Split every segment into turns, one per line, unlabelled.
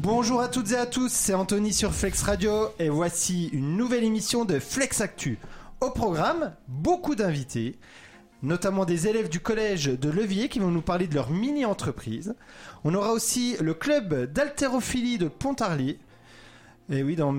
Bonjour à toutes et à tous, c'est Anthony sur Flex Radio et voici une nouvelle émission de Flex Actu. Au programme, beaucoup d'invités, notamment des élèves du collège de Levier qui vont nous parler de leur mini-entreprise. On aura aussi le club d'haltérophilie de Pontarlier. Et oui, dans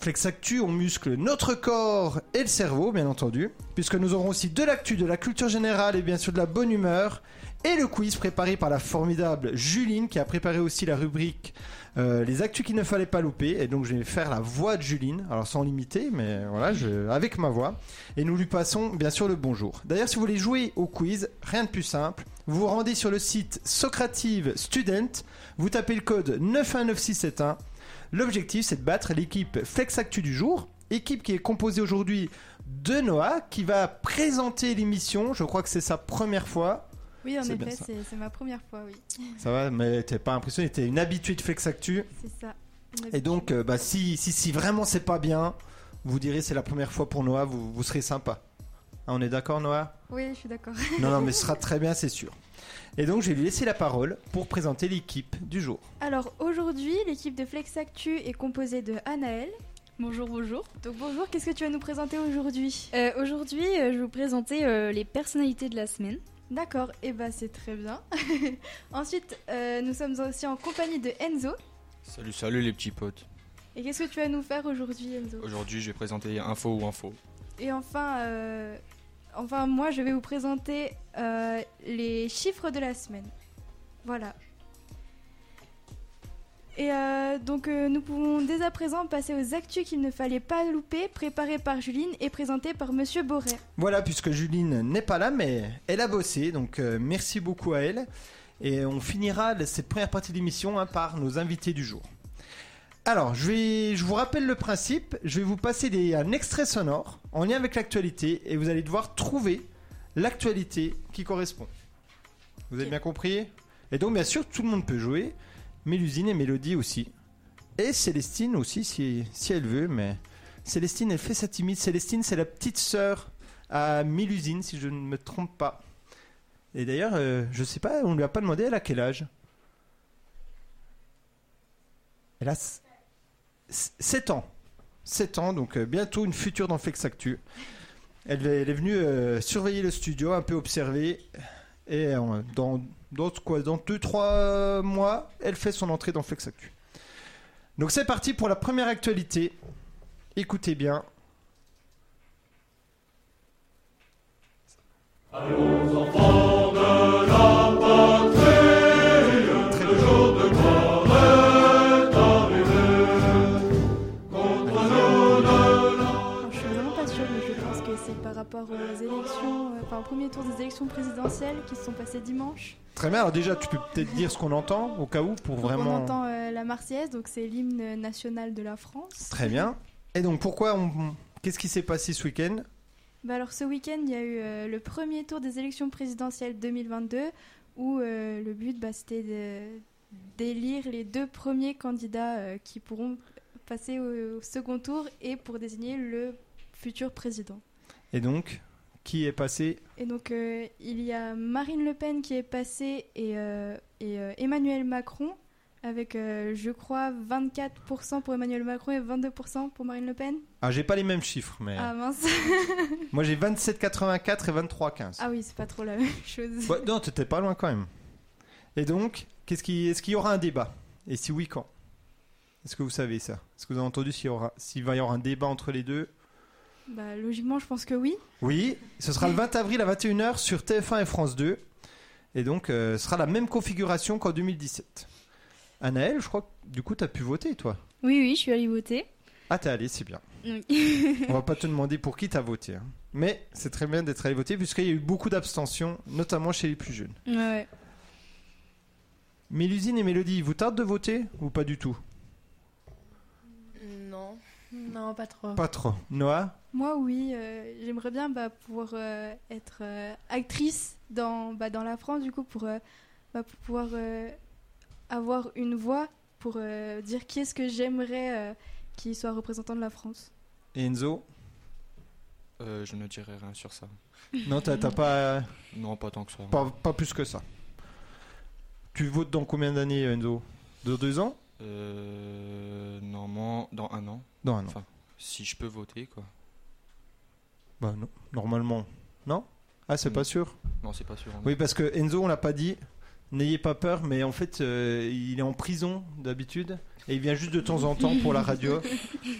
Flex Actu, on muscle notre corps et le cerveau, bien entendu, puisque nous aurons aussi de l'actu, de la culture générale et bien sûr de la bonne humeur, et le quiz préparé par la formidable Juline, qui a préparé aussi la rubrique euh, Les actus qu'il ne fallait pas louper. Et donc, je vais faire la voix de Juline, alors sans limiter, mais voilà, je- avec ma voix. Et nous lui passons bien sûr le bonjour. D'ailleurs, si vous voulez jouer au quiz, rien de plus simple. Vous vous rendez sur le site Socrative Student, vous tapez le code 919671. L'objectif, c'est de battre l'équipe Flex Actu du jour, équipe qui est composée aujourd'hui de Noah, qui va présenter l'émission. Je crois que c'est sa première fois.
Oui, en
C'est bien
effet,
ça.
c'est c'est ma première fois, oui.
Ça va, mais t'es pas impressionné, t'es une habituée de Flex Actu.
C'est ça.
Et donc, euh, bah, si, si, si vraiment c'est pas bien, vous direz c'est la première fois pour Noah, vous, vous serez sympa. Hein, on est d'accord, Noah
Oui, je suis d'accord.
Non, non, mais ce sera très bien, c'est sûr. Et donc, je vais lui laisser la parole pour présenter l'équipe du jour.
Alors aujourd'hui, l'équipe de Flex Actu est composée de Anaël.
Bonjour, bonjour.
Donc bonjour, qu'est-ce que tu vas nous présenter aujourd'hui
Euh, Aujourd'hui, euh, je vais vous présenter euh, les personnalités de la semaine.
D'accord, et bah c'est très bien. Ensuite, euh, nous sommes aussi en compagnie de Enzo.
Salut, salut les petits potes.
Et qu'est-ce que tu vas nous faire aujourd'hui, Enzo
Aujourd'hui, je vais présenter info ou info.
Et enfin, euh, enfin moi, je vais vous présenter euh, les chiffres de la semaine. Voilà. Et euh, donc, euh, nous pouvons dès à présent passer aux actus qu'il ne fallait pas louper, préparées par Juline et présentées par Monsieur Boré.
Voilà, puisque Juline n'est pas là, mais elle a bossé, donc euh, merci beaucoup à elle. Et on finira la- cette première partie de l'émission hein, par nos invités du jour. Alors, je, vais, je vous rappelle le principe, je vais vous passer des, un extrait sonore en lien avec l'actualité, et vous allez devoir trouver l'actualité qui correspond. Vous avez
Ok.
bien compris Et donc, bien sûr, tout le monde peut jouer, Mélusine et Mélodie aussi. Et Célestine aussi, si, si elle veut, mais Célestine, elle fait sa timide. Célestine, c'est la petite sœur à Milusine, si je ne me trompe pas. Et d'ailleurs, euh, je sais pas, on lui a pas demandé elle a quel âge. Elle a 7 ans. 7 ans, donc euh, bientôt une future dans Flex Actu. Elle, est- elle est venue euh, surveiller le studio, un peu observer. Et euh, dans, dans, quoi, dans 2-3 mois, elle fait son entrée dans Flex Actu. Donc c'est parti pour la première actualité. Écoutez bien. Très beau jour.
Alors, je suis vraiment pas sûre, mais je pense que c'est par rapport aux élections, euh, enfin au premier tour des élections présidentielles qui se sont passées dimanche.
Très bien, alors déjà tu peux peut-être dire ce qu'on entend au cas où pour
Donc,
vraiment...
On entend euh, la Marseillaise, donc c'est l'hymne national de la France.
Très bien. Et donc pourquoi on... Qu'est-ce qui s'est passé ce week-end
Bah alors ce week-end, il y a eu euh, le premier tour des élections présidentielles 2022 où euh, le but bah, c'était de- d'élire les deux premiers candidats euh, qui pourront passer au, au second tour et pour désigner le futur président.
Et donc, qui est passé
Et donc euh, il y a Marine Le Pen qui est passée et, euh, et, euh, Emmanuel Macron avec euh, je crois 24% pour Emmanuel Macron et 22% pour Marine Le Pen.
Ah j'ai pas les mêmes chiffres, mais...
Ah mince.
Moi j'ai 27,84 et 23,15.
Ah oui, c'est pas trop la même chose.
Ouais, non, t'étais pas loin quand même. Et donc, qu'est-ce qui... est-ce qu'il y aura un débat Et si oui, quand Est-ce que vous savez ça Est-ce que vous avez entendu s'il, y aura... s'il va y avoir un débat entre les deux
Bah logiquement, je pense que oui.
Oui, ce sera le 20 avril à 21h sur TF1 et France 2. Et donc, euh, ce sera la même configuration qu'en 2017. Anaël, je crois que du coup, t'as pu voter, toi.
Oui, oui, je suis allée voter.
Ah, t'es allé, c'est bien.
Oui.
On va pas te demander pour qui t'as voté. hein. Mais c'est très bien d'être allé voter, puisqu'il y a eu beaucoup d'abstentions, notamment chez les plus jeunes.
Ouais, ouais.
Mélusine et Mélodie, il vous tarde de voter ou pas du tout
Non, non, pas trop.
Pas trop. Noah
Moi, oui, euh, j'aimerais bien bah, pouvoir euh, être euh, actrice dans, bah, dans la France, du coup, pour, euh, bah, pour pouvoir euh, avoir une voix pour euh, dire qui est-ce que j'aimerais euh, qui soit représentant de la France.
et Enzo
Euh, je ne dirai rien sur ça.
Non, t'as t'as pas,
Non, pas tant que ça.
pas, pas plus que ça. Tu votes dans combien d'années, Enzo Dans deux ans
Euh, dans, dans un an,
Non, non.
Enfin. si je peux voter, quoi.
Bah, non. Normalement. Non Ah, c'est
Mm.
pas sûr
Non, c'est pas sûr. on-
Oui, parce que Enzo, on l'a pas dit. N'ayez pas peur, mais en fait, euh, il est en prison d'habitude et il vient juste de temps en temps pour la radio.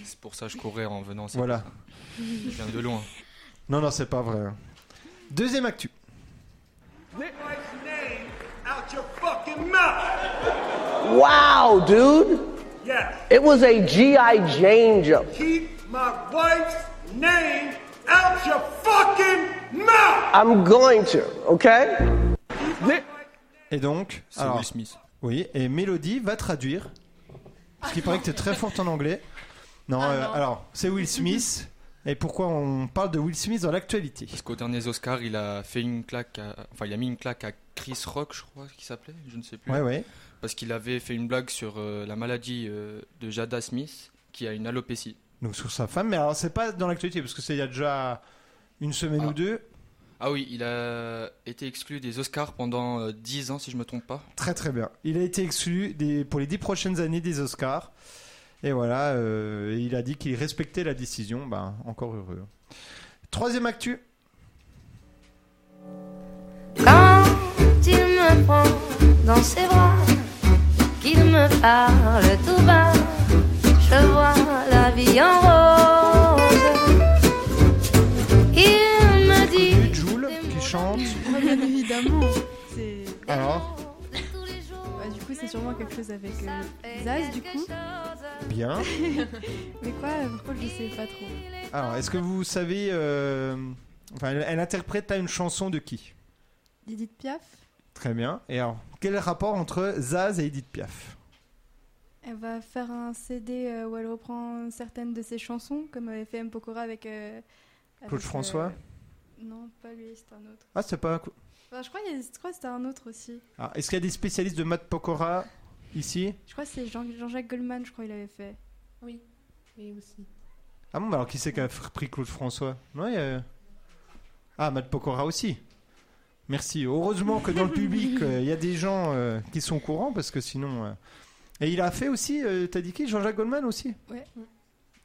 C'est pour ça que je courais en venant. c'est
Voilà.
pour ça. Je viens de loin.
Non, non, c'est pas vrai. hein. Deuxième actu.
Christ's name out your fucking mouth.
Wow, dude.
Yes.
It was a G.I. Jane jump.
Keep my wife's name out your fucking mouth.
I'm going to, okay?
Et donc,
C'est
alors,
Will Smith.
oui, et Mélodie va traduire. Parce qu'il paraît que t'es très forte en anglais. Non, euh, alors, c'est Will Smith. Et pourquoi on parle de Will Smith dans l'actualité
Parce qu'aux derniers Oscars, il a fait une claque. à- Enfin, il a mis une claque à Chris Rock, je crois qu'il s'appelait. Je ne sais plus.
Ouais, ouais.
Parce qu'il avait fait une blague sur euh, la maladie euh, de Jada Smith, qui a une alopécie.
Donc sur sa femme, mais alors c'est pas dans l'actualité parce que c'est il y a déjà une semaine
Ah.
ou deux.
Ah oui, il a été exclu des Oscars pendant euh, 10 ans, si je me trompe pas.
Très très bien. Il a été exclu des, pour les dix prochaines années des Oscars. Et voilà, euh, et il a dit qu'il respectait la décision. Ben, encore heureux. Troisième actu.
Quand il me prend dans ses bras, qu'il me parle tout bas, je vois la vie en rose. Il me
Et
dit.
Jules qui chante.
Ah, bien évidemment. C'est...
Alors,
Bah, du coup, c'est sûrement quelque chose avec euh, Zaz,
Zaz,
du coup.
bien.
Mais quoi euh, Pourquoi je sais pas trop
Alors, est-ce que vous savez. euh, enfin, elle, elle interprète là une chanson de qui
Edith Piaf,
Très bien. Et alors, quel est le rapport entre Zaz et Edith Piaf
elle va faire un CD euh, où elle reprend certaines de ses chansons, comme avait fait M. Pokora avec. euh,
Claude
avec,
François
euh, Non, pas lui, c'est un autre.
Ah, c'est pas.
Enfin, je crois qu'il y a- je crois que c'était un autre aussi.
Ah, est-ce qu'il y a des spécialistes de Matt Pokora ici
Je crois que c'est Jean- Jean-Jacques Goldman, je crois qu'il avait fait.
Oui, et aussi.
Ah bon, bah alors qui c'est qui a f- pris Claude François Non, il y a- Ah, Matt Pokora aussi. Merci. Heureusement que dans le public, euh, il y a des gens euh, qui sont au courant parce que sinon. euh, Et il a fait aussi, euh, t'as dit qui Jean-Jacques Goldman aussi
Ouais.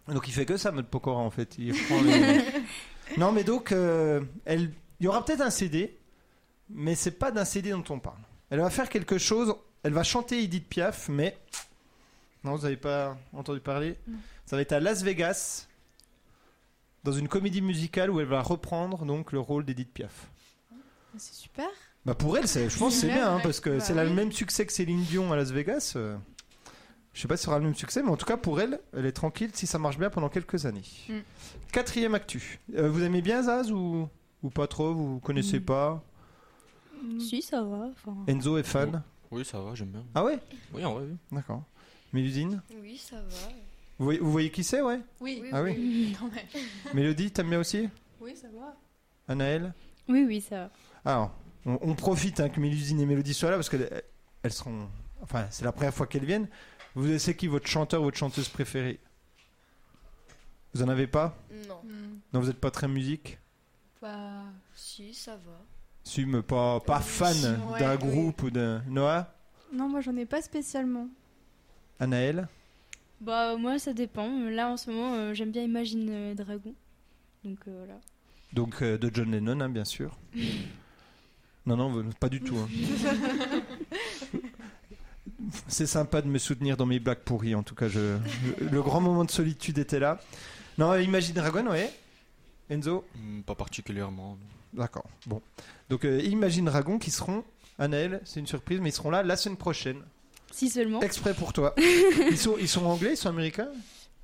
Donc il fait que ça, Matt Pokora en fait. Il reprend les- non, mais donc, euh, elle... il y aura peut-être un CD, mais c'est pas d'un CD dont on parle. Elle va faire quelque chose, elle va chanter Edith Piaf, mais. Non, vous n'avez pas entendu parler Ça va être à Las Vegas dans une comédie musicale où elle va reprendre donc le rôle d'Edith Piaf.
Ah, C'est super.
Bah pour elle, c'est- je pense que c'est
Ouais,
bien hein,
ouais.
parce que
Bah
c'est là le
oui.
même succès que Céline Dion à Las Vegas. euh, Je sais pas si ça aura le même succès, mais en tout cas pour elle, elle est tranquille si ça marche bien pendant quelques années.
Mm.
Quatrième actu. Euh, vous aimez bien Zaz ou, ou pas trop Vous connaissez
Mm.
pas
Si, ça va. enfin.
Enzo est fan.
Oui, ça va, j'aime bien.
Ah ouais
Oui, hein. en vrai, oui.
D'accord. Mélusine
Oui, ça va.
vous voyez, vous voyez qui c'est, ouais
Oui,
Ah oui.
Non, mais-
Mélodie, t'aimes bien aussi
Oui, ça va.
Anaël
Oui, oui, ça va.
Alors, Ah, on, on profite hein, que Mélusine et Mélodie soient là parce qu'elles elles seront. Enfin, c'est la première fois qu'elles viennent. Vous c'est qui votre chanteur, votre chanteuse préférée Vous en avez pas
Non.
Non, vous n'êtes pas très musique
Bah,
Si, ça va.
Si, mais pas, pas fan
Euh, ouais,
d'un
oui.
groupe ou d'un. Noah
Non, moi j'en ai pas spécialement.
Anaël
Bah, moi, ça dépend. Là, en ce moment, euh, j'aime bien Imagine euh, Dragon. Donc, euh, voilà.
Donc euh, de John Lennon, hein, bien sûr. non, non, vous- pas du tout. hein. C'est sympa de me soutenir dans mes blagues pourries, en tout cas. Je, je- le grand moment de solitude était là. Non, euh, Imagine Dragon, ouais. Enzo
Hmm, Pas particulièrement.
D'accord, bon. Donc euh, Imagine Dragon qui seront, Anaël, c'est une surprise, mais ils seront là la semaine prochaine.
Si seulement.
Exprès pour toi. Ils sont, ils sont anglais, ils sont américains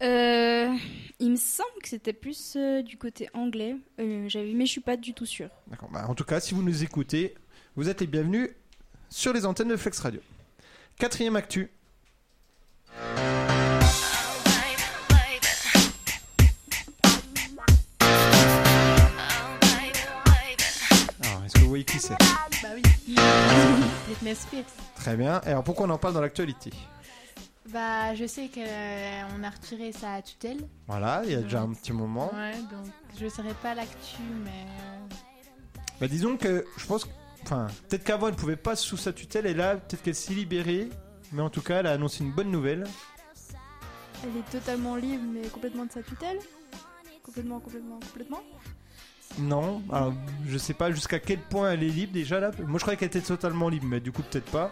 Euh, il me semble que c'était plus euh, du côté anglais. Euh, j'avais, mais je suis pas du tout sûre.
D'accord. Bah, en tout cas, si vous nous écoutez, vous êtes les bienvenus sur les antennes de Flex Radio. Quatrième actu. Alors, est-ce que vous voyez qui c'est
Bah oui. Britney Spears.
Très bien. Et alors, pourquoi on en parle dans l'actualité
Bah, je sais qu'on a retiré sa tutelle.
Voilà, il y a déjà un petit moment.
Ouais, donc je ne saurais pas l'actu, mais. euh,
Bah, disons que je pense. que- Enfin, peut-être qu'avant, elle pouvait pas sous sa tutelle, et là, peut-être qu'elle s'est libérée. Mais en tout cas, elle a annoncé une bonne nouvelle.
Elle est totalement libre, mais complètement de sa tutelle. Complètement, complètement, complètement.
Non, alors je sais pas jusqu'à quel point elle est libre déjà là. Moi je croyais qu'elle était totalement libre, mais du coup peut-être pas.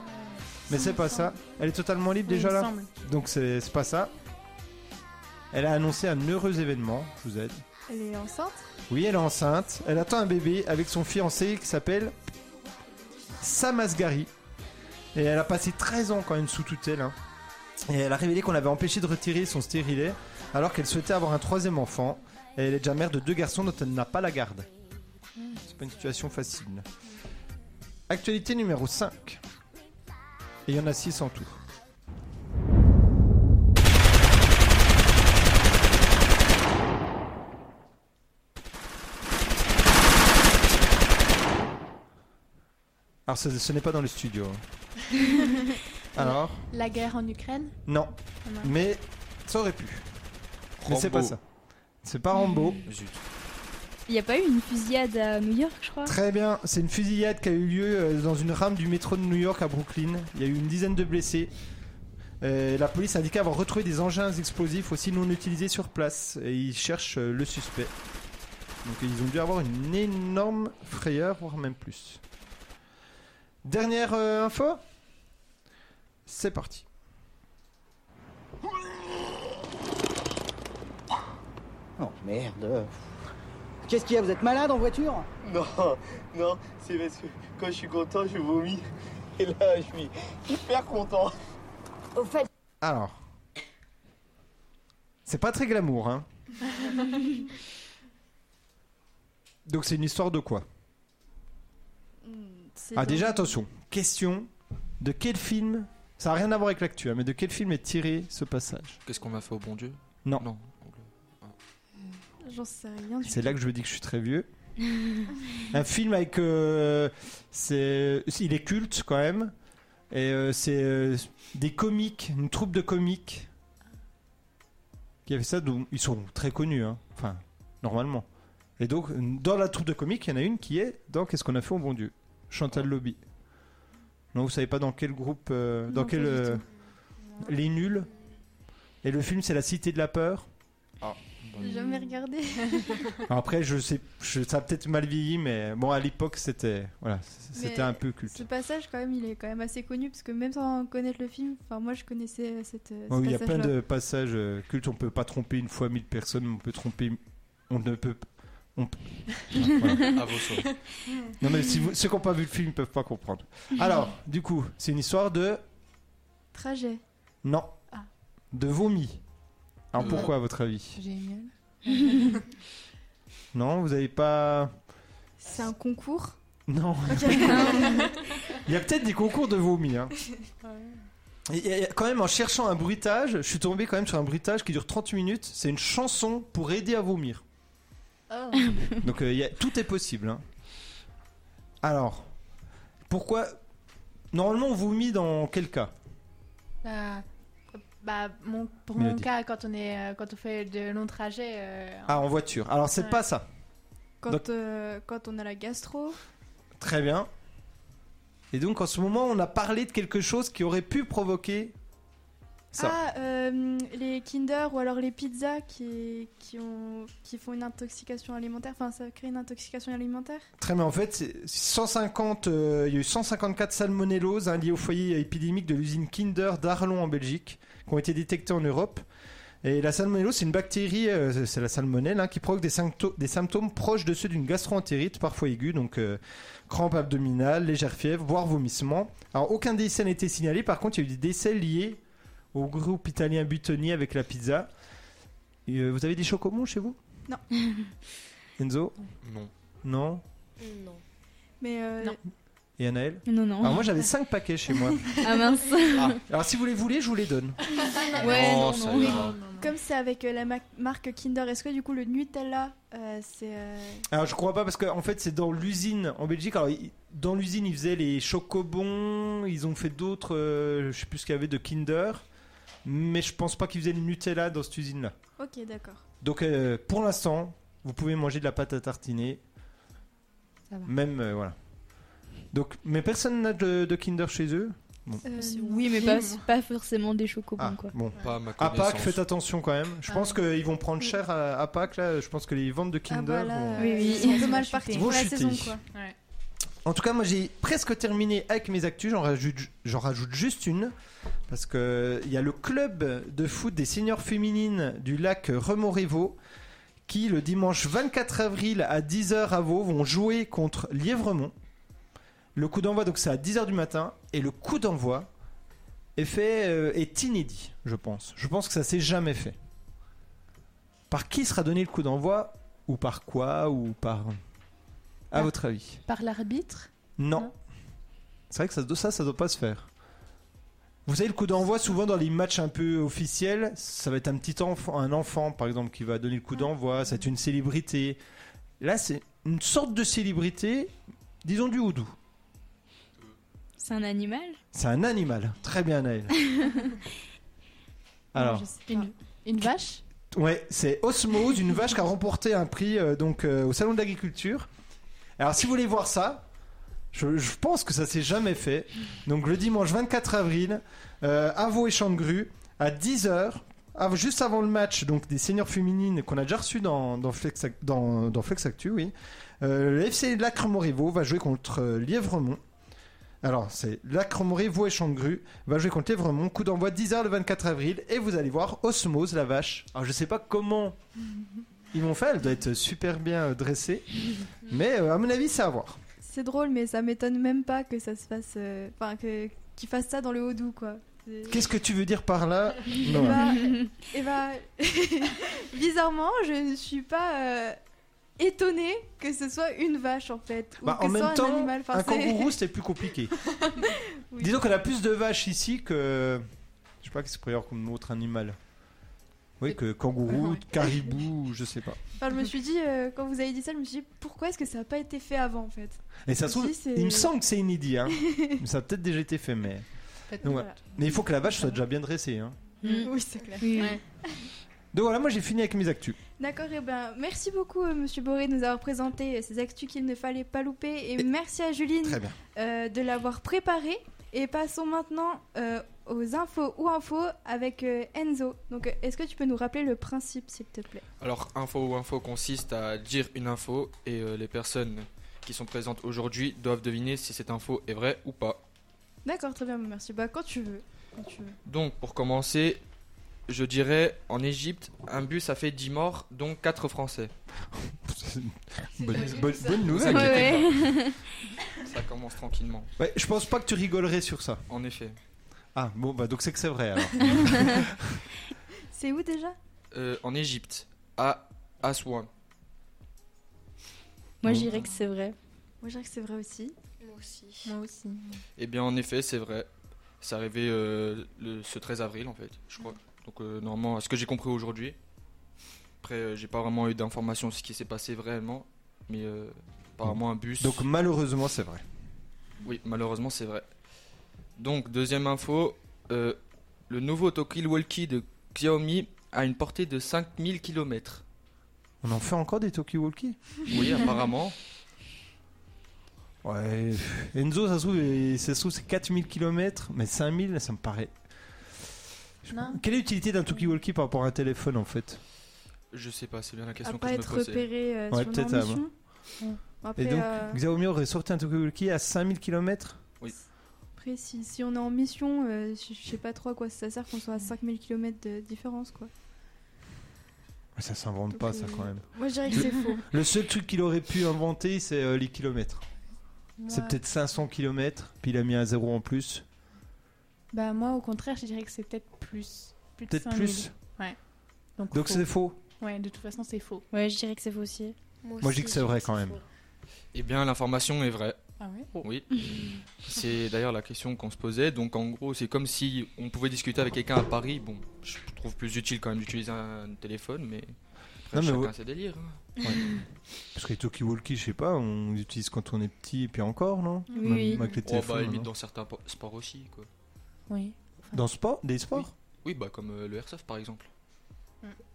Mais c'est pas ça. Elle est totalement libre déjà là. Donc c'est c'est pas ça. Elle a annoncé un heureux événement, je vous aide.
Elle est enceinte.
Oui, elle est enceinte. Elle attend un bébé avec son fiancé qui s'appelle Sam Asghari. Et elle a passé 13 ans quand même sous tutelle. hein. Et elle a révélé qu'on l'avait empêché de retirer son stérilet alors qu'elle souhaitait avoir un troisième enfant. Et elle est déjà mère de deux garçons dont elle n'a pas la garde. C'est pas une situation facile. Actualité numéro 5. Et il y en a 6 en tout. Alors ce, ce n'est pas dans le studio. hein. Alors
La guerre en Ukraine
Non.
Non.
Mais ça aurait pu. Mais c'est
Rambo.
pas ça. C'est pas Rambo.
Zut.
Il n'y a pas eu une fusillade à New York, je crois
Très bien, c'est une fusillade qui a eu lieu euh, dans une rame du métro de New York à Brooklyn. Il y a eu une dizaine de blessés. Euh, la police a indiqué avoir retrouvé des engins explosifs aussi non utilisés sur place. Et ils cherchent euh, le suspect. Donc ils ont dû avoir une énorme frayeur, voire même plus. Dernière euh, info C'est parti.
Oh merde. Qu'est-ce qu'il y a Vous êtes malade en voiture
Non, non, c'est parce que quand je suis content, je vomis. Et là, je suis hyper content.
Au fait,
Alors. C'est pas très glamour, hein. Donc c'est une histoire de quoi
Hmm, c'est
Ah
dans-
déjà attention, question de quel film Ça n'a rien à voir avec l'actu, hein, mais de quel film est tiré ce passage
Qu'est-ce qu'on a fait au bon Dieu
Non.
Non.
J'en sais rien. du
C'est là que je me dis que je suis très vieux. Un film avec, euh, c'est, il est culte quand même, et euh, c'est euh, des comiques, une troupe de comiques qui avait ça. dont ils sont très connus, hein. enfin normalement. Et donc dans la troupe de comiques, il y en a une qui est dans Qu'est-ce qu'on a fait au bon Dieu Chantal Lobby. Non, vous savez pas dans quel groupe, euh,
Non,
dans
pas
quel
du
euh,
tout.
Les Nuls. Et le film, c'est La Cité de la peur.
J'ai jamais regardé.
Alors Après, je sais, je- ça a peut-être mal vieilli, mais bon, à l'époque, c'était voilà, c-
Mais
c'était un peu
Ce
culte.
passage, quand même, il est quand même assez connu parce que même sans connaître le film, enfin moi je connaissais euh, cette. euh, ce
Oh, il y a plein
passage-là.
de passages euh, cultes. On peut pas tromper une fois mille personnes, mais on peut tromper, on ne peut. on peut- Voilà.
À vos soins.
Non mais si vous- ceux qui n'ont pas vu le film peuvent pas comprendre. Alors, du coup, c'est une histoire de
Trajet.
non,
Ah.
de vomi. Alors
Euh.
pourquoi à votre avis
Génial.
Non, vous avez pas.
C'est un concours.
Non. il y a peut-être des concours de vomi. Hein. Et- et- et quand même, en cherchant un bruitage, je suis tombé quand même sur un bruitage qui dure 30 minutes. C'est une chanson pour aider à vomir. Donc euh, il y a- tout est possible. hein. Alors, pourquoi Normalement, on vomit dans quel cas
Bah, bah, mon- pour
Mélodie.
mon cas, quand on, est, euh, quand on fait de longs trajets, euh,
Ah, en voiture. Alors, c'est
Ouais.
pas ça.
Quand,
Donc-
euh, quand on a la gastro, ah,
Très bien. Et donc, en ce moment, on a parlé de quelque chose qui aurait pu provoquer ça.
Ah, euh, les Kinder ou alors les pizzas qui, qui, ont, qui font une intoxication alimentaire. Enfin, ça crée une intoxication alimentaire.
Très bien. En fait, c'est 150, euh, il y a eu 154 salmonelloses hein, liées au foyer épidémique de l'usine Kinder d'Arlon en Belgique, qui ont été détectées en Europe. Et la salmonellose, c'est une bactérie, euh, c'est la salmonelle, hein, qui provoque des, symptô- des symptômes proches de ceux d'une gastroentérite, parfois aiguë, donc euh, crampes abdominales, légère fièvre, voire vomissement. Alors, aucun décès n'a été signalé. Par contre, il y a eu des décès liés au groupe italien butoni avec la pizza. Et, euh, vous avez des chocobons chez vous
Non.
Enzo
Non.
Non.
non.
Mais euh,
Non.
Et Anaël
Non, non.
alors moi j'avais 5 paquets chez moi.
Ah mince.
Alors si vous les voulez, je vous les donne.
Ouais,
Oh,
non,
ça
non.
va.
comme c'est avec euh, la ma- marque Kinder, est-ce que du coup le Nutella, euh, c'est. euh,
Alors je crois pas parce qu'en fait c'est dans l'usine en Belgique. Alors il- dans l'usine ils faisaient les chocobons, ils ont fait d'autres, euh, je sais plus ce qu'il y avait de Kinder, mais je pense pas qu'ils faisaient le Nutella dans cette usine là.
Ok, d'accord.
Donc euh, pour l'instant, vous pouvez manger de la pâte à tartiner.
Ça va.
Même euh, voilà. Donc mais personne n'a de, de Kinder chez eux. Bon.
Euh,
oui, mais pas, pas forcément des chocobons,
Ah,
quoi. Ah
bon.
Pas à ma
À Pâques,
connaissance.
faites attention quand même. Je pense qu'ils vont prendre cher à, à Pâques là. Je pense que les ventes de Kindle.
bah,
vont-
Oui, oui.
Ils sont mal
Ils
partis
vont
pour la
chuter.
saison, quoi.
En tout cas, moi j'ai presque terminé avec mes actus. J'en rajoute, j'en rajoute juste une. Parce que il y a le club de foot des seniors féminines du lac Remorévo qui, le dimanche 24 avril à 10h à Vaux, vont jouer contre Lièvremont. Le coup d'envoi, donc c'est à 10h du matin. Et le coup d'envoi est, fait, euh, est inédit, je pense. Je pense que ça s'est jamais fait. Par qui sera donné le coup d'envoi Ou par quoi Ou par. À votre avis
Par l'arbitre
non. C'est vrai que ça, ça, ça doit pas se faire. Vous savez, le coup d'envoi, souvent dans les matchs un peu officiels, ça va être un petit enfant, un enfant par exemple, qui va donner le coup d'envoi, ça va être une célébrité. Là, c'est une sorte de célébrité, disons du houdou.
C'est un animal
C'est un animal. Très bien, Naël. Alors,
Une, une vache
ouais, c'est Osmose, une vache qui a remporté un prix euh, donc euh, au Salon de l'Agriculture. Alors, si vous voulez voir ça, Je, je pense que ça s'est jamais fait. Donc le dimanche 24 avril, euh, à Vaux et Chantgru, à 10h, juste avant le match donc des seniors féminines qu'on a déjà reçu dans, dans, Flex, dans, dans Flex Actu, oui. Euh, le FC Lacremont-Révaux va jouer contre euh, Lièvremont. Alors, c'est Lacremont-Révaux et Bah, Chantgru va jouer contre Lièvremont. Coup d'envoi 10h le 24 avril. Et vous allez voir Osmose, la vache. Alors, je sais pas comment ils m'ont fait. Elle doit être super bien euh, dressée. Mais euh, à mon avis, c'est à voir.
C'est drôle, mais ça m'étonne même pas que ça se fasse. euh, Enfin, que qu'ils fassent ça dans le Haut-Doubs, quoi. C'est-
Qu'est-ce que tu veux dire par là
Eh
Noah
bah, eh bah, bizarrement, je ne suis pas euh, étonnée que ce soit une vache en fait. Ou
Bah,
que
en
ce soit
même
un,
temps,
animal. Enfin,
un
c'est-
kangourou c'était plus compliqué. Disons qu'on a plus de vaches ici que. Je sais pas qu'est-ce qu'il pourrait y avoir comme autre animal. Oui, que kangourou, caribou, je sais pas.
Enfin, je me suis dit, euh, quand vous avez dit ça, je me suis dit, pourquoi est-ce que ça n'a pas été fait avant en fait
Et ça se trouve,
Si, c'est-
il me semble que c'est inédit. Hein. Mais ça a peut-être déjà été fait, mais.
Peut-être,
Donc,
voilà.
ouais. Mais il faut que la vache soit déjà bien dressée. Hein.
Oui, c'est clair.
Mm. Oui.
Donc voilà, moi j'ai fini avec mes actus.
D'accord, et ben merci beaucoup euh, Monsieur Boré de nous avoir présenté euh, ces actus qu'il ne fallait pas louper et, merci à Juline
Très bien.
euh, de l'avoir préparé. Et passons maintenant euh, aux infos ou infos avec euh, Enzo. Donc euh, est-ce que tu peux nous rappeler le principe s'il te plaît
Alors, info ou info consiste à dire une info et euh, les personnes qui sont présentes aujourd'hui doivent deviner si cette info est vraie ou pas.
D'accord, très bien, merci. Bah quand tu veux. Quand tu veux.
Donc, pour commencer, je dirais en Égypte, un bus a fait 10 morts, dont 4 Français.
Bonne, bonne- bonne
Vous
nouvelle.
inquiétez pas. Ça commence tranquillement,
Ouais, je pense pas que tu rigolerais sur ça.
en effet.
Ah bon, bah donc c'est que c'est vrai alors.
C'est où déjà
Euh, en Égypte, à Aswan.
Moi, je dirais que c'est vrai.
Moi je dirais que c'est vrai aussi. Moi aussi. Moi aussi.
Eh bien, en effet, c'est vrai. C'est arrivé euh, le, ce 13 avril, en fait, je crois. Donc, euh, normalement, à ce que j'ai compris aujourd'hui. Après, euh, j'ai pas vraiment eu d'informations sur ce qui s'est passé réellement. Mais euh, apparemment, un bus.
Donc malheureusement, c'est vrai.
Oui, malheureusement, c'est vrai. Donc, deuxième info euh, le nouveau Walkie de Xiaomi a une portée de 5000 km.
On en fait encore des talkie-walkie
Oui, apparemment.
Ouais. Enzo, ça se trouve, et- ça se trouve, c'est 4000 km, mais 5000, ça me paraît.
Non.
Quelle est l'utilité d'un talkie-walkie par rapport à un téléphone en fait
Je sais pas, c'est bien la
À
question que
pas
je me
être
posais.
repéré euh,
Ouais,
sur
peut-être
une
à-
ambition. Après,
Et donc,
euh,
Xiaomi aurait sorti un talkie-walkie à 5000 km
Après, si, si on est en mission, euh, je je sais pas trop à quoi ça sert qu'on soit à 5000 km de différence, quoi.
Ça s'invente pas, ça
euh,
quand même.
moi, je dirais que c'est
Le-
faux.
Le seul truc qu'il aurait pu inventer, c'est euh, les kilomètres. C'est
Moi-
peut-être 500 km, puis il a mis un zéro en plus.
Bah moi au contraire je dirais que c'est peut-être plus. Plus de
Peut-être
5000.
plus.
Ouais.
Donc c'est faux.
Ouais de toute façon c'est faux.
Ouais, je dirais que c'est faux aussi.
Moi je dis que c'est vrai quand même.
Eh bien, l'information est vraie.
Ah ouais
Oui. C'est d'ailleurs la question qu'on se posait. Donc, en gros, c'est comme si on pouvait discuter avec quelqu'un à Paris. Bon, je trouve plus utile quand même d'utiliser un téléphone, mais après,
Non, mais
chacun
ouais.
ses délires. hein.
Parce que les talkie-walkie, je sais pas, on les utilise quand on est petit et puis encore, non
Oui,
Même-
oui.
même avec les
Oh,
téléphones,
bah,
non
limite dans certains po- sports aussi, quoi.
Oui.
Dans sport Des sports
Oui, bah, comme euh, le airsoft, par exemple.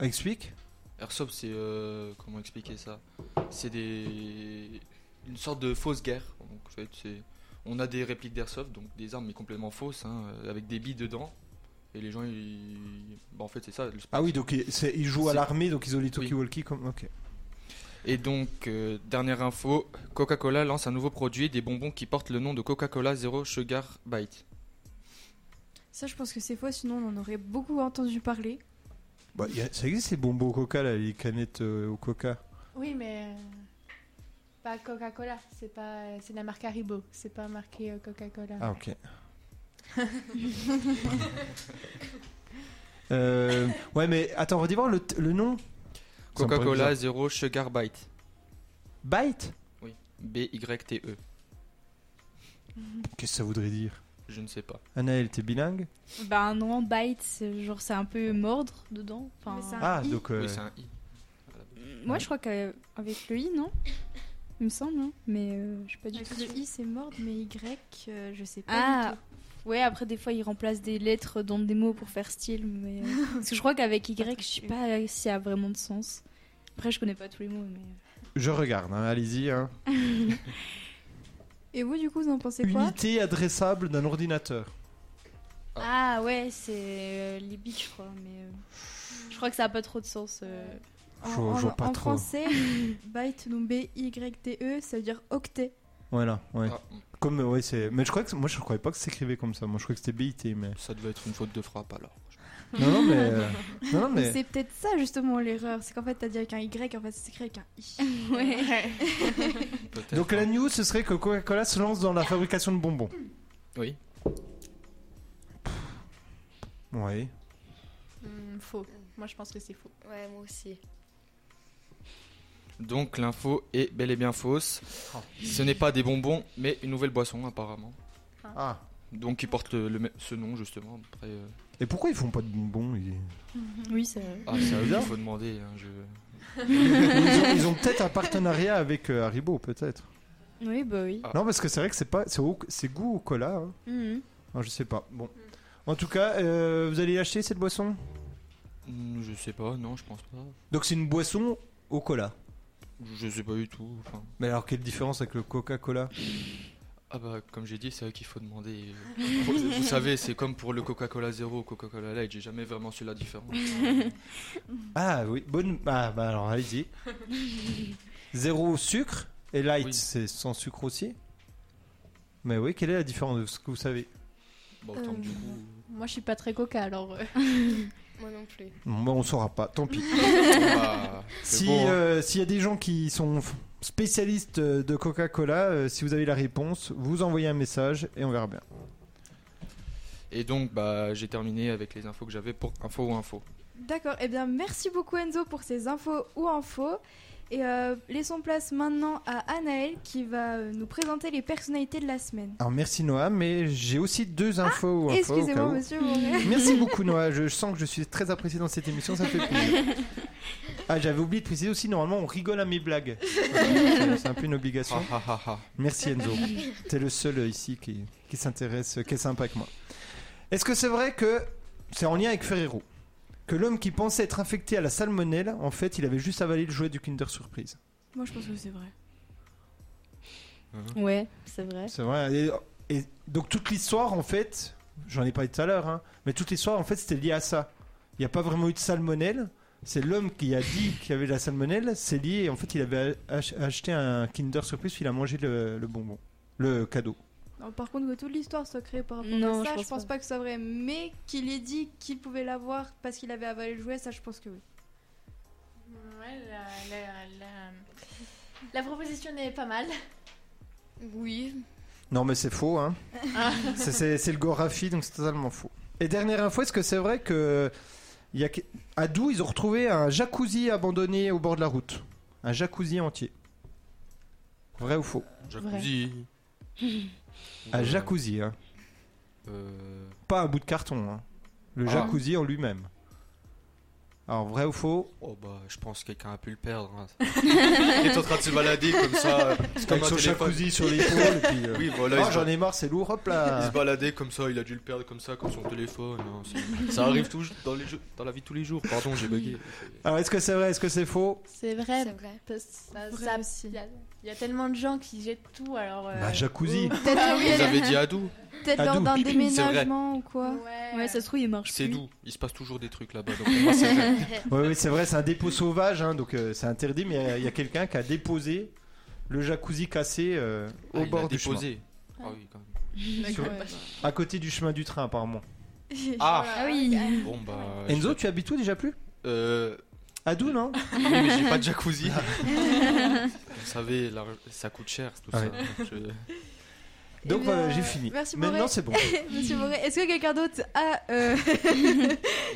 Explique.
Airsoft, c'est. euh, comment expliquer ça C'est des. Une sorte de fausse guerre. Donc, en fait, c'est. On a des répliques d'airsoft, donc des armes mais complètement fausses, hein, euh, avec des billes dedans. Et les gens, ils... bah, en fait, c'est ça. le sport.
Ah oui, donc ils, c'est- ils jouent à
C'est-
l'armée, donc ils ont les talkie-walkie comme. Ok.
Et donc, euh, dernière info, Coca-Cola lance un nouveau produit, des bonbons qui portent le nom de Coca-Cola Zero Sugar Bite.
Ça, je pense que c'est faux, sinon on en aurait beaucoup entendu parler.
Bah, y a- ça existe ces bonbons au coca, là, les canettes euh, au coca
Oui, mais. euh, Pas Coca-Cola, c'est pas c'est la marque Haribo, c'est pas marqué euh, Coca-Cola.
Ah, ok. Euh, ouais, mais attends, redis voir le, t- le nom. Ça me paraît
Coca-Cola
bizarre.
Zero Sugar Bite.
Bite
Oui, B-Y-T-E.
Qu'est-ce que ça voudrait dire
Je ne sais pas.
Anaël, t'es bilingue
Bah non, bite, c'est- genre c'est un peu mordre dedans. Enfin,
Ah, donc. euh,
Oui, c'est un I.
Moi je crois qu'avec le i, non Il me semble, hein mais euh, je suis pas du
Avec
tout.
le
sûre.
i c'est mort, mais y, euh, je sais pas.
Ah
du tout.
ouais, après des fois ils remplacent des lettres dans des mots pour faire style, mais euh, parce que je crois qu'avec y, je sais pas si ça a vraiment de sens. Après je connais pas tous les mots, mais. euh.
Je regarde, hein, allez-y. hein.
Et vous, du coup, vous en pensez quoi
Unité adressable d'un ordinateur.
Ah, ouais, c'est euh, les bitches, je crois, mais euh, je crois que ça a pas trop de sens. euh.
Je vois- je vois pas
en
trop.
français, byte, donc B-Y-T-E, E, ça veut dire octet.
Voilà, ouais.
Ah.
Comme, euh, ouais, c'est. Mais je crois que. Moi, je croyais pas que ça s'écrivait comme ça. Moi, je croyais que c'était BIT, mais.
Ça devait être une faute de frappe alors.
Non, non, mais. euh, Non, non, mais.
Donc C'est peut-être ça justement l'erreur, c'est qu'en fait t'as dit avec un Y, en fait c'est écrit avec un I.
Ouais.
Donc la news, ce serait que Coca-Cola se lance dans la fabrication de bonbons.
Oui.
Ouais.
Hmm, faux. Moi je pense que c'est faux.
Ouais, moi aussi.
Donc l'info est bel et bien fausse. Ce n'est pas des bonbons, mais une nouvelle boisson apparemment.
Ah.
Donc qui porte le, le mê- ce nom justement. Après, euh,
Et pourquoi ils font pas de bonbons ils...
Oui, c'est.
ah, c'est à eux
Bizarre.
qu'il faut demander. hein, je...
Ils ont, ils ont peut-être un partenariat avec euh, Haribo, peut-être.
Oui, bah oui.
Ah.
Non, parce que c'est vrai que c'est pas, c'est, au- c'est goût au cola. hein.
Mhm.
Non, je sais pas. Bon. En tout cas, euh, vous allez l'acheter cette boisson
Hmm, je sais pas, non, je pense pas.
Donc c'est une boisson au cola.
Je sais pas du tout. enfin.
Mais alors quelle différence avec le Coca-Cola
Ah bah comme j'ai dit, c'est eux qu'il faut demander. Vous, vous savez, c'est comme pour le Coca-Cola Zero ou Coca-Cola Light, j'ai jamais vraiment su la différence.
Ah oui, bonne. Ah bah alors allez-y. Zéro sucre et light,
Oui.
c'est sans sucre aussi. Mais oui, quelle est la différence de ce que vous savez
Bon, tant que du coup.
Euh, Moi je suis pas très Coca alors. euh.
Moi non plus.
Bon, bah, on saura pas, tant pis. Ah,
bah, c'est
Si
bon, hein.
euh, s'il y a des gens qui sont f- spécialistes euh, de Coca-Cola, euh, si vous avez la réponse, vous envoyez un message et on verra bien.
Et donc bah j'ai terminé avec les infos que j'avais pour info ou info.
D'accord, et bien merci beaucoup Enzo pour ces infos ou infos. Et euh, laissons place maintenant à Anaël qui va euh, nous présenter les personnalités de la semaine. Ah,
Alors merci Noah, mais j'ai aussi
Ah,
deux infos. ou infos au cas
Excusez-moi
où.
monsieur Moret.
Merci beaucoup Noah, je sens que je suis très apprécié dans cette émission, ça fait plaisir. Ah j'avais oublié de préciser aussi, normalement on rigole à mes blagues. Voilà, c'est- c'est un peu une obligation.
Ah, ah, ah, ah.
Merci Enzo, t'es le seul euh, ici qui, qui s'intéresse, euh, qui est sympa avec moi. Est-ce que c'est vrai que c'est en lien avec Ferrero Que l'homme qui pensait être infecté à la salmonelle, en fait il avait juste avalé le jouet du Kinder Surprise
Moi je pense que c'est vrai.
Ouais, c'est vrai.
C'est vrai. Et, et donc toute l'histoire, en fait, j'en ai parlé tout à l'heure, hein, mais toute l'histoire, en fait, c'était lié à ça. Il n'y a pas vraiment eu de salmonelle. C'est l'homme qui a dit qu'il y avait de la salmonelle. C'est lié. En fait, il avait ach- acheté un Kinder Surprise, puis il a mangé le, le bonbon, le cadeau.
Non, par contre que toute l'histoire soit créée par rapport
Non,
à ça,
je
je
pense
pense, pas. que ce soit vrai. Mais qu'il ait dit qu'il pouvait l'avoir parce qu'il avait avalé le jouet, ça je pense que oui.
Ouais, la, la- la- la proposition est pas mal.
Oui.
Non, mais c'est faux. Hein. c'est, c'est- c'est le Gorafi, donc c'est totalement faux. Et dernière info, est-ce que c'est vrai que il y a, que- à Doux, ils ont retrouvé un jacuzzi abandonné au bord de la route, un jacuzzi entier. Vrai ou faux
Jacuzzi.
Un
Euh,
jacuzzi, hein.
euh,
Pas un bout de carton, hein. le
Ah.
jacuzzi en lui-même. Alors, vrai ou faux
Oh bah, je pense que quelqu'un a pu le perdre. hein. Il est en train de se balader comme ça. euh, c'est comme
Avec
un
son
téléphone.
jacuzzi sur l'épaule. et puis, euh,
Oui, voilà. il
oh,
se-
j'en ai marre, c'est lourd, hop
Il
là.
se baladait comme ça, il a dû le perdre comme ça, comme son téléphone. hein, c'est- ça arrive tout, dans, les jeux- dans la vie de tous les jours. Pardon, j'ai bugué.
Alors, est-ce que c'est vrai Est-ce que c'est faux
C'est vrai. parce que ça- ça- Il y a- Bah, il y, a tellement de gens qui jettent tout, alors. euh, Ah
Bah, jacuzzi.
Peut-être
Vous avez dit Adou.
Peut-être lors
Adou.
d'un
C'est vrai.
déménagement ou quoi.
Ouais.
ça se trouve, il marche
C'est
plus.
doux, il se passe toujours des trucs là-bas. donc pour moi, c'est vrai. Ah,
Oui, oui, c'est vrai, c'est un dépôt sauvage, hein, donc euh, c'est interdit, mais euh, il y a quelqu'un qui a déposé le jacuzzi cassé euh,
Ah,
au
il
bord
l'a
du chemin.
déposé. Ah oui, quand même.
Sur- À côté du chemin du train, apparemment.
Ah,
Ah oui
Bon bah.
Enzo, tu habites où déjà plus hein
je- Euh.
Adou, non
Oui, mais j'ai pas de jacuzzi. Vous savez, la- ça coûte cher tout
Ouais.
ça. euh. Je-
Ah Donc
Eh bien,
voilà, j'ai fini.
Merci
Maintenant,
Boré.
c'est bon.
Monsieur Boré, est-ce que quelqu'un d'autre a. euh,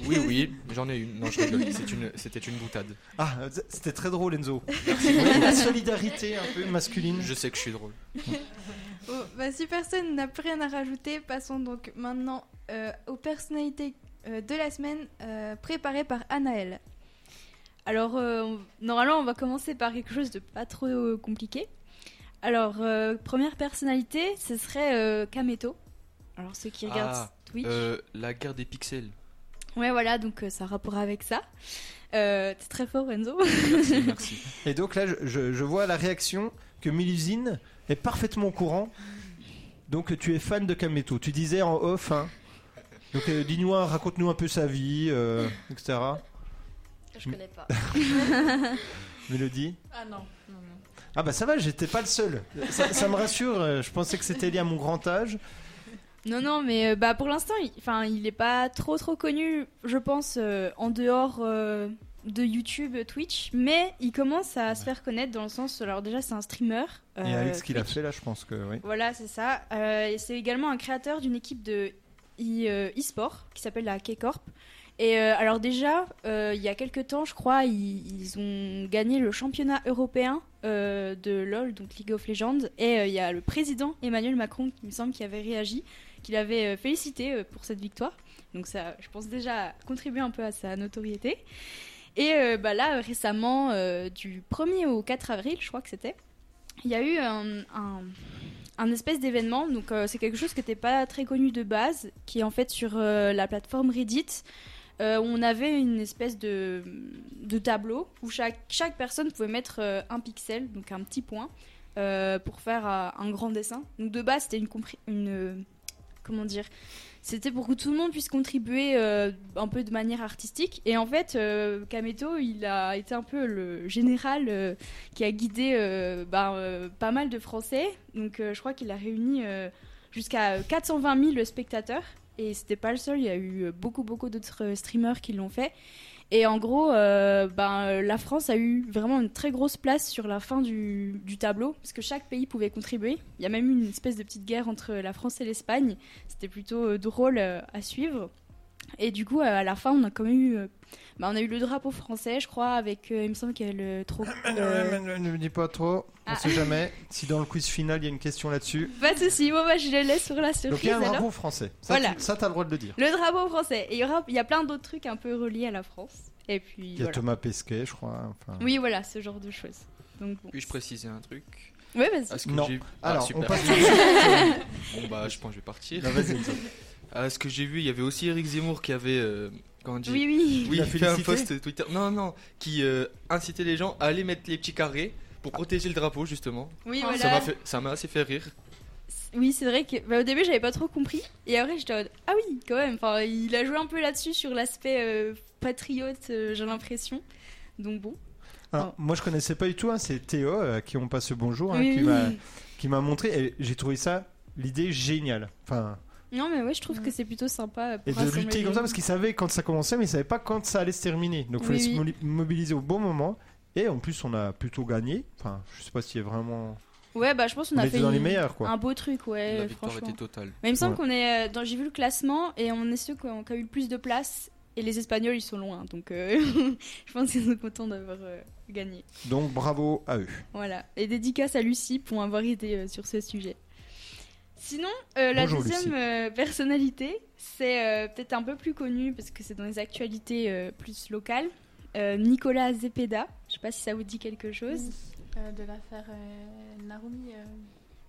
Oui, oui, j'en ai une. Non, je rigole. C'est une- C'était une boutade.
Ah, c'était très drôle, Enzo. Oui, La solidarité un peu masculine.
Je sais que je suis drôle.
bon, bah, si personne n'a plus rien à rajouter, passons donc maintenant euh, aux personnalités euh, de la semaine euh, préparées par Anaël.
Alors, euh, normalement, on va commencer par quelque chose de pas trop euh, compliqué. Alors, euh, première personnalité, ce serait euh, Kameto. Alors, ceux qui regardent
Ah,
Twitch.
Euh, la guerre des pixels.
Ouais, voilà, donc euh, ça a rapport avec ça. Euh, T'es très fort, Enzo.
Merci, merci.
Et donc là, je, je- je vois la réaction que Mélusine est parfaitement au courant. Donc tu es fan de Kameto. Tu disais en off. hein. Donc euh, dis-nous, un- raconte-nous un peu sa vie, euh, etc.
Je connais pas.
Mélodie.
Ah non. non, non.
Ah bah ça va, j'étais pas le seul. Ça, ça me rassure. euh, Je pensais que c'était lié à mon grand âge.
Non, non, mais euh, bah, pour l'instant, il- enfin, il n'est pas trop trop connu, je pense, euh, en dehors euh, de YouTube, Twitch, mais il commence à se faire connaître dans le sens, alors déjà c'est un streamer.
Et
euh,
avec ce qu'il a
Twitch.
fait là, je pense que oui.
Voilà, c'est ça. Euh, et c'est également un créateur d'une équipe de e- euh, e-sport qui s'appelle la K-Corp. Et euh, alors déjà, euh, il y a quelques temps, je crois, ils, ils ont gagné le championnat européen euh, de LoL, donc League of Legends. Et euh, il y a le président Emmanuel Macron, qui me semble, qui avait réagi, qui l'avait euh, félicité euh, pour cette victoire. Donc ça, je pense déjà contribuer un peu à sa notoriété. Et euh, bah là, récemment, euh, du 1er au 4 avril, je crois que c'était, il y a eu un, un- un espèce d'événement. Donc, euh, c'est quelque chose qui n'était pas très connu de base, qui est en fait sur euh, la plateforme Reddit. euh, où on avait une espèce de, de tableau où chaque, chaque personne pouvait mettre euh, un pixel, donc un petit point, euh, pour faire euh, un grand dessin. Donc de base, c'était une, compri- une euh, comment dire, c'était pour que tout le monde puisse contribuer euh, un peu de manière artistique. Et en fait, euh, Kameto, il a été un peu le général euh, qui a guidé euh, ben, euh, pas mal de Français. Donc euh, je crois qu'il a réuni euh, jusqu'à 420 000 spectateurs. Et c'était pas le seul, il y a eu euh, beaucoup, beaucoup d'autres euh, streamers qui l'ont fait. Et en gros, euh, ben, euh, la France a eu vraiment une très grosse place sur la fin du, du tableau, parce que chaque pays pouvait contribuer. Il y a même eu une espèce de petite guerre entre la France et l'Espagne. C'était plutôt euh, drôle euh, à suivre. Et du coup, euh, à la fin, on a quand même eu, euh, ben, on a eu le drapeau français, je crois, avec, euh, il me semble qu'il y avait le trop.
Euh, Ne me dis pas trop. On
Ah.
sait jamais. Si dans le quiz final, il y a une question là-dessus.
Pas de soucis, bon, bah, je le laisse sur la
Donc il
surprise
y a un
alors.
drapeau français. Ça,
hein. Voilà.
tu- ça t'as le droit de le dire.
Le drapeau français. Et il y, aura, il y a plein d'autres trucs un peu reliés à la France. Et puis.
Il y a
voilà.
Thomas Pesquet, je crois. hein, enfin.
Oui, voilà, ce genre de choses. Donc bon.
Puis-je préciser un truc
Mhm. Ouais, vas-y.
Est-ce que
Non.
j'ai- Ah,
Alors,
super.
on passe-
bon bah, je pense que je vais partir.
Non, vas-y, Enzo.
À ce que j'ai vu, il y avait aussi Eric Zemmour qui avait euh, comment dire
Oui, oui.
Il a
fait un
félicité
post Twitter. Non, non, qui euh, incitait les gens à aller mettre les petits carrés pour protéger le drapeau justement.
Oui,
Ça
voilà.
m'a fait- ça m'a assez fait rire.
Oui, c'est vrai que bah, au début, j'avais pas trop compris. Et après, j'étais en mode Ah oui, quand même. Enfin, il a joué un peu là-dessus sur l'aspect euh, patriote, euh, j'ai l'impression. Donc bon.
Alors, Moi, je connaissais pas du tout. hein, C'est Théo euh, à qui on passe le bonjour, hein,
Oh. Oui,
qui
oui.
m'a- qui m'a montré. Et j'ai trouvé ça l'idée géniale. Enfin,
Non, mais ouais, je trouve que c'est plutôt sympa. euh, Pour
et de
rassembler
lutter
les
comme
gens.
ça parce qu'il savait quand ça commençait, mais il savait pas quand ça allait se terminer. Donc, il fallait
Oui,
se
oui.
moli- mobiliser au bon moment. Et en plus, on a plutôt gagné. Enfin, je sais pas si est vraiment.
Ouais, bah, je pense qu'on
On,
a
était
fait
dans les
une-
meilleurs, quoi.
un beau truc, ouais,
La
euh,
victoire
franchement.
était totale.
Mais il me semble
Voilà.
qu'on est. euh, dans- J'ai vu le classement et on est ceux qui ont, qui ont eu le plus de place. Et les Espagnols, ils sont loin. Donc euh, je pense qu'ils sont contents d'avoir euh, gagné.
Donc, bravo à eux.
Voilà. Et dédicace à Lucie pour avoir été euh, sur ce sujet. Sinon, euh, la
Bonjour,
deuxième
Lucie.
euh, personnalité, C'est euh, peut-être un peu plus connu parce que c'est dans les actualités euh, plus locales. Euh, Nicolas Zepeda, je sais pas si ça vous dit quelque chose.
Euh, de l'affaire euh, Narumi.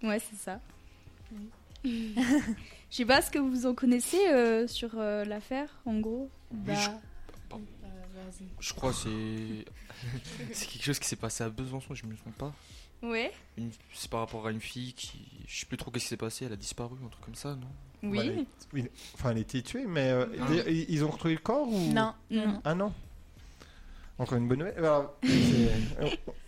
euh,
Ouais, c'est ça. je sais pas ce que vous en connaissez euh, sur euh, l'affaire, en gros.
Bah,
Je crois que c'est c'est quelque chose qui s'est passé à Besançon, je me trompe pas.
Ouais.
Une- C'est par rapport à une fille qui, je sais plus trop qu'est-ce qui s'est passé, elle a disparu, un truc comme ça, non
Oui.
Voilà. Oui, Enfin, elle a été tuée, mais euh, ils- ils ont retrouvé le corps ou
Non, non, non.
Ah non. Encore une bonne nouvelle. Alors, c'est- euh,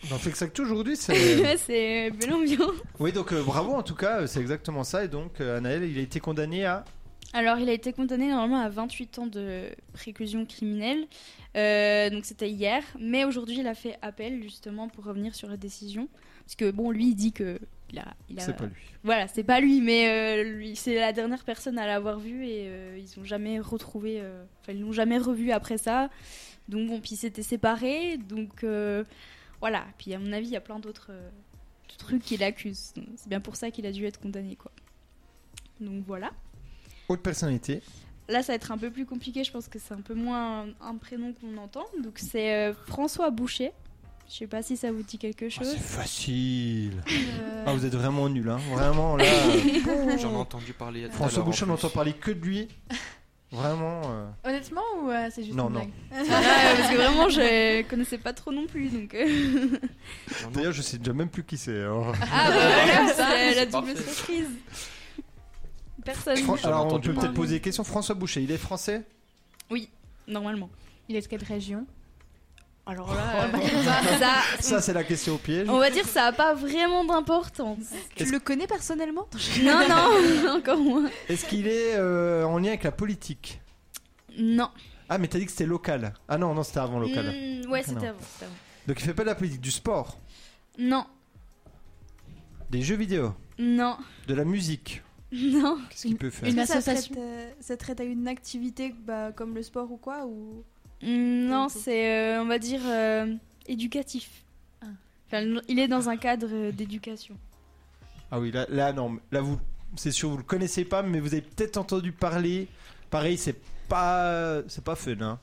dans Flex Actu aujourd'hui, c'est. euh,
c'est belle ambiance.
Oui, donc euh, bravo en tout cas, euh, c'est exactement ça. Et donc, euh, Anaël, il a été condamné à.
Alors, il a été condamné normalement à 28 ans de préclusion criminelle. Euh, donc, c'était hier. Mais aujourd'hui, il a fait appel justement pour revenir sur la décision. Parce que, bon, lui, il dit que. Il a, il a-
C'est pas lui.
Voilà, c'est pas lui, mais euh, lui, c'est la dernière personne à l'avoir vu et euh, ils ont jamais retrouvé. euh, Enfin, ils l'ont jamais revu après ça. Donc, bon, puis ils s'étaient séparés. Donc, euh, voilà. Puis, à mon avis, il y a plein d'autres euh, trucs qui l'accusent. Donc, C'est bien pour ça qu'il a dû être condamné, quoi. Donc, voilà.
Haute personnalité.
Là, ça va être un peu plus compliqué, je pense que c'est un peu moins un, un prénom qu'on entend. Donc, c'est euh, François Boucher. Je sais pas si ça vous dit
Ah,
quelque chose.
Facile.
Euh.
Ah, vous êtes vraiment nul, hein. Vraiment, là. euh,
J'en ai entendu parler. tout à
François
l'heure, en
Bouchon
plus.
n'entend parler que de lui. Vraiment. euh,
Honnêtement ou euh, c'est juste
Non,
une
non.
blague
Ah, ouais, parce que vraiment, je connaissais pas trop non plus. Donc, euh,
D'ailleurs, je sais déjà même plus qui c'est. alors.
ah, bah, voilà, c'est la
C'est
double
parfait.
surprise. Personne.
Fran-
J'en ai
Alors, on
entendu
peut peut-être
parler.
poser des questions. François Boucher, il est français
Oui, normalement.
Il est de quelle région
Alors là, euh, ça,
Ça, c'est la question au piège.
on va dire, ça a pas vraiment d'importance.
Tu le connais personnellement
Non, non, encore moins.
Est-ce qu'il est euh, en lien avec la politique
Non.
Ah, mais t'as dit que c'était local. Ah non, non, c'était avant local. Ah,
Mm, ouais,
Non.
c'était avant, c'était avant.
Donc il fait pas de la politique, du sport,
Non,
des jeux vidéo,
non,
de la musique.
non.
Qu'est-ce qu'il peut faire
Une
Est-ce que ça
association.
traite, euh, ça traite à une activité bah, comme le sport ou quoi ou...
Mm, Non,
Donc,
c'est, euh, on va dire, euh, éducatif.
Ah.
Enfin, le- il est dans un cadre euh, d'éducation.
Ah oui, là, là non, mais là vous, c'est sûr vous le connaissez pas, mais vous avez peut-être entendu parler. Pareil, c'est pas, c'est pas fun, hein.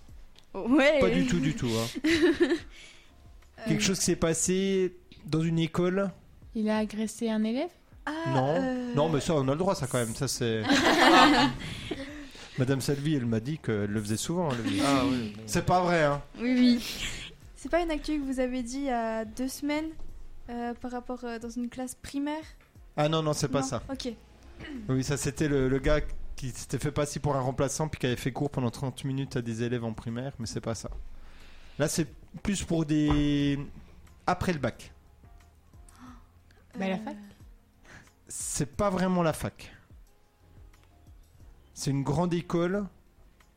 Ouais.
Pas du tout, du tout. hein. Quelque chose qui s'est passé dans une école.
Il a agressé un élève
Ah,
non,
euh,
non, mais ça on a le droit, ça quand même. Ça c'est. Madame Salvi, elle m'a dit qu'elle le faisait souvent. elle le faisait.
Ah oui. bon.
C'est pas vrai, hein.
Oui, oui.
C'est pas une actu que vous avez dit il y a deux semaines euh, par rapport euh, dans une classe primaire
Ah non, non, c'est pas
Non
ça.
Ok.
Oui, ça c'était le, le gars qui s'était fait passer pour un remplaçant puis qui avait fait cours pendant 30 minutes à des élèves en primaire, mais c'est pas ça. Là, c'est plus pour des. Après le bac.
Bah, la
Euh,
fac.
C'est pas vraiment la fac. C'est une grande école.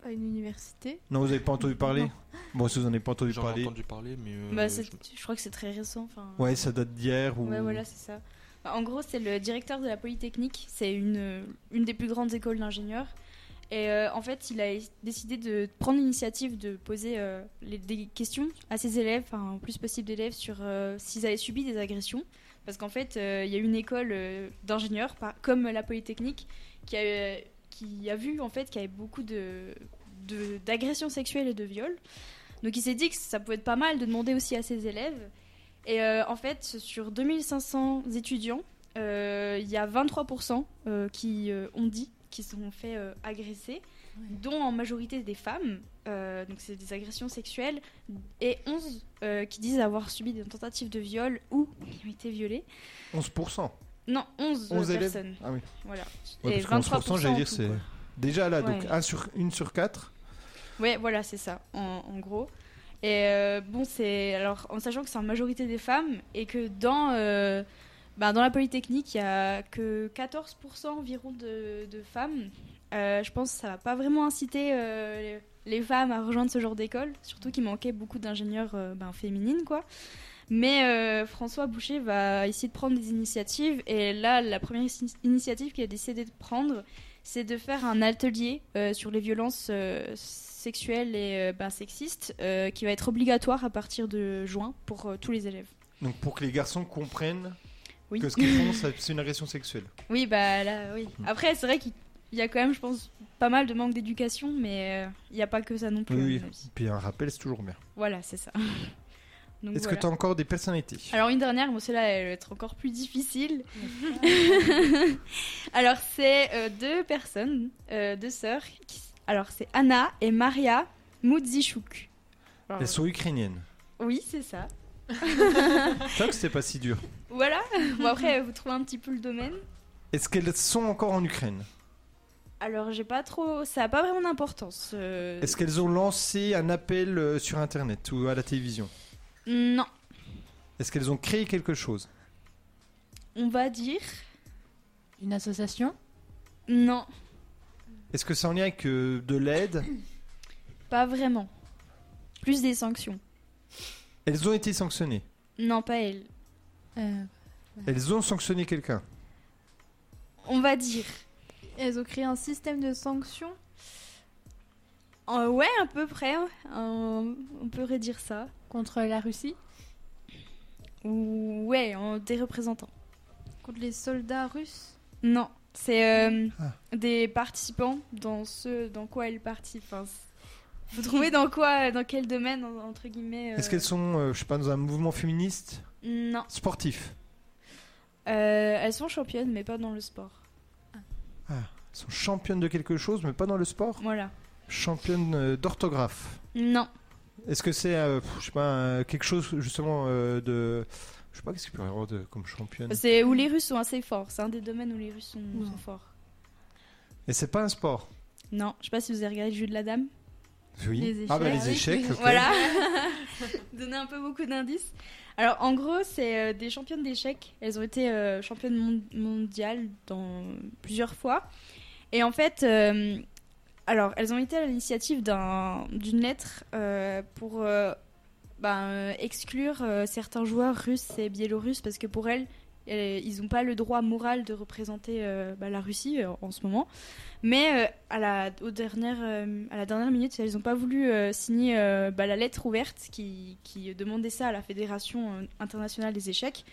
À une université
Non, vous avez pas entendu parler
Non.
Bon, si vous en avez pas entendu
J'en ai
parler.
entendu parler, mais. euh,
Bah, c'est-
je-
je crois que c'est très récent. Enfin.
Ouais, ça date d'hier ou.
Ouais, voilà, c'est ça. Bah, En gros, c'est le directeur de la Polytechnique. C'est une, une des plus grandes écoles d'ingénieurs. Et euh, en fait, il a décidé de prendre l'initiative de poser euh, les, des questions à ses élèves, enfin, au plus possible d'élèves, sur euh, s'ils avaient subi des agressions. Parce qu'en fait, euh, il y a une école euh, d'ingénieurs, par- comme la Polytechnique, qui a, qui a vu en fait, qu'il y avait beaucoup de- de- d'agressions sexuelles et de viols. Donc il s'est dit que ça pouvait être pas mal de demander aussi à ses élèves. Et euh, en fait, sur 2500 étudiants, euh, il y a 23% euh, qui euh, ont dit qu'ils se sont fait euh, agresser, dont en majorité des femmes. Euh, donc c'est des agressions sexuelles. Et 11 euh, qui disent avoir subi des tentatives de viol ou qui ont été violées.
11%.
Non, 11,
11 élèves.
personnes.
Ah oui.
Voilà.
Ouais,
et
parce que 11%,
23%
j'allais
en
dire,
tout,
c'est.
quoi.
Déjà là, donc
Ouais.
1 sur, 1 sur 4.
Ouais, voilà, c'est ça, en, en gros. Et euh, bon, c'est. Alors, en sachant que c'est en majorité des femmes et que dans, euh, bah, dans la Polytechnique, il n'y a que 14% environ de, de femmes. Euh, je pense que ça va pas vraiment inciter euh, les femmes à rejoindre ce genre d'école, surtout qu'il manquait beaucoup d'ingénieurs euh, ben, féminines, quoi. Mais euh, François Boucher va essayer de prendre des initiatives. Et là, la première in- initiative qu'il a décidé de prendre, c'est de faire un atelier euh, sur les violences euh, sexuelles et euh, ben, sexistes euh, qui va être obligatoire à partir de juin pour euh, tous les élèves.
Donc pour que les garçons comprennent
Oui.
que ce qu'ils font, ça- c'est une agression sexuelle. Mm.
Oui, bah là, oui. Après, c'est vrai qu'il il y a quand même, je pense, pas mal de manque d'éducation, mais euh, il n'y a pas que ça non plus.
Oui,
même
oui.
si-
Puis un rappel, c'est toujours bien.
Voilà, c'est ça. Donc,
Est-ce
voilà.
que tu as encore des personnalités
Alors une dernière, bon celle-là elle va être encore plus difficile. Alors c'est euh, deux personnes, euh, deux sœurs. qui- Alors c'est Anna et Maria Mudzichuk. Alors,
Elles sont ukrainiennes.
Oui c'est ça.
C'est vrai que c'est pas si dur.
voilà. Bon après vous trouvez un petit peu le domaine.
Est-ce qu'elles sont encore en Ukraine
Alors j'ai pas trop, ça a pas vraiment d'importance. euh,
Est-ce qu'elles ont lancé un appel euh, sur Internet ou à la télévision
Non,
Est-ce qu'elles ont créé quelque chose
on va dire.
Une association
Non,
Est-ce que c'est en lien avec euh, de l'aide
pas vraiment. Plus des sanctions.
Elles ont été sanctionnées.
Non pas elle.
Euh,
Elles ont sanctionné quelqu'un.
On va dire.
Elles ont créé un système de sanctions.
Euh, ouais, à peu près. hein. Euh, on pourrait dire ça.
Contre la Russie
Ouais, en- des représentants.
Contre les soldats russes
Non, c'est euh, des participants dans ce dans quoi elles participent. Enfin, c'est- vous trouvez dans quoi, dans quel domaine en- entre guillemets euh,
Est-ce qu'elles sont, euh, je sais pas, dans un mouvement féministe
Non,
Sportif
Euh, elles sont championnes, mais pas dans le sport.
Ah, Elles sont championnes de quelque chose, mais pas dans le sport
Voilà.
Championnes euh, d'orthographe
Non,
Est-ce que c'est, euh, pff, je sais pas, euh, quelque chose justement euh, de. Je sais pas, qu'est-ce qu'il peut y avoir de, comme championne
c'est où les Russes sont assez forts. C'est un des domaines où les Russes sont, sont forts.
Et c'est pas un sport
Non, je sais pas si vous avez regardé le jeu de la dame.
Oui.
Les
Ah, bah
échecs.
les échecs, ok.
Voilà. Donner un peu beaucoup d'indices. Alors, en gros, c'est euh, des championnes d'échecs. Elles ont été euh, championnes mon- mondiales dans plusieurs fois. Et en fait, euh, alors, elles ont été à l'initiative d'un- d'une lettre euh, pour euh, ben, euh, exclure euh, certains joueurs russes et biélorusses parce que pour elles, euh, ils n'ont pas le droit moral de représenter euh, bah, la Russie euh, en ce moment. Mais euh, à, la, aux dernières, euh, à la dernière minute, elles n'ont pas voulu euh, signer euh, bah, la lettre ouverte qui, qui demandait ça à la Fédération euh, internationale des échecs.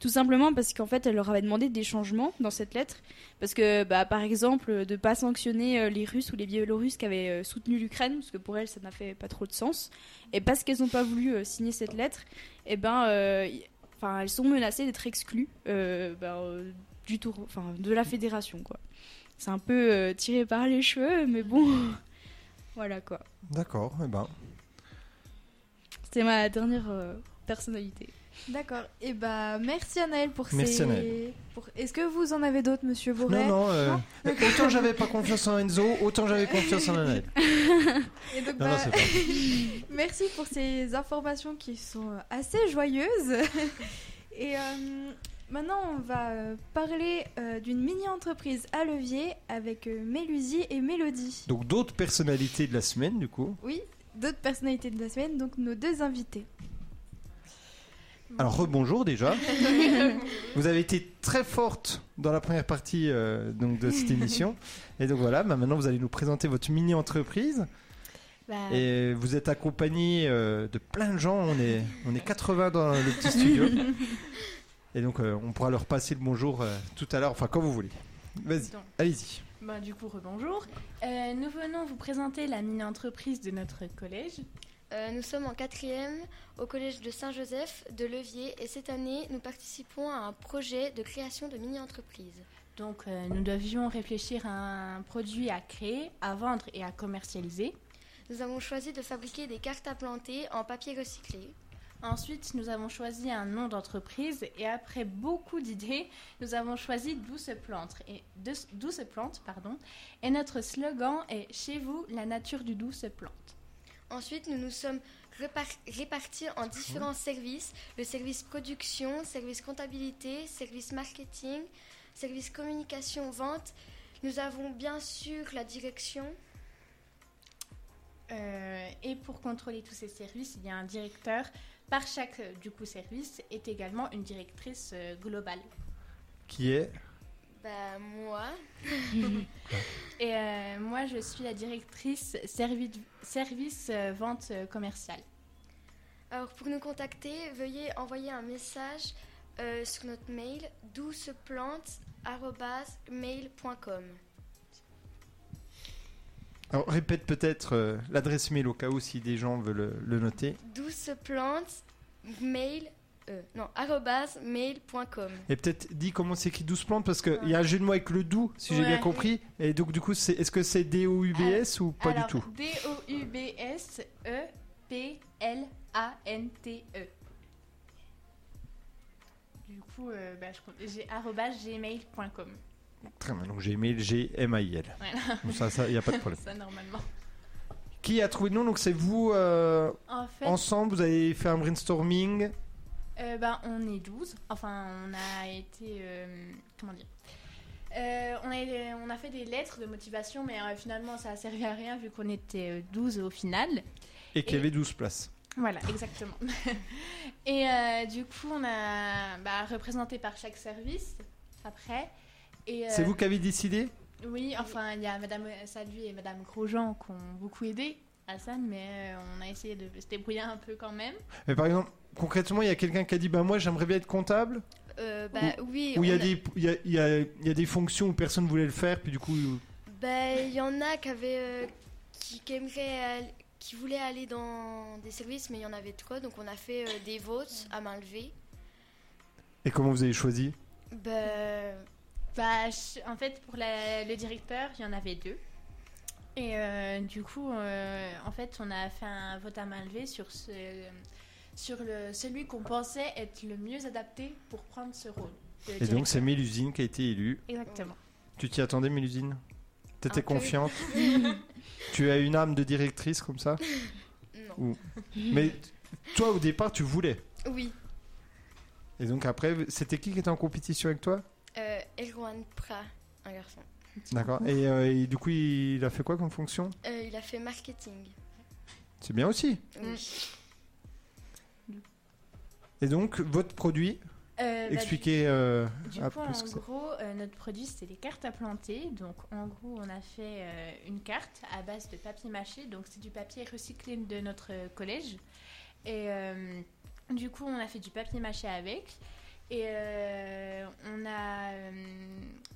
Tout simplement parce qu'en fait, elle leur avait demandé des changements dans cette lettre. Parce que, bah, par exemple, de ne pas sanctionner euh, les Russes ou les Biélorusses qui avaient euh, soutenu l'Ukraine, parce que pour elles, ça n'a fait pas trop de sens. Et parce qu'elles n'ont pas voulu euh, signer cette lettre, eh ben, euh, y- enfin, elles sont menacées d'être exclues euh, bah, euh, du tour, enfin, de la fédération, quoi. C'est un peu euh, tiré par les cheveux, mais bon, voilà quoi.
D'accord, eh ben.
C'était ma dernière euh, personnalité.
D'accord. Et bah merci Anaël pour
Merci,
ces.
Anaël.
Pour... Est-ce que vous en avez d'autres, Monsieur Bourret
Non, non, euh, autant j'avais pas confiance en Enzo, autant j'avais confiance en Annette.
Et donc,
Non, non,
bah,
c'est pas vrai.
merci pour ces informations qui sont euh, assez joyeuses. Et euh, maintenant, on va euh, parler euh, d'une mini-entreprise à levier avec euh, Mélusie et Mélodie.
Donc d'autres personnalités de la semaine, du coup.
Oui, d'autres personnalités de la semaine, donc nos deux invités.
Alors rebonjour déjà. Vous avez été très forte dans la première partie euh, donc de cette émission. Et donc voilà, bah, maintenant vous allez nous présenter votre mini-entreprise.
Ah.
Bah,
Et vous êtes accompagné euh, de plein de gens. On est, on est 80 dans le petit studio. Et donc euh, on pourra leur passer le bonjour euh, tout à l'heure, enfin quand vous voulez. Vas-y,
Donc.
allez-y.
bah, du coup, rebonjour. Euh, nous venons vous présenter la mini-entreprise de notre collège.
Euh, nous sommes en quatrième au collège de Saint-Joseph de Levier et cette année nous participons à un projet de création de mini-entreprise.
Donc, euh, nous devions réfléchir à un produit à créer, à vendre et à commercialiser.
Nous avons choisi de fabriquer des cartes à planter en papier recyclé.
Ensuite, nous avons choisi un nom d'entreprise et après beaucoup d'idées, nous avons choisi Douce Plante et de- Douce Plante, pardon. Et notre slogan est Chez vous, la nature du douce plante.
Ensuite, nous nous sommes repar- répartis en différents services le service production, service comptabilité, service marketing, service communication, vente. Nous avons bien sûr la direction.
Euh, et pour contrôler tous ces services, il y a un directeur par chaque euh, du coup service est également une directrice euh, globale.
Qui est
Bah, moi.
Et euh, moi, je suis la directrice servi- service euh, vente euh, commerciale.
Alors pour nous contacter, veuillez envoyer un message euh, sur notre mail douceplante@mail.com.
Alors, répète peut-être euh, l'adresse mail au cas où si des gens veulent euh, le noter.
Douce plante, mail, euh, non, arrobase, mail.com.
Et peut-être dis comment s'écrit 12 plantes parce qu'il y a un jeu de mots avec le doux, si j'ai
Ouais.
bien compris. Et donc, du coup, c'est- est-ce que c'est D-O-U-B-S ou pas
Alors,
du tout
D-O-U-B-S-E-P-L-A-N-T-E. Du coup, euh, bah, je compte- j'ai arobase gmail.com.
Très bien, donc j'ai mail G-M-A-I-L.
Voilà.
Donc, ça, ça, il n'y a pas de problème.
Ça, normalement.
Qui a trouvé le nom Donc, c'est vous, euh,
En fait-
ensemble, vous avez fait un brainstorming.
Euh, bah, on est 12. Enfin, on a été. euh, comment dire Euh, on, a, on a fait des lettres de motivation, mais euh, finalement, ça a servi à rien vu qu'on était euh, 12 au final.
Et qu'il y avait 12 places.
Voilà, exactement. et euh, du coup, on a bah, représenté par chaque service après. Et,
C'est
euh,
vous qui avez décidé
Oui, enfin, il y a Madame Salut et Madame Grosjean qui ont beaucoup aidé à ça, mais euh, on a essayé de se débrouiller un peu quand même.
Mais par exemple, concrètement, il y a quelqu'un qui a dit Bah, moi, j'aimerais bien être comptable.
Euh, bah,
Ou-
oui.
Ou il y,
on
a des- il y a- il y a- il y a des fonctions où personne voulait le faire, puis du coup.
Ben, il y en a qui avaient, euh, qui, qui aimeraient aller- qui voulaient aller dans des services, mais il y en avait trop, donc on a fait euh, des votes à main levée.
Et comment vous avez choisi
Ben,
Bah, bah, je- en fait, pour la- le directeur, il y en avait deux. Et euh, du coup, euh, en fait, on a fait un vote à main levée sur, ce, sur le, celui qu'on pensait être le mieux adapté pour prendre ce rôle.
Et
de
donc,
directeur.
c'est Mélusine qui a été élue.
Exactement.
Tu t'y attendais, Mélusine T'étais
Un peu.
confiante Tu as une âme de directrice comme ça
Non.
Ou- Mais toi, au départ, tu voulais.
Oui.
Et donc, après, c'était qui qui était en compétition avec toi
Euh, Erwan Pra, un garçon.
D'accord. Et, euh, et du coup, il a fait quoi comme fonction
Euh, il a fait marketing.
C'est bien aussi.
Oui.
Et donc, votre produit
Euh, bah,
Expliquez. euh,
Du
un peu
coup, en
ce que c'est.
gros, euh, notre produit, c'est des cartes à planter. Donc, en gros, on a fait euh, une carte à base de papier mâché. Donc, c'est du papier recyclé de notre euh, collège. Et euh, du coup, on a fait du papier mâché avec. Et euh, on, a, euh,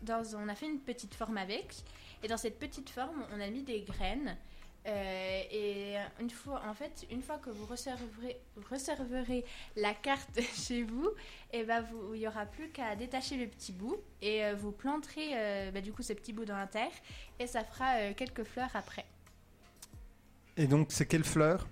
dans- on a fait une petite forme avec. Et dans cette petite forme, on a mis des graines. Euh, et une fois, en fait, une fois que vous recevrez, recevrez la carte chez vous, et ben vous, il y aura plus qu'à détacher le petit bout et euh, vous planterez euh, bah, du coup ce petit bout dans la terre et ça fera euh, quelques fleurs après.
Et donc, c'est quelle fleur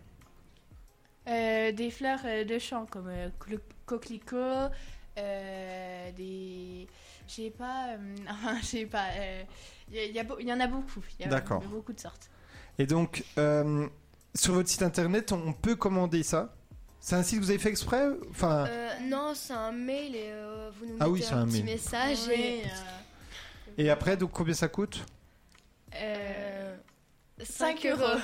Euh, des fleurs euh, de champ comme euh, clo- coquelicot, euh, des, je sais pas, euh, enfin, je sais pas, euh, il y, a- il y a beau- il y en a beaucoup, il y a
D'accord.
beaucoup de sortes.
Et donc, euh, sur votre site internet, on peut commander ça C'est un site que vous avez fait exprès Enfin,
Euh, non, c'est un mail et euh, vous nous mettez
Ah oui, c'est
un,
un
petit
mail.
message. et-
Oui,
Et après, donc, combien ça coûte
euh,
5 euros.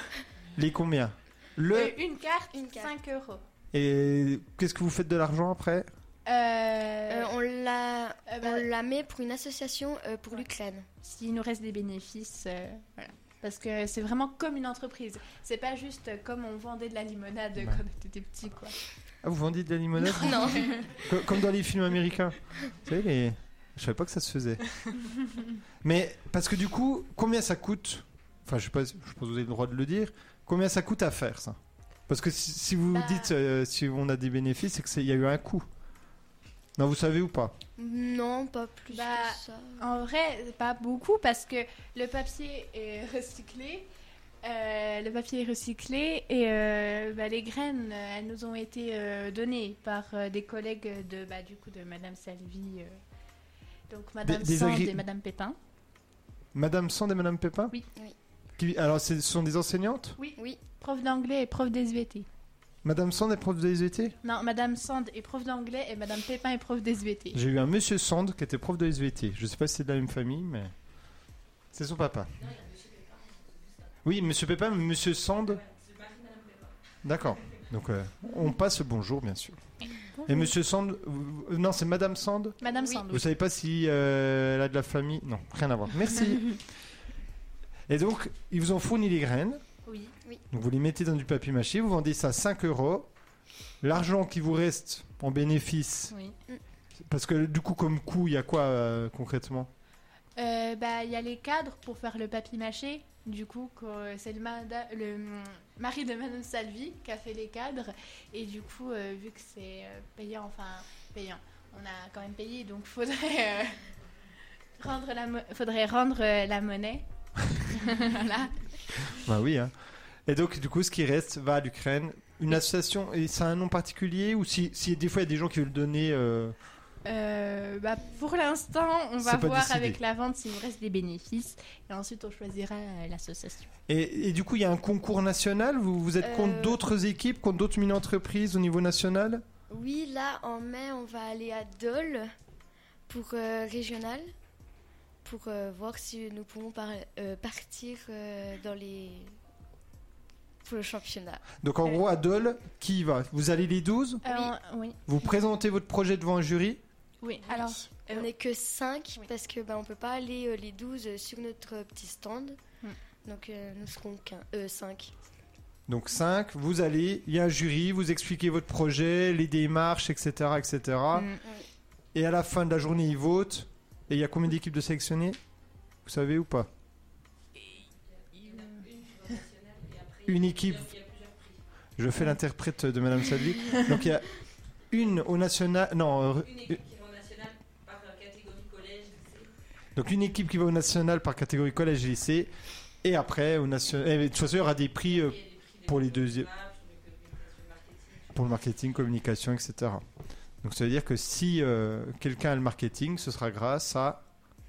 Les combien Le.
Euh, une carte, 5 euros.
Et qu'est-ce que vous faites de l'argent après
Euh, on la,
euh, bah,
on la met pour une association euh, pour l'Ukraine.
S'il nous reste des bénéfices, euh, voilà. Parce que c'est vraiment comme une entreprise. C'est pas juste comme on vendait de la limonade
Ouais.
quand on était petit, quoi.
Ah, vous vendez de la limonade
Non.
Co- Comme dans les films américains. Vous savez, les- je savais pas que ça se faisait. Mais parce que du coup, combien ça coûte Enfin, je sais pas, je pense que vous avez le droit de le dire. Combien ça coûte à faire ça Parce que si, si
Bah.
vous dites euh, si on a des bénéfices, c'est que c'est- il y a eu un coût. Non, vous savez ou pas
Non, pas plus
Bah,
que ça.
En vrai, pas beaucoup parce que le papier est recyclé. euh, le papier est recyclé et euh, bah, les graines, euh, elles nous ont été euh, données par euh, des collègues de, bah, du coup, de Madame Salvi, euh, donc Madame
des
Sand
agri-
et Madame Pépin.
Madame Sand et Madame Pépin
Oui.
Qui- alors, c'est- ce sont des enseignantes
Oui. oui. Prof d'anglais et prof d'SVT.
Madame Sand est prof de SVT
Non, Madame Sand est prof d'anglais et Madame Pépin est prof d'SVT.
J'ai eu un monsieur Sand qui était prof de SVT. Je sais pas si c'est de la même famille, mais. C'est son papa. Oui, monsieur Pépin, mais monsieur Sand. D'accord. Donc, euh, on passe le bonjour, bien sûr. Et monsieur Sand. vous- vous- Non, c'est madame Sand
Madame Sand, oui.
Vous savez pas si euh, elle a de la famille Non, rien à voir. Merci. Et donc, ils vous ont fourni les graines.
Oui. oui.
Donc vous les mettez dans du papier mâché, vous vendez ça 5 euros. L'argent qui vous reste en bénéfice,
Oui.
Mm.
parce que du coup comme coût, il y a quoi euh, concrètement
Euh, bah, Il y a les cadres pour faire le papier-mâché. Du coup, que- c'est le, mada- le, hum, mari de Madame Salvi qui a fait les cadres. Et du coup, euh, vu que c'est euh, payant, enfin payant, on a quand même payé, donc faudrait euh, rendre la, mo- faudrait rendre euh, la monnaie. voilà.
Bah oui. hein. Et donc, du coup, ce qui reste va à l'Ukraine. Une association, et ça a un nom particulier Ou si, si des fois il y a des gens qui veulent donner. euh,
Euh, bah, pour l'instant, on va
C'est pas
voir
décidé.
avec la vente s'il nous reste des bénéfices. Et ensuite, on choisira euh, l'association.
Et, et du coup, il y a un concours national Vous, vous êtes contre
Euh.
d'autres équipes, contre d'autres mini-entreprises au niveau national
Oui, là en mai, on va aller à Dole pour euh, régional pour euh, voir si nous pouvons par- euh, partir euh, dans les pour le championnat.
Donc, en gros, à Dole, qui y va Vous allez les 12
Euh, oui.
Vous présentez votre projet devant un jury
Oui, alors. euh,
on n'est que 5 parce que ben on peut pas aller euh, les 12 sur notre petit stand.
Hmm.
Donc euh, nous serons 5.
Donc 5, vous allez, il y a un jury, vous expliquez votre projet, les démarches, etc. etc. Et à la fin de la journée, ils votent. Et il y a combien d'équipes de sélectionnées Vous savez ou pas Une équipe. Je fais l'interprète de Madame Sadli. Donc il y a une au national. Non, euh, donc une équipe qui va au national par catégorie collège et lycée. Et après, au national. et de toute façon, il y aura des prix euh, pour les deuxièmes. Pour le marketing, communication, etc. Donc ça veut dire que si euh, quelqu'un a le marketing, ce sera grâce à.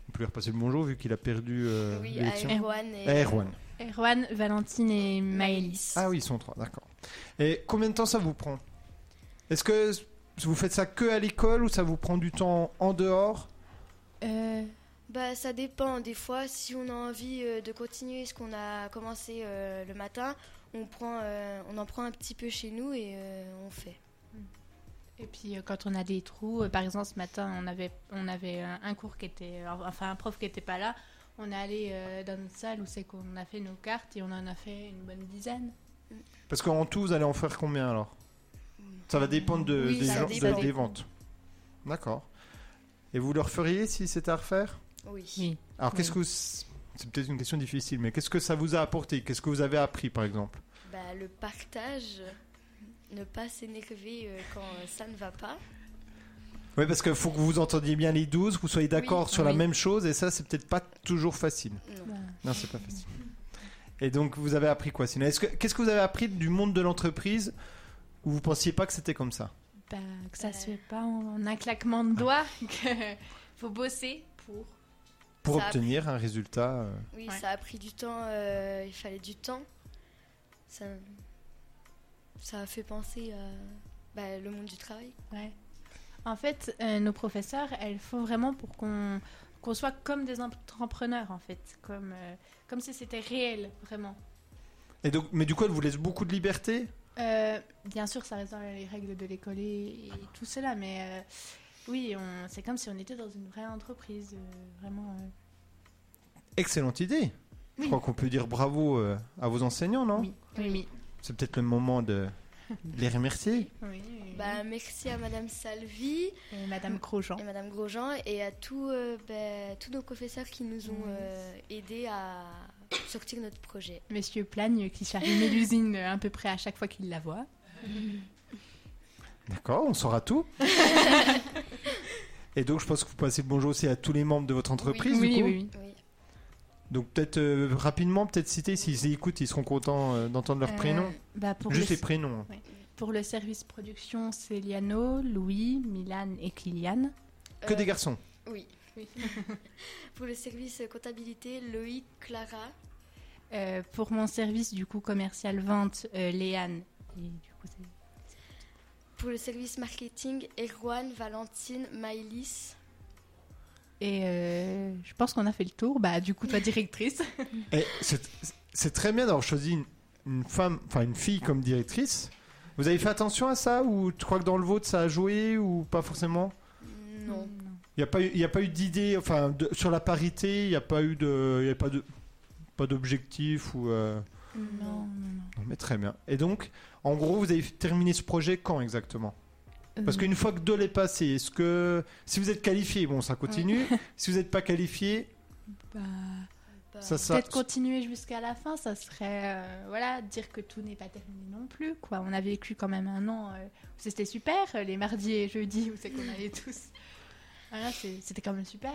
On peut lui repasser le bonjour vu qu'il a perdu euh,
Oui, à
l'élection.
Erwan et-
À Erwan.
Erwan, Valentine et Maëlys.
Ah oui, ils sont trois, d'accord. Et combien de temps ça vous prend Est-ce que vous faites ça que à l'école ou ça vous prend du temps en dehors
Bah, ça dépend. Des fois, si on a envie euh, de continuer ce qu'on a commencé euh, le matin, on, prend, euh, on en prend un petit peu chez nous et euh, on fait.
Et puis euh, quand on a des trous, euh, par exemple ce matin on avait on avait euh, un cours qui était euh, enfin un prof qui était pas là, on est allé euh, dans une salle où c'est qu'on a fait nos cartes et on en a fait une bonne dizaine.
Parce qu'en tout, vous allez en faire combien alors Ça va dépendre de,
Oui,
des,
ça
gens-
dépend.
de- des ventes. D'accord. Et vous le referiez si c'était à refaire
Oui.
Alors qu'est-ce que vous... C'est peut-être une question difficile, mais qu'est-ce que ça vous a apporté Qu'est-ce que vous avez appris par exemple
Bah, le partage, ne pas s'énerver euh, quand euh, ça ne va pas.
Oui, parce qu'il faut que vous entendiez bien les 12, que vous soyez d'accord
Oui.
sur la
Oui.
même chose, et ça, c'est peut-être pas toujours facile.
Non.
Non, c'est pas facile. Et donc, vous avez appris quoi sinon Est-ce que- Qu'est-ce que vous avez appris du monde de l'entreprise où vous pensiez pas que c'était comme ça
Bah, que ça se fait pas en, en un claquement de doigts, que faut bosser pour.
Pour
Ça a
obtenir un résultat euh,
Oui, ça a pris du temps, euh, il fallait du temps. Ça, ça a fait penser à bah, le monde du travail.
Ouais. En fait, euh, nos professeurs, elles font vraiment pour qu'on qu'on soit comme des entrepreneurs en fait, comme euh, comme si c'était réel vraiment.
Et donc, mais du coup, elle vous laisse beaucoup de liberté.
Euh, bien sûr, ça reste dans les règles de l'école et,
Ah
et tout cela, mais euh, oui, on- c'est comme si on était dans une vraie entreprise, euh, vraiment. euh.
Excellente idée. Je
Oui.
crois qu'on peut dire bravo euh, à vos enseignants, non
Oui, oui.
C'est peut-être le moment de les remercier.
Bah, merci à Madame Salvi
et Madame Grosjean
et Madame Grosjean et à tous, euh, bah, tous nos professeurs qui nous ont euh, aidés à sortir notre projet.
Monsieur Plagne qui charrie l'usine euh, à peu près à chaque fois qu'il la voit.
D'accord, on saura tout. Et donc, je pense que vous passez le bonjour aussi à tous les membres de votre entreprise,
oui,
du coup.
oui,
Donc peut-être euh, rapidement, peut-être citer, s'ils écoutent, ils seront contents euh, d'entendre leurs
Euh,
prénoms.
bah, pour
Juste
le-
les prénoms. hein.
Ouais. Pour le service production, c'est Liano, Louis, Milan et Kylian. Euh,
Que des garçons.
Oui. Pour le service comptabilité, Loïc, Clara.
Euh, pour mon service du coup commercial vente, euh, Léane. Et du coup, c'est-
Pour le service marketing, Erwan, Valentine, Maëlys.
Et euh, je pense qu'on a fait le tour. Bah, du coup, toi, directrice.
Et Eh, c'est- c'est très bien d'avoir choisi une, une femme, enfin une fille comme directrice. Vous avez fait attention à ça ou tu crois que dans le vôtre ça a joué ou pas forcément
Non.
Il n'y a pas eu, il y a pas eu d'idée, enfin de- sur la parité, il n'y a pas eu de, il y a pas de, pas d'objectif ou. euh,
Non,
Non, mais très bien. Et donc, en gros, vous avez terminé ce projet quand exactement Parce
Euh.
qu'une fois que Dole est passé, est-ce que si vous êtes qualifié, bon, ça continue. si vous n'êtes pas qualifié,
Bah,
Ça, ça-
Peut-être continuer jusqu'à la fin, ça serait euh, voilà dire que tout n'est pas terminé non plus. Quoi. On a vécu quand même un an euh, où c'était super, euh, les mardis et jeudis où c'est qu'on allait tous. Voilà, c'est- c'était quand même super.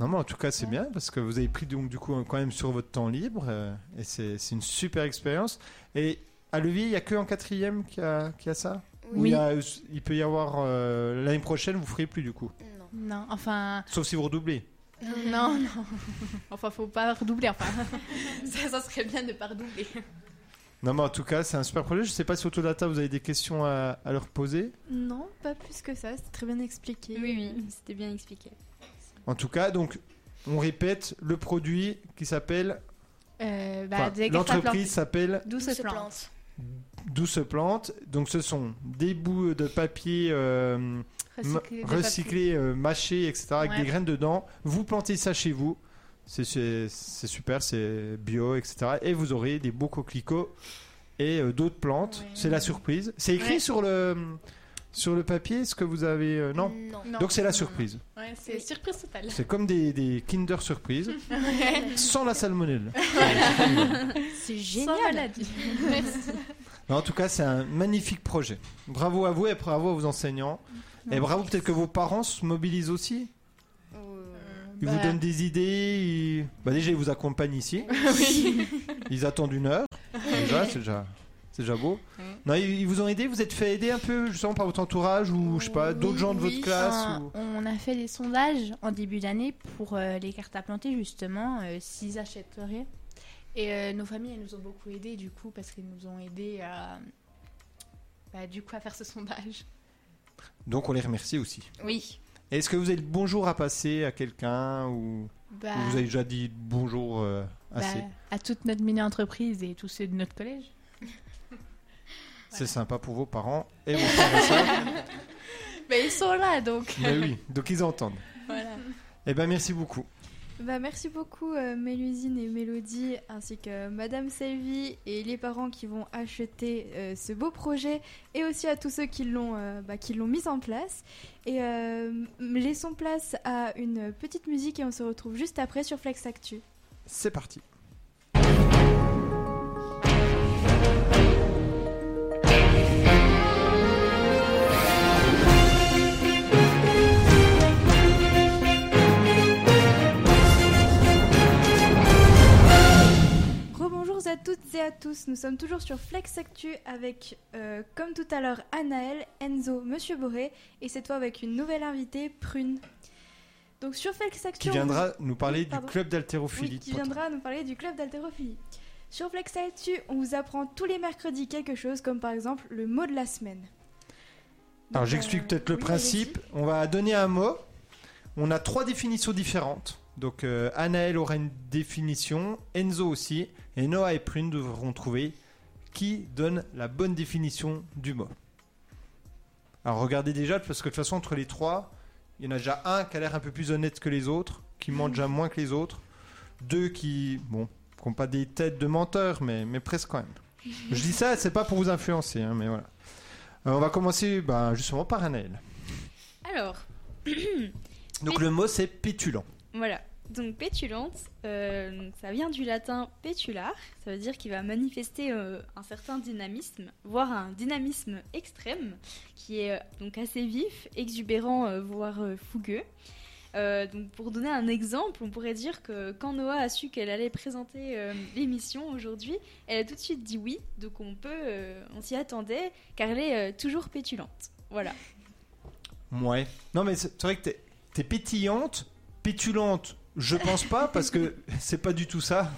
Non, mais en tout cas, c'est bien parce que vous avez pris donc du coup quand même sur votre temps libre euh, et c'est c'est une super expérience. Et à Levier, il n'y a que en quatrième qu'il y, a- qu'il y a ça Ou
Oui.
Il, y a- il peut y avoir euh, l'année prochaine, vous ferez plus du coup.
Mm. Non, enfin,
Sauf si vous redoublez.
non, non. Enfin, faut pas redoubler. Enfin, ça, ça serait bien de pas redoubler.
Non, mais en tout cas, c'est un super projet. Je sais pas si autour de la table vous avez des questions à, à leur poser.
Non, pas plus que ça, c'était très bien expliqué.
Oui, oui, c'était bien expliqué.
En tout cas, donc on répète le produit qui s'appelle.
Euh, bah,
Enfin,
dès que ça plante-
L'entreprise s'appelle
Douce, plante.
douce plante. Donc ce sont des bouts de papier euh,
Recyclés
ma-
de
recyclés, euh, mâchés, etc. avec
Ouais.
des graines dedans. Vous plantez ça chez vous. C'est c'est- c'est super, c'est bio, etc. Et vous aurez des beaux coquelicots et euh, d'autres plantes. C'est la surprise. C'est écrit
Ouais.
sur le sur le papier ce que vous avez. euh, non.
Non.
Donc c'est la
Non, non, non.
surprise.
Ouais, c'est surprise totale.
C'est comme des, des Kinder surprise
Ouais.
sans la salmonelle.
C'est
génial.
Merci.
Non, en tout cas, c'est un magnifique projet. Bravo à vous et bravo à vos enseignants. Et bravo peut-être que vos parents se mobilisent aussi. Ils vous
bah.
donnent des idées. ils- Bah déjà, ils vous accompagnent ici. Ils attendent une heure. Déjà, c'est déjà, c'est déjà beau. Non, ils ils vous ont aidé. Vous êtes fait aider un peu, justement, par votre entourage ou je sais pas, d'autres gens de votre classe.
Enfin,
ou-
On a fait des sondages en début d'année pour euh, les cartes à planter, justement, euh, s'ils achèteraient. Et euh, nos familles, elles nous ont beaucoup aidés, du coup, parce qu'ils nous ont aidés à, bah, du coup, à faire ce sondage.
Donc, on les remercie aussi.
Oui.
Est-ce que vous avez le bonjour à passer à quelqu'un ou
Bah.
ou vous avez déjà dit bonjour euh, assez
à toute notre mini-entreprise et tous ceux de notre collège.
C'est sympa pour vos parents et vos frères et sœurs.
Ben,
Mais ils sont là, donc.
Mais Ben oui, donc ils entendent.
Voilà.
Eh ben merci beaucoup.
Bah, merci beaucoup euh, Mélusine et Mélodie, ainsi que euh, Madame Sylvie et les parents qui vont acheter euh, ce beau projet, et aussi à tous ceux qui l'ont euh, bah, qui l'ont mis en place. Et euh, m- laissons place à une petite musique et on se retrouve juste après sur Flex Actu.
C'est parti.
Rebonjour à toutes et à tous, nous sommes toujours sur Flex Actu avec, euh, comme tout à l'heure, Anaël, Enzo, Monsieur Boré, et cette fois avec une nouvelle invitée, Prune. Donc sur Flex Actu...
Qui
on-
viendra nous parler
Oui,
du
pardon.
club d'haltérophilie.
Oui, qui
de Poitou.
viendra nous parler du club d'haltérophilie. Sur Flex Actu, on vous apprend tous les mercredis quelque chose, comme par exemple le mot de la semaine.
Alors
Euh,
j'explique peut-être le principe. On va donner un mot. On a trois définitions différentes. Donc euh, Anaël aura une définition, Enzo aussi, et Noah et Prune devront trouver qui donne la bonne définition du mot. Alors regardez déjà, parce que de toute façon entre les trois, il y en a déjà un qui a l'air un peu plus honnête que les autres, qui ment déjà moins que les autres, deux qui, bon, qui n'ont pas des têtes de menteurs, mais, mais presque quand même. Je dis ça, c'est pas pour vous influencer, hein, mais voilà. Euh, on va commencer ben, justement par Anaël.
Alors,
Donc le mot c'est pétulant.
Voilà. Donc pétulante, euh, donc ça vient du latin pétular, ça veut dire qu'il va manifester euh, un certain dynamisme, voire un dynamisme extrême, qui est euh, donc assez vif, exubérant, euh, voire euh, fougueux. Euh, donc pour donner un exemple, on pourrait dire que quand Noah a su qu'elle allait présenter euh, l'émission aujourd'hui, elle a tout de suite dit oui, donc on peut, euh, on s'y attendait, car elle est euh, toujours pétulante. Voilà.
Ouais. Non mais c'est c'est vrai que t'es es pétillante, pétulante. Je pense pas parce que c'est pas du tout ça.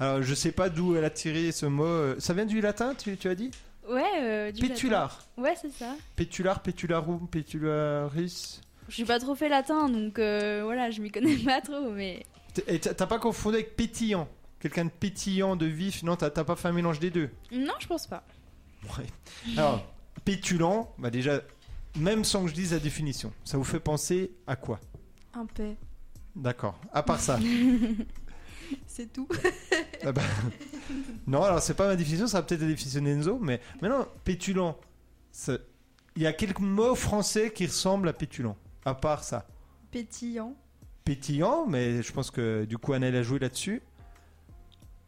Alors je sais pas d'où elle a tiré ce mot. Euh, Ça vient du latin, tu, tu as dit
Ouais. euh, du latin.
Pétular.
Ouais, c'est ça.
Pétular, pétularum, pétularis.
J'ai pas trop fait latin, donc euh, voilà, je m'y connais pas trop, mais
T- Et t'as t'as pas confondu avec pétillant Quelqu'un de pétillant, de vif Non, t'as t'as pas fait un mélange des deux
non, je pense pas.
Ouais. Alors, pétulant, bah déjà, même sans que je dise la définition, ça vous fait penser à quoi
Un paix.
D'accord, à part ça.
C'est tout.
Ah bah, non, alors c'est pas ma définition, ça va peut-être la définition d'Enzo, mais, mais non, pétulant, ça- il y a quelques mots français qui ressemblent à pétulant, à part ça.
Pétillant.
pétillant, mais je pense que du coup Annelle a joué là-dessus.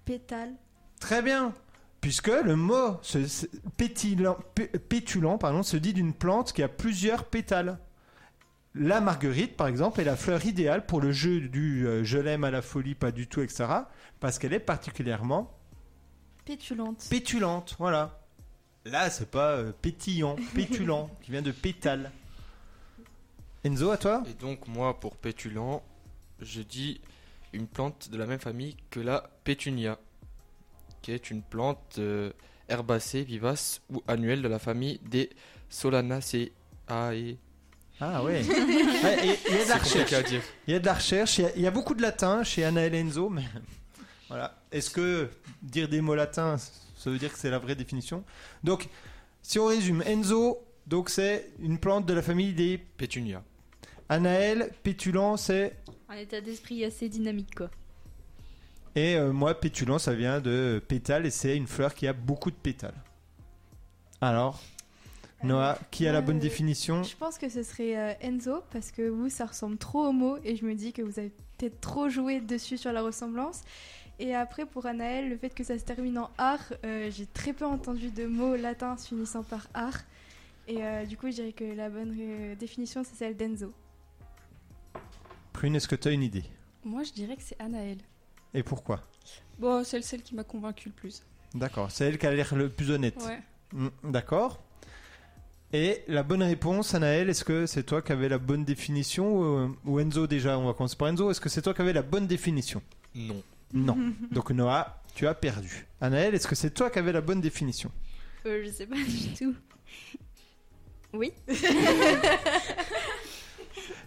Pétale.
Très bien, puisque le mot se- se- pétillant- pé- pétulant pardon, se dit d'une plante qui a plusieurs pétales. La marguerite, par exemple, est la fleur idéale pour le jeu du euh, je l'aime à la folie, pas du tout, etc. Parce qu'elle est particulièrement
Pétulante.
pétulante. Voilà. Là, c'est pas euh, pétillant, pétulant, qui vient de pétale. Enzo, à toi
Et donc, moi, pour pétulant, je dis une plante de la même famille que la pétunia, qui est une plante euh, herbacée, vivace ou annuelle de la famille des Solanaceae.
Ah ouais. Ouais, et- Il y a de la
C'est compliqué à
recherche.
dire.
Il y a de la recherche. Il y a, il y a beaucoup de latin chez Anna et Enzo, mais voilà. Est-ce que dire des mots latins, ça veut dire que c'est la vraie définition Donc, si on résume, Enzo, donc c'est une plante de la famille des
pétunias.
Anaël, pétulant, c'est
Un état d'esprit assez dynamique, quoi.
et euh, moi pétulant, ça vient de pétale et c'est une fleur qui a beaucoup de pétales. Alors, Noah, qui a la bonne
Euh,
définition
Je pense que ce serait euh, Enzo parce que vous, ça ressemble trop au mot et je me dis que vous avez peut-être trop joué dessus sur la ressemblance. Et après, pour Anaël, le fait que ça se termine en art, euh, j'ai très peu entendu de mots latins se finissant par art. Et euh, du coup, je dirais que la bonne euh, définition, c'est celle d'Enzo.
Prune, est-ce que tu as une idée
Moi, je dirais que c'est Anaël.
Et pourquoi
Bon, c'est celle qui m'a convaincu le plus.
D'accord, c'est elle qui a l'air le plus honnête.
Ouais.
Mm, D'accord. Et la bonne réponse, Anaël, est-ce que c'est toi qui avais la bonne définition ou, euh, ou Enzo déjà On va commencer par Enzo. Est-ce que c'est toi qui avais la bonne définition
Non.
Non. Donc Noah, tu as perdu. Anaël, est-ce que c'est toi qui avais la bonne définition
Euh, je sais pas du tout. Oui.
Oui,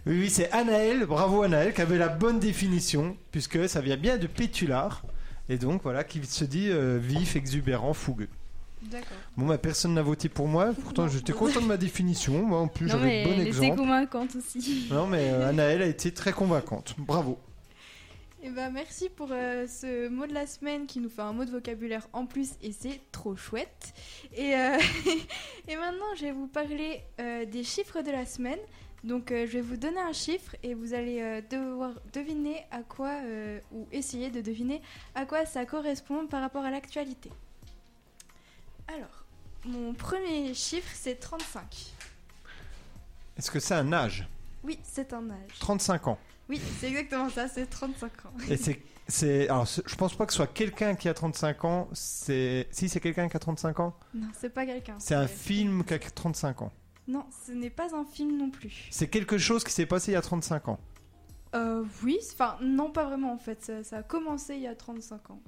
oui, c'est Anaël, bravo Anaël, qui avait la bonne définition, puisque ça vient bien de pétular, et donc voilà, qui se dit euh, vif, exubérant, fougueux.
D'accord.
Bon, bah, personne n'a voté pour moi, pourtant j'étais content de ma définition, moi en plus
non,
j'avais
mais
de bon
elle était
exemple.
convaincante aussi.
Non, mais euh, Anaël a été très convaincante, bravo.
Et ben merci pour euh, ce mot de la semaine qui nous fait un mot de vocabulaire en plus et c'est trop chouette. Et, euh, et maintenant je vais vous parler euh, des chiffres de la semaine. Donc euh, je vais vous donner un chiffre et vous allez euh, devoir deviner à quoi euh, ou essayer de deviner à quoi ça correspond par rapport à l'actualité. Alors mon premier chiffre c'est 35.
Est-ce que c'est un âge
Oui c'est un âge.
35 ans.
Oui c'est exactement ça c'est 35 ans.
Et c'est. c'est- Alors, c'est- je pense pas que ce soit quelqu'un qui a 35 ans, c'est. Si c'est quelqu'un qui a 35 ans,
Non c'est pas quelqu'un.
c'est un film qui a 35 ans.
Non, ce n'est pas un film non plus.
C'est quelque chose qui s'est passé il y a 35 ans.
Euh, oui, c'est- enfin, non, pas vraiment en fait. Ça, ça a commencé il y a 35 ans.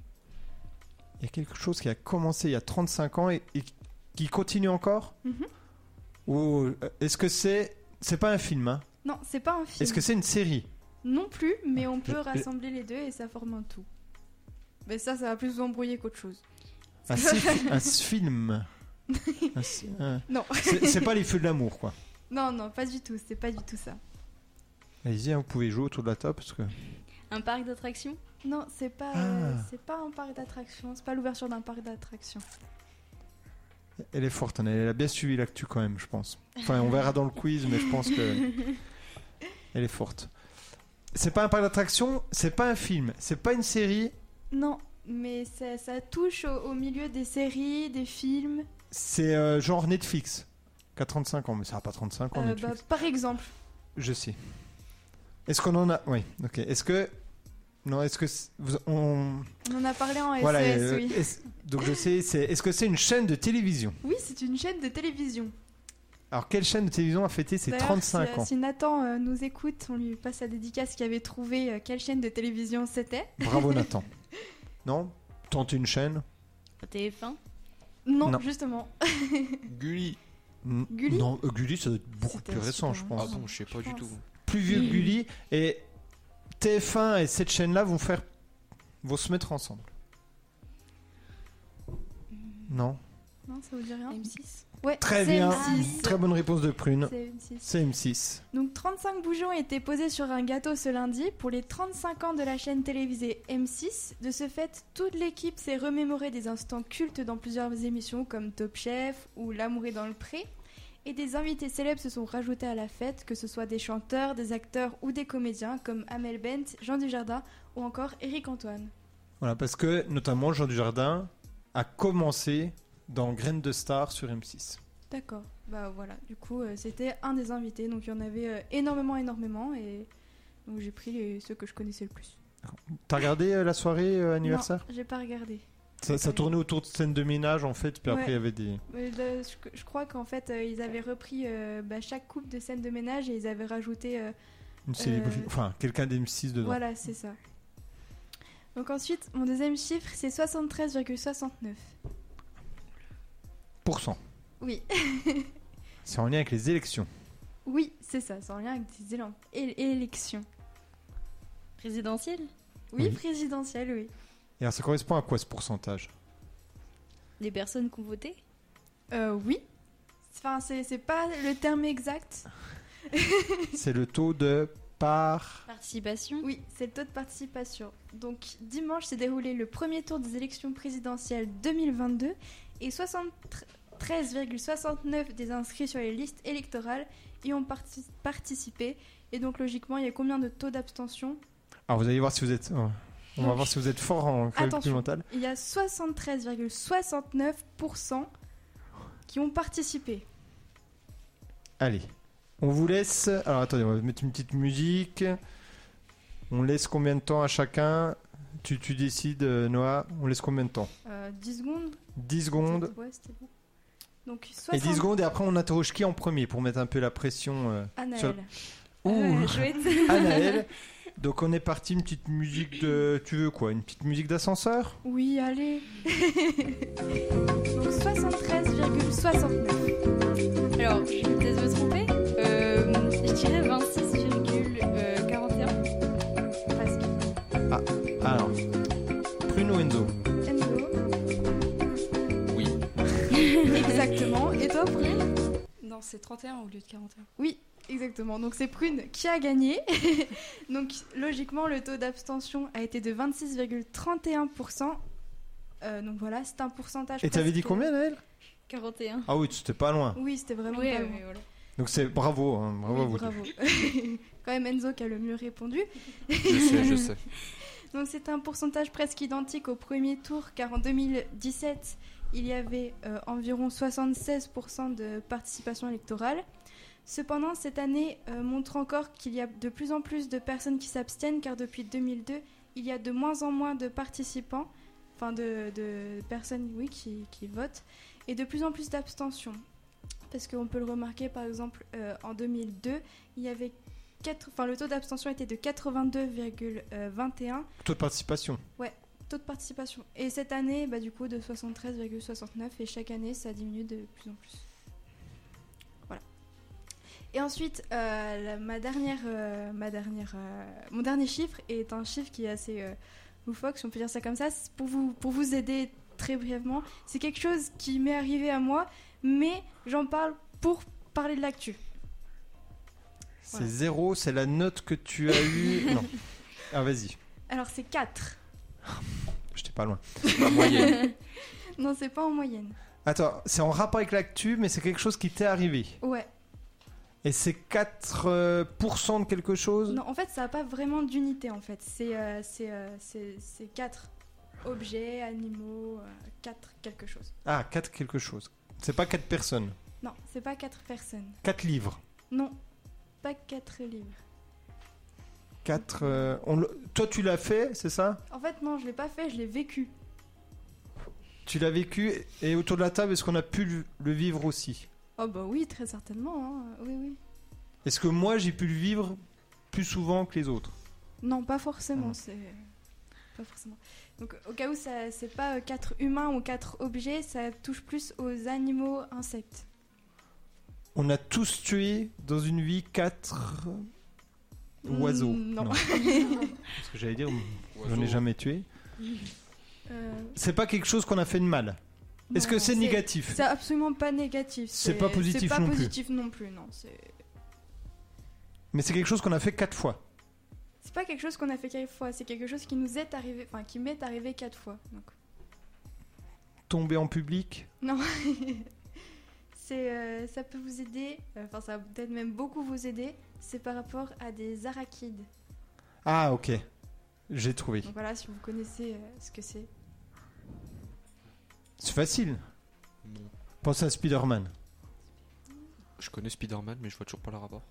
Il y a quelque chose qui a commencé il y a 35 ans et, et qui continue encore
Mhm.
Ou euh, est-ce que c'est. C'est pas un film, hein
Non, c'est pas un film.
Est-ce que c'est une série
Non plus, mais on
Je-
peut
je-
rassembler les deux et ça forme un tout. Mais ça, ça va plus vous embrouiller qu'autre chose.
Un, sif- un film Un si- un-
Non.
C'est c'est pas les feux de l'amour, quoi.
Non, non, pas du tout. C'est pas du tout ça.
Allez-y, hein, vous pouvez jouer autour de la table parce que.
Un parc d'attractions
Non, c'est pas, euh,
Ah.
c'est pas un parc d'attractions. C'est pas l'ouverture d'un parc d'attractions.
Elle est forte, hein, elle a bien suivi l'actu quand même, je pense. Enfin, on verra dans le quiz, mais je pense que elle est forte. C'est pas un parc d'attraction, c'est pas un film, c'est pas une série,
Non, mais ça, ça touche au, au milieu des séries, des films.
c'est euh, genre Netflix. Qu'à 35 ans, mais ça a pas 35 ans
Euh,
Netflix.
bah, par exemple.
Je sais. Est-ce qu'on en a Oui, ok. Est-ce que non, est-ce que c'est- vous- on
On en a parlé en
voilà,
SES,
euh,
oui.
est-ce- donc je sais. C'est est-ce que c'est une chaîne de télévision
Oui, c'est une chaîne de télévision.
Alors quelle chaîne de télévision a fêté ses
D'ailleurs,
35
si,
ans
Si Nathan euh, nous écoute, on lui passe la dédicace qui avait trouvé euh, quelle chaîne de télévision c'était.
Bravo Nathan. non, tente une chaîne.
TF1
non,
Non.
justement.
Gulli.
N-
Gulli
Non, euh, Gulli, ça doit être beaucoup
C'était
plus récent, je
super
pense.
ancien, Ah bon, je sais pas je du pense. tout.
Plus vieux que
Mhm.
Gulli. Et TF1 et cette chaîne-là vont faire. vont se mettre ensemble.
Hmm.
Non
non, ça vous dit rien
M6
Ouais,
Très
c'est
bien.
M6.
Très bonne réponse de Prune.
C'est M6.
C'est M6.
Donc 35 bougeons étaient posés sur un gâteau ce lundi pour les 35 ans de la chaîne télévisée M6. De ce fait, toute l'équipe s'est remémorée des instants cultes dans plusieurs émissions comme Top Chef ou L'amour est dans le pré. Et des invités célèbres se sont rajoutés à la fête, que ce soit des chanteurs, des acteurs ou des comédiens comme Amel Bent, Jean Dujardin ou encore Eric Antoine.
Voilà, parce que notamment Jean Dujardin a commencé dans Graines de Star sur M6.
D'accord. Bah voilà, du coup, euh, c'était un des invités, donc il y en avait euh, énormément, énormément, et donc j'ai pris les- ceux que je connaissais le plus.
T'as regardé euh, la soirée euh, anniversaire
Non, J'ai pas regardé.
ça, ça tournait autour de scènes de ménage en fait, puis après il y
Ouais.
avait des.
Mais là, je, je crois qu'en fait, euh, ils avaient repris euh, bah, chaque coupe de scène de ménage et ils avaient rajouté. euh,
Une célébrité.
euh,
Enfin, quelqu'un d'M6 dedans.
Voilà, c'est ça. Donc ensuite, mon deuxième chiffre, c'est 73,69.
Pourcent.
Oui.
C'est en lien avec les élections.
oui, c'est ça, c'est en lien avec des élan- é- élections.
Présidentielle
Oui,
Oui.
présidentielle, oui.
Et alors, ça correspond à quoi ce pourcentage
Des personnes qui ont voté
Euh, oui. Enfin, c'est c'est pas le terme exact.
C'est le taux de part.
Participation
Oui, c'est le taux de participation. Donc, dimanche s'est déroulé le premier tour des élections présidentielles 2022 et 73,69 des inscrits sur les listes électorales y ont parti- participé. Et donc, logiquement, il y a combien de taux d'abstention
Alors, vous allez voir si vous êtes. oh. On va
Donc,
voir si vous êtes fort en calcul
Attention,
mental.
il y a 73,69% qui ont participé.
Allez, on vous laisse. Alors attendez, on va mettre une petite musique. On laisse combien de temps à chacun tu, tu décides, euh, Noah, on laisse combien de temps
Euh, 10 secondes
10 secondes.
Ouais, c'était bon. Donc,
Et 10
60
secondes, et après on interroge qui en premier pour mettre un peu la pression. euh,
Anaël.
sur-
Ouais,
Ouh
chouette.
Anaël. Donc on est parti, une petite musique de. Tu veux quoi Une petite musique d'ascenseur
Oui, allez. Donc 73,69.
Alors, je vais peut-être me tromper. Euh, je dirais euh, 26,41.
Presque.
Ah, alors. Pruno Enzo. Oui.
exactement. Et toi, Prune
Non, c'est 31 au lieu de 41.
Oui, exactement. Donc c'est Prune qui a gagné. Donc logiquement, le taux d'abstention a été de 26,31%. Euh, donc voilà, c'est un pourcentage.
Et t'avais dit
presque-
combien, Naël
41.
Ah oui, c'était pas loin.
Oui, c'était vraiment
Oui,
pas
oui,
loin.
Donc c'est bravo, hein, bravo à
Oui,
vous.
bravo.
deux.
Quand même Enzo qui a le mieux répondu.
Je sais, je sais.
Donc c'est un pourcentage presque identique au premier tour, car en 2017, il y avait euh, environ 76% de participation électorale. Cependant, cette année euh, montre encore qu'il y a de plus en plus de personnes qui s'abstiennent, car depuis 2002, il y a de moins en moins de participants, enfin de, de personnes oui, qui, qui votent, et de plus en plus d'abstentions. Parce qu'on peut le remarquer, par exemple, euh, en 2002, il y avait quatre- enfin, le taux d'abstention était de euh, 82,21.
Taux de participation.
Ouais, taux de participation. Et cette année, bah, du coup, de 73,69. Et chaque année, ça diminue de plus en plus. Voilà. Et ensuite, euh, la- ma dernière, euh, ma dernière, euh, mon dernier chiffre est un chiffre qui est assez euh, loufoque, si on peut dire ça comme ça. C'est Pour vous, pour vous aider très brièvement, c'est quelque chose qui m'est arrivé à moi, mais j'en parle pour parler de l'actu.
C'est zéro, c'est la note que tu as eue. non. Ah, vas-y,
Alors, c'est 4.
j'étais pas loin.
non, c'est pas en moyenne.
Attends, c'est en rapport avec l'actu, mais c'est quelque chose qui t'est arrivé.
Ouais.
Et c'est 4% euh, pourcent de quelque chose
Non, en fait, ça n'a pas vraiment d'unité, en fait. C'est euh, c'est, euh, c'est- c'est quatre objets, animaux, euh, quatre quelque chose.
Ah, 4 quelque chose. C'est pas 4 personnes.
Non, c'est pas quatre personnes.
4 livres.
Non, pas quatre livres.
4. euh, Toi, tu l'as fait, c'est ça
En fait, non, je l'ai pas fait, je l'ai vécu.
Tu l'as vécu et autour de la table, est-ce qu'on a pu le- le vivre aussi
Oh bah oui, très certainement, hein, oui, oui.
Est-ce que moi, j'ai pu le vivre plus souvent que les autres
Non, pas forcément, c'est... Pas forcément. Donc, au cas où ça, c'est pas euh, quatre humains ou quatre objets, ça touche plus aux animaux, insectes.
On a tous tué dans une vie 4 oiseaux.
Mm, non.
Parce que j'allais dire, j'en ai
Oiseaux.
jamais tué.
Euh,
C'est pas quelque chose qu'on a fait de mal. Est-ce que
Non,
c'est négatif
C'est absolument pas négatif.
C'est pas positif
C'est pas
non plus.
positif non plus, non. C'est
Mais c'est quelque chose qu'on a fait 4 fois.
c'est pas quelque chose qu'on a fait quatre fois. C'est quelque chose qui nous est arrivé, enfin qui m'est arrivé quatre fois. donc.
Tomber en public,
Non. c'est, euh, ça peut vous aider, euh, enfin ça va peut-être même beaucoup vous aider, c'est par rapport à des arachides.
Ah, ok. J'ai trouvé.
Donc voilà, si vous connaissez euh, ce que c'est.
C'est facile. Pense à Spider-Man.
Je connais Spider-Man, mais je vois toujours pas le rapport.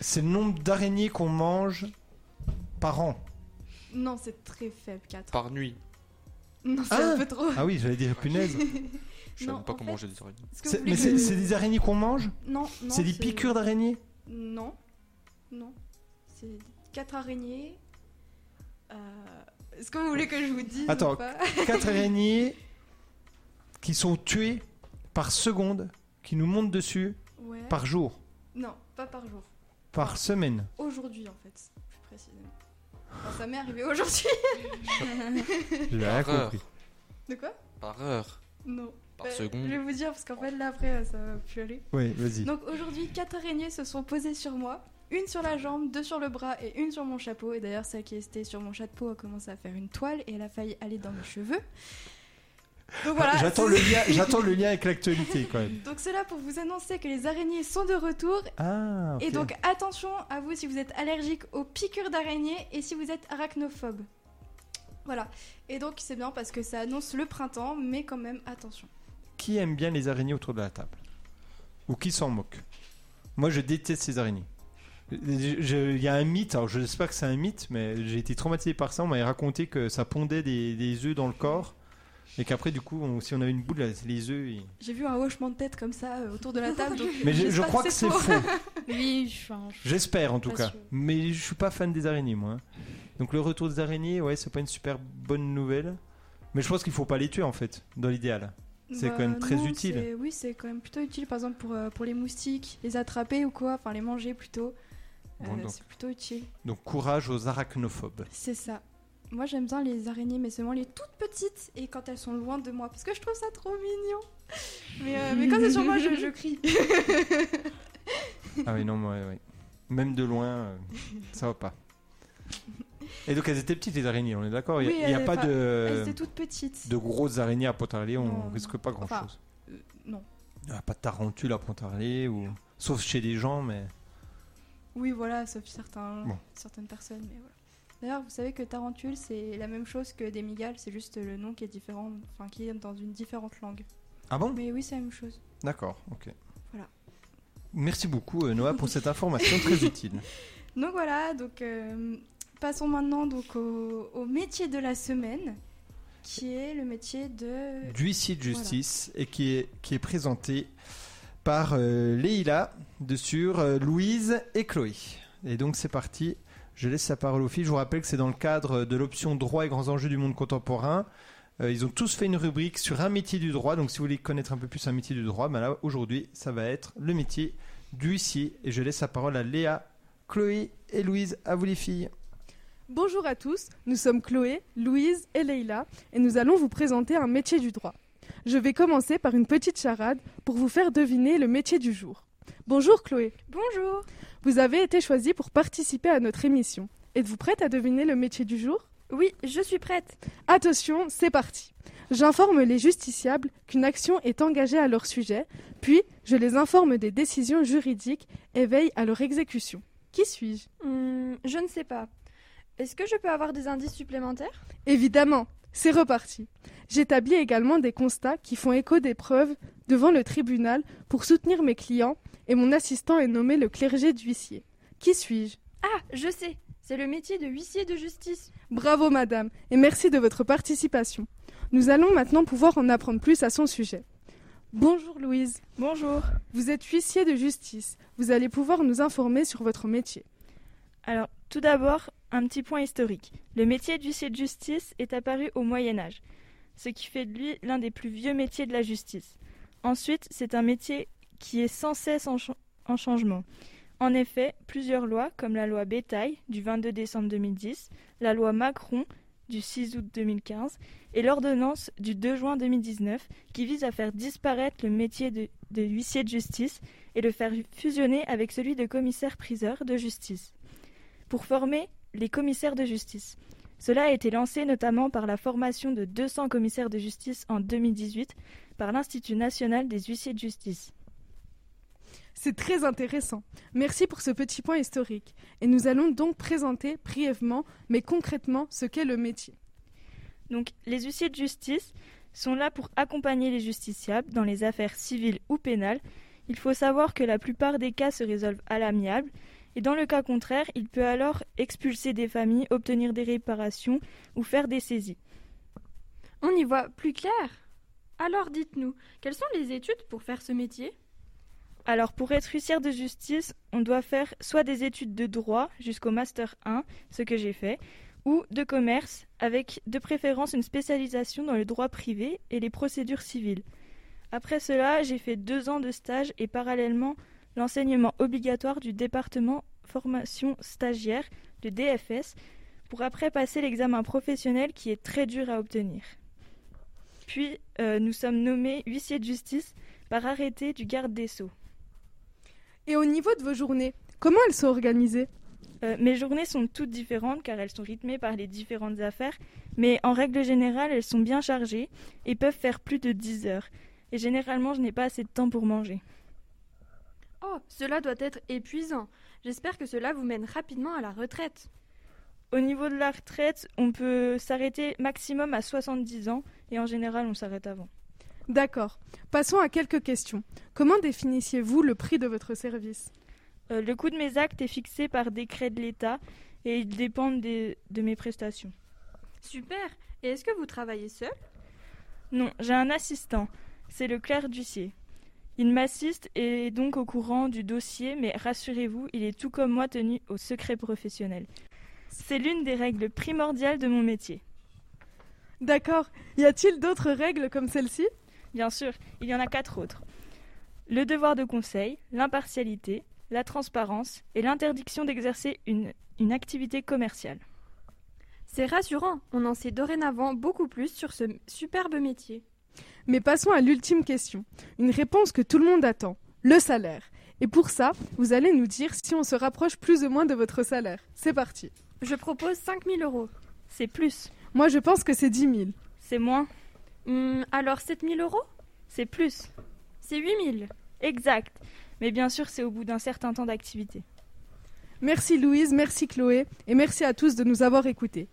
C'est le nombre d'araignées qu'on mange par an.
Non, c'est très faible, 4.
Par nuit.
Non, c'est un peu trop.
Ah oui, j'allais dire punaise.
Je sais
Non,
même pas
en
comment
fait,
manger des araignées.
ce que vous
C'est-
voulez
Mais
que
c'est
je-
c'est des araignées qu'on mange
Non, non.
C'est des piqûres d'araignées
Non, non. C'est 4 araignées. Euh, Est-ce que vous voulez que je vous dise ou
Attends,
pas
4 araignées qui sont tuées par seconde, qui nous montent dessus
Ouais.
par jour,
Non, pas par jour.
par semaine.
Aujourd'hui, en fait, plus précisément. Enfin, ça m'est arrivé aujourd'hui.
J'ai rien
Horreur.
compris.
De quoi
Par heure.
Non.
Par
Bah,
seconde.
Je vais vous dire parce qu'en fait là après euh, ça va plus aller.
Oui, vas-y.
Donc aujourd'hui, quatre araignées se sont posées sur moi. Une sur la jambe, deux sur le bras et une sur mon chapeau. Et d'ailleurs, celle qui était sur mon chapeau a commencé à faire une toile et elle a failli aller dans mes cheveux. Donc voilà.
Ah, J'attends le, lien- j'attends le lien avec l'actualité quand même.
Donc c'est là pour vous annoncer que les araignées sont de retour.
Ah,
Et
ok.
donc attention à vous si vous êtes allergique aux piqûres d'araignées et si vous êtes arachnophobe. Voilà. Et donc c'est bien parce que ça annonce le printemps, mais quand même attention.
Qui aime bien les araignées autour de la table Ou qui s'en moque Moi, je déteste ces araignées. Je- je- Il y a un mythe, alors je sais pas que c'est un mythe, mais j'ai été traumatisé par ça. On m'avait raconté que ça pondait des, des œufs dans le corps et qu'après, du coup, on- si on avait une boule, les œufs. ils-
J'ai vu un hochement de tête comme ça euh, autour de la table. donc
Mais je- je
j'espère
crois que c'est
oui, je suis un-
J'espère en tout
Pas
cas.
sûr.
Mais je suis pas fan des araignées, moi. hein. Donc le retour des araignées, ouais, c'est pas une super bonne nouvelle. Mais je pense qu'il faut pas les tuer en fait, dans l'idéal. C'est
Bah,
quand même très
non,
utile.
c'est- Oui, c'est quand même plutôt utile, par exemple, pour, euh, pour les moustiques, les attraper ou quoi, enfin les manger plutôt. Euh,
Bon, donc.
c'est plutôt utile.
Donc courage aux arachnophobes.
C'est ça. Moi, j'aime bien les araignées, mais seulement les toutes petites et quand elles sont loin de moi, parce que je trouve ça trop mignon. Mais, euh, mais quand c'est sur moi, je, je crie.
Ah oui, non, moi, oui. Même de loin, euh, ça va pas. Et donc elles étaient petites les araignées, on est d'accord Il
Oui,
n'y a,
elles-
pas
enfin, Elles
de,
étaient toutes petites.
de grosses araignées à Pontarlier, on
Non.
risque pas grand
Enfin,
chose.
euh, non.
Il n'y a pas de tarentule à Pontarlier, ou... sauf chez des gens, mais.
Oui, voilà, sauf certains,
Bon.
certaines personnes, mais voilà. D'ailleurs, vous savez que tarentule, c'est la même chose que des migales, c'est juste le nom qui est différent, enfin qui est dans une différente langue.
Ah bon
Mais oui, c'est la même chose.
D'accord, ok.
Voilà.
Merci beaucoup euh, Noah pour cette information très utile.
Donc voilà, donc euh, passons maintenant donc au, au métier de la semaine, qui est le métier de
D'huissier de justice et qui est, qui est présenté par euh, Leïla de sur euh, Louise et Chloé. Et donc c'est parti, je laisse la parole aux filles. Je vous rappelle que c'est dans le cadre de l'option droit et grands enjeux du monde contemporain. Euh, ils ont tous fait une rubrique sur un métier du droit, donc si vous voulez connaître un peu plus un métier du droit, ben là aujourd'hui ça va être le métier d'huissier. Et je laisse la parole à Léa, Chloé et Louise, à vous les filles.
Bonjour à tous, nous sommes Chloé, Louise et Leïla et nous allons vous présenter un métier du droit. Je vais commencer par une petite charade pour vous faire deviner le métier du jour. Bonjour Chloé. Bonjour. Vous avez été choisie pour participer à notre émission. Êtes-vous prête à deviner le métier du jour Oui, je suis prête. Attention, c'est parti. J'informe les justiciables qu'une action est engagée à leur sujet, puis je les informe des décisions juridiques et veille à leur exécution. Qui suis-je
Hmm, je ne sais pas. Est-ce que je peux avoir des indices supplémentaires
Évidemment, c'est reparti. J'établis également des constats qui font écho des preuves devant le tribunal pour soutenir mes clients et mon assistant est nommé le clergé d'huissier. Qui suis-je
Ah, je sais. C'est le métier de huissier de justice.
Bravo madame et merci de votre participation. Nous allons maintenant pouvoir en apprendre plus à son sujet. Bonjour Louise. Bonjour. Vous êtes huissier de justice. Vous allez pouvoir nous informer sur votre métier.
Alors, tout d'abord, un petit point historique. Le métier d'huissier de justice est apparu au Moyen Âge, ce qui fait de lui l'un des plus vieux métiers de la justice. Ensuite, c'est un métier qui est sans cesse en, cha- en changement. En effet, plusieurs lois, comme la loi Bétail du 22 décembre 2010, la loi Macron du 6 août 2015 et l'ordonnance du 2 juin 2019, qui vise à faire disparaître le métier de, de huissier de justice et le faire fusionner avec celui de commissaire-priseur de justice pour former les commissaires de justice. Cela a été lancé notamment par la formation de 200 commissaires de justice en 2018 par l'Institut national des huissiers de justice.
C'est très intéressant. Merci pour ce petit point historique. Et nous allons donc présenter brièvement, mais concrètement, ce qu'est le métier.
Donc, les huissiers de justice sont là pour accompagner les justiciables dans les affaires civiles ou pénales. Il faut savoir que la plupart des cas se résolvent à l'amiable, et dans le cas contraire, il peut alors expulser des familles, obtenir des réparations ou faire des saisies.
On y voit plus clair Alors dites-nous, quelles sont les études pour faire ce métier
Alors pour être huissière de justice, on doit faire soit des études de droit jusqu'au master 1, ce que j'ai fait, ou de commerce, avec de préférence une spécialisation dans le droit privé et les procédures civiles. Après cela, j'ai fait deux ans de stage et parallèlement l'enseignement obligatoire du département formation stagiaire, le DFS, pour après passer l'examen professionnel qui est très dur à obtenir. Puis euh, nous sommes nommés huissiers de justice par arrêté du garde des sceaux.
Et au niveau de vos journées, comment elles sont organisées
Euh, mes journées sont toutes différentes car elles sont rythmées par les différentes affaires, mais en règle générale, elles sont bien chargées et peuvent faire plus de 10 heures. Et généralement, je n'ai pas assez de temps pour manger.
Oh, cela doit être épuisant. J'espère que cela vous mène rapidement à la retraite.
Au niveau de la retraite, on peut s'arrêter maximum à 70 ans et en général, on s'arrête avant.
D'accord. Passons à quelques questions. Comment définissiez-vous le prix de votre service
Euh, le coût de mes actes est fixé par décret de l'État et il dépend des- de mes prestations.
Super Et est-ce que vous travaillez seul
Non, j'ai un assistant. C'est le clerc d'huissier. Il m'assiste et est donc au courant du dossier, mais rassurez-vous, il est tout comme moi tenu au secret professionnel. C'est l'une des règles primordiales de mon métier.
D'accord. Y a-t-il d'autres règles comme celle-ci
Bien sûr, il y en a quatre autres. Le devoir de conseil, l'impartialité, la transparence et l'interdiction d'exercer une, une activité commerciale.
C'est rassurant, on en sait dorénavant beaucoup plus sur ce superbe métier.
Mais passons à l'ultime question, une réponse que tout le monde attend, le salaire. Et pour ça, vous allez nous dire si on se rapproche plus ou moins de votre salaire. C'est parti.
Je propose 5000 euros.
C'est plus.
Moi, je pense que c'est 10 000.
C'est moins.
Hmm, alors 7000 euros
C'est plus.
C'est 8000.
Exact. Mais bien sûr, c'est au bout d'un certain temps d'activité.
Merci Louise, merci Chloé, et merci à tous de nous avoir écoutés.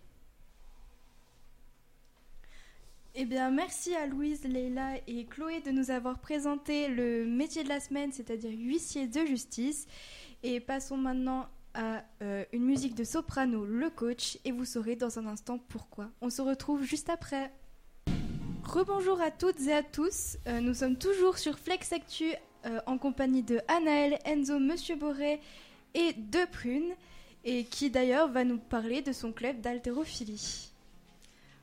Eh bien, merci à Louise, Leila et Chloé de nous avoir présenté le métier de la semaine, c'est-à-dire huissier de justice. Et passons maintenant à euh, une musique de soprano, le coach, et vous saurez dans un instant pourquoi. On se retrouve juste après. Rebonjour à toutes et à tous. Euh, nous sommes toujours sur Flex Actu euh, en compagnie de Anaël, Enzo, Monsieur Boré et De Prune, et qui d'ailleurs va nous parler de son club d'haltérophilie.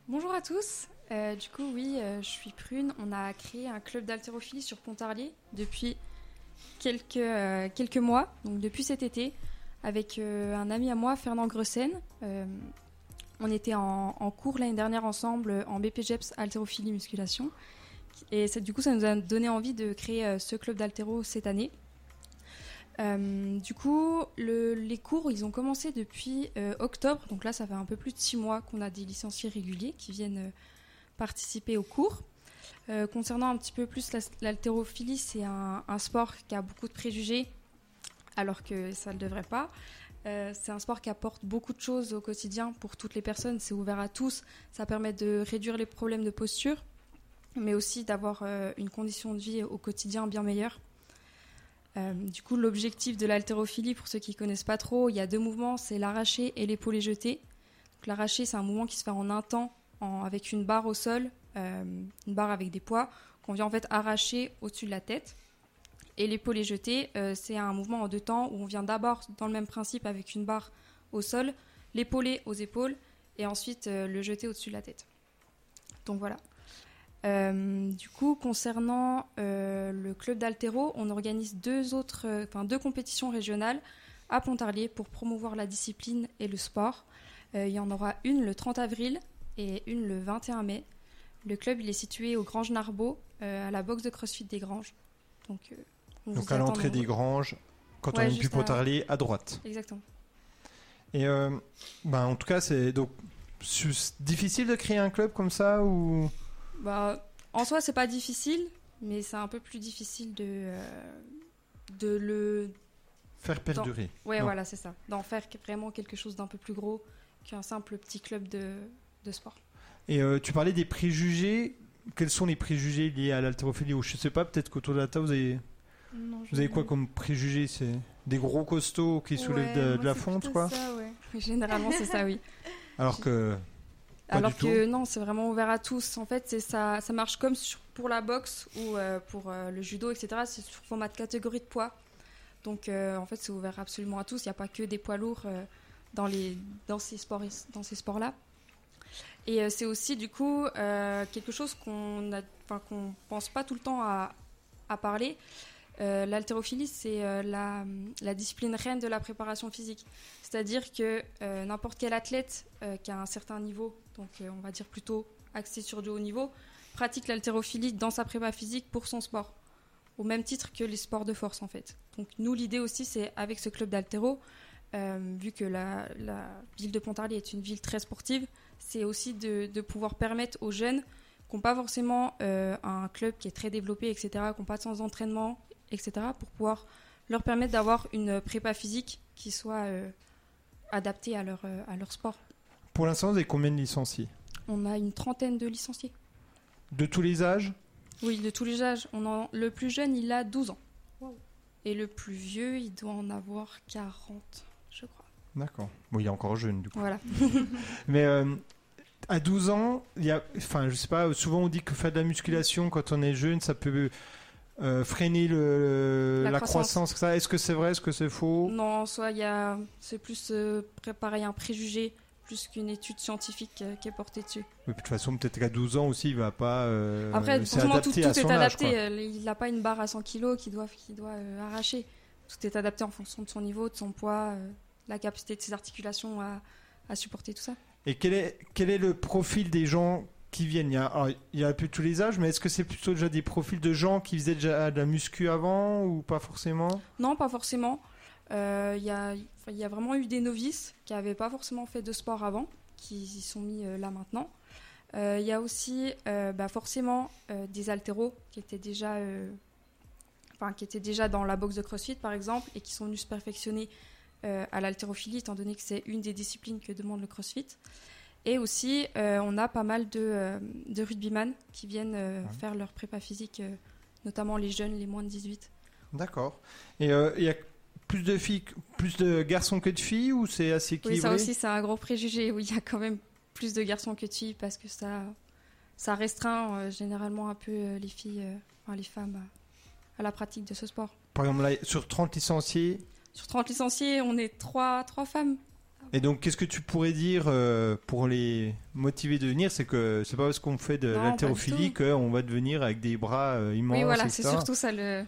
Bonjour à tous. Euh, du coup, oui, euh, je suis Prune. On a créé un club d'haltérophilie sur Pontarlier depuis quelques, euh, quelques mois, donc depuis cet été, avec euh, un ami à moi, Fernand Gressen. Euh, on était en, en cours l'année dernière ensemble euh, en BPGEPS haltérophilie musculation. Et ça- du coup, ça nous a donné envie de créer euh, ce club d'haltéro cette année. Euh, du coup, le- les cours, ils ont commencé depuis euh, octobre. Donc là, ça fait un peu plus de six mois qu'on a des licenciés réguliers qui viennent euh, participer aux cours. Euh, concernant un petit peu plus l'as- l'haltérophilie, c'est un, un sport qui a beaucoup de préjugés, alors que ça ne devrait pas. Euh, c'est un sport qui apporte beaucoup de choses au quotidien pour toutes les personnes. C'est ouvert à tous. Ça permet de réduire les problèmes de posture, mais aussi d'avoir euh, une condition de vie au quotidien bien meilleure. Euh, du coup, l'objectif de l'haltérophilie, pour ceux qui connaissent pas trop, il y a deux mouvements, c'est l'arraché et l'épaulé jeté. Donc, L'arraché, c'est un mouvement qui se fait en un temps, en- avec une barre au sol, euh, une barre avec des poids, qu'on vient en fait arracher au-dessus de la tête. Et l'épaulé jeté, euh, c'est un mouvement en deux temps où on vient d'abord dans le même principe avec une barre au sol, l'épaulé aux épaules et ensuite euh, le jeter au-dessus de la tête. Donc voilà. Euh, du coup, concernant euh, le club d'Altero, on organise deux autres, euh, enfin deux compétitions régionales à Pontarlier pour promouvoir la discipline et le sport. Euh, il y en aura une le 30 avril et une le 21 mai. Le club il est situé aux Granges Narbeau, euh, à la boxe de CrossFit des Granges. Donc, euh, on
Donc
vous
à
y attend
l'entrée des
nombreux.
granges, quand
Ouais,
on est du
juste à-
Pontarlier, à droite.
Exactement.
Et euh, ben, en tout cas, c'est donc C'est difficile de créer un club comme ça ou
Bah, en soi, c'est pas difficile, mais c'est un peu plus difficile de, euh, de le.
Faire
d'en-
perdurer.
Ouais,
Non.
voilà, c'est ça. D'en faire que- vraiment quelque chose d'un peu plus gros qu'un simple petit club de, de sport.
Et euh, tu parlais des préjugés. Quels sont les préjugés liés à l'haltérophilie Ou je sais pas, peut-être qu'autour de la table, vous avez,
Non,
vous avez quoi comme préjugés C'est des gros costauds qui soulèvent de- de, la fonte, quoi
Généralement, c'est ça, oui.
Alors que. Pas
Alors
du
que
tout.
non, c'est vraiment ouvert à tous. En fait, c'est ça, ça marche comme sur- pour la boxe ou euh, pour euh, le judo, etc. C'est sur format de catégorie de poids. Donc, euh, en fait, c'est ouvert absolument à tous. Il n'y a pas que des poids lourds euh, dans, les, dans ces sports, dans ces sports-là. Et euh, c'est aussi, du coup, euh, quelque chose qu'on ne pense pas tout le temps à, à parler. Euh, L'haltérophilie, c'est euh, la, la discipline reine de la préparation physique. C'est-à-dire que euh, n'importe quel athlète euh, qui a un certain niveau, donc euh, on va dire plutôt axé sur du haut niveau, pratique l'haltérophilie dans sa prépa physique pour son sport, au même titre que les sports de force en fait. Donc nous, l'idée aussi, c'est avec ce club d'haltéro, euh, vu que la, la ville de Pontarlier est une ville très sportive, c'est aussi de, de pouvoir permettre aux jeunes qui n'ont pas forcément euh, un club qui est très développé, etc., qui n'ont pas de sens d'entraînement, etc., pour pouvoir leur permettre d'avoir une prépa physique qui soit euh, adaptée à leur, euh, à leur sport.
Pour l'instant, vous avez combien de licenciés
On a une trentaine de licenciés.
De tous les âges
Oui, de tous les âges. On en- Le plus jeune, il a 12 ans. Et le plus vieux, il doit en avoir 40, je crois.
D'accord. Bon, il est encore jeune, du coup.
Voilà.
Mais euh, à 12 ans, il y a, enfin, je sais pas, souvent on dit que faire de la musculation quand on est jeune, ça peut euh, freiner le,
La
la,
croissance.
croissance. ça. Est-ce que c'est vrai, est-ce que c'est faux
Non, en soi, il y a... c'est plus euh, préparer un préjugé, plus qu'une étude scientifique euh, qui est portée dessus.
Oui, puis de toute façon, peut-être qu'à 12 ans aussi, il va pas. euh,
Après,
c'est
franchement, tout,
adapté
tout
à
est
son âge,
adapté.
quoi.
Euh, Il n'a pas une barre à 100 kg qu'il doit, qu'il doit euh, arracher. Tout est adapté en fonction de son niveau, de son poids, euh, la capacité de ses articulations à, à supporter tout ça.
Et quel est, quel est le profil des gens qui viennent il y, a, alors, il y a un peu de tous les âges, mais est-ce que c'est plutôt déjà des profils de gens qui faisaient déjà de la muscu avant ou pas forcément
Non, pas forcément. Euh, Il y, a, enfin, il y a vraiment eu des novices qui n'avaient pas forcément fait de sport avant, qui s'y sont mis euh, là maintenant. Euh, Il y a aussi euh, bah, forcément euh, des altéros qui étaient déjà, euh, enfin, qui étaient déjà dans la boxe de CrossFit par exemple et qui sont venus se perfectionner euh, à l'haltérophilie étant donné que c'est une des disciplines que demande le CrossFit. Et aussi, euh, on a pas mal de, euh, de rugbyman qui viennent euh, faire leur prépa physique, euh, notamment les jeunes, les moins de 18.
D'accord. Et euh, il y a plus de filles, que- plus de garçons que de filles ou c'est assez
Oui,
équilibré
ça aussi, c'est un gros préjugé où il y a quand même plus de garçons que de filles parce que ça, ça restreint euh, généralement un peu euh, les filles, euh, enfin, les femmes euh, à, à la pratique de ce sport.
Par exemple, là, sur 30 licenciés,
Sur 30 licenciés, on est 3, trois femmes.
et donc qu'est-ce que tu pourrais dire euh, pour les motiver de venir C'est que c'est pas parce qu'on fait de
Non, pas du
l'haltérophilie qu'on va devenir avec des bras euh, immenses.
oui, voilà,
etc.
c'est surtout ça le,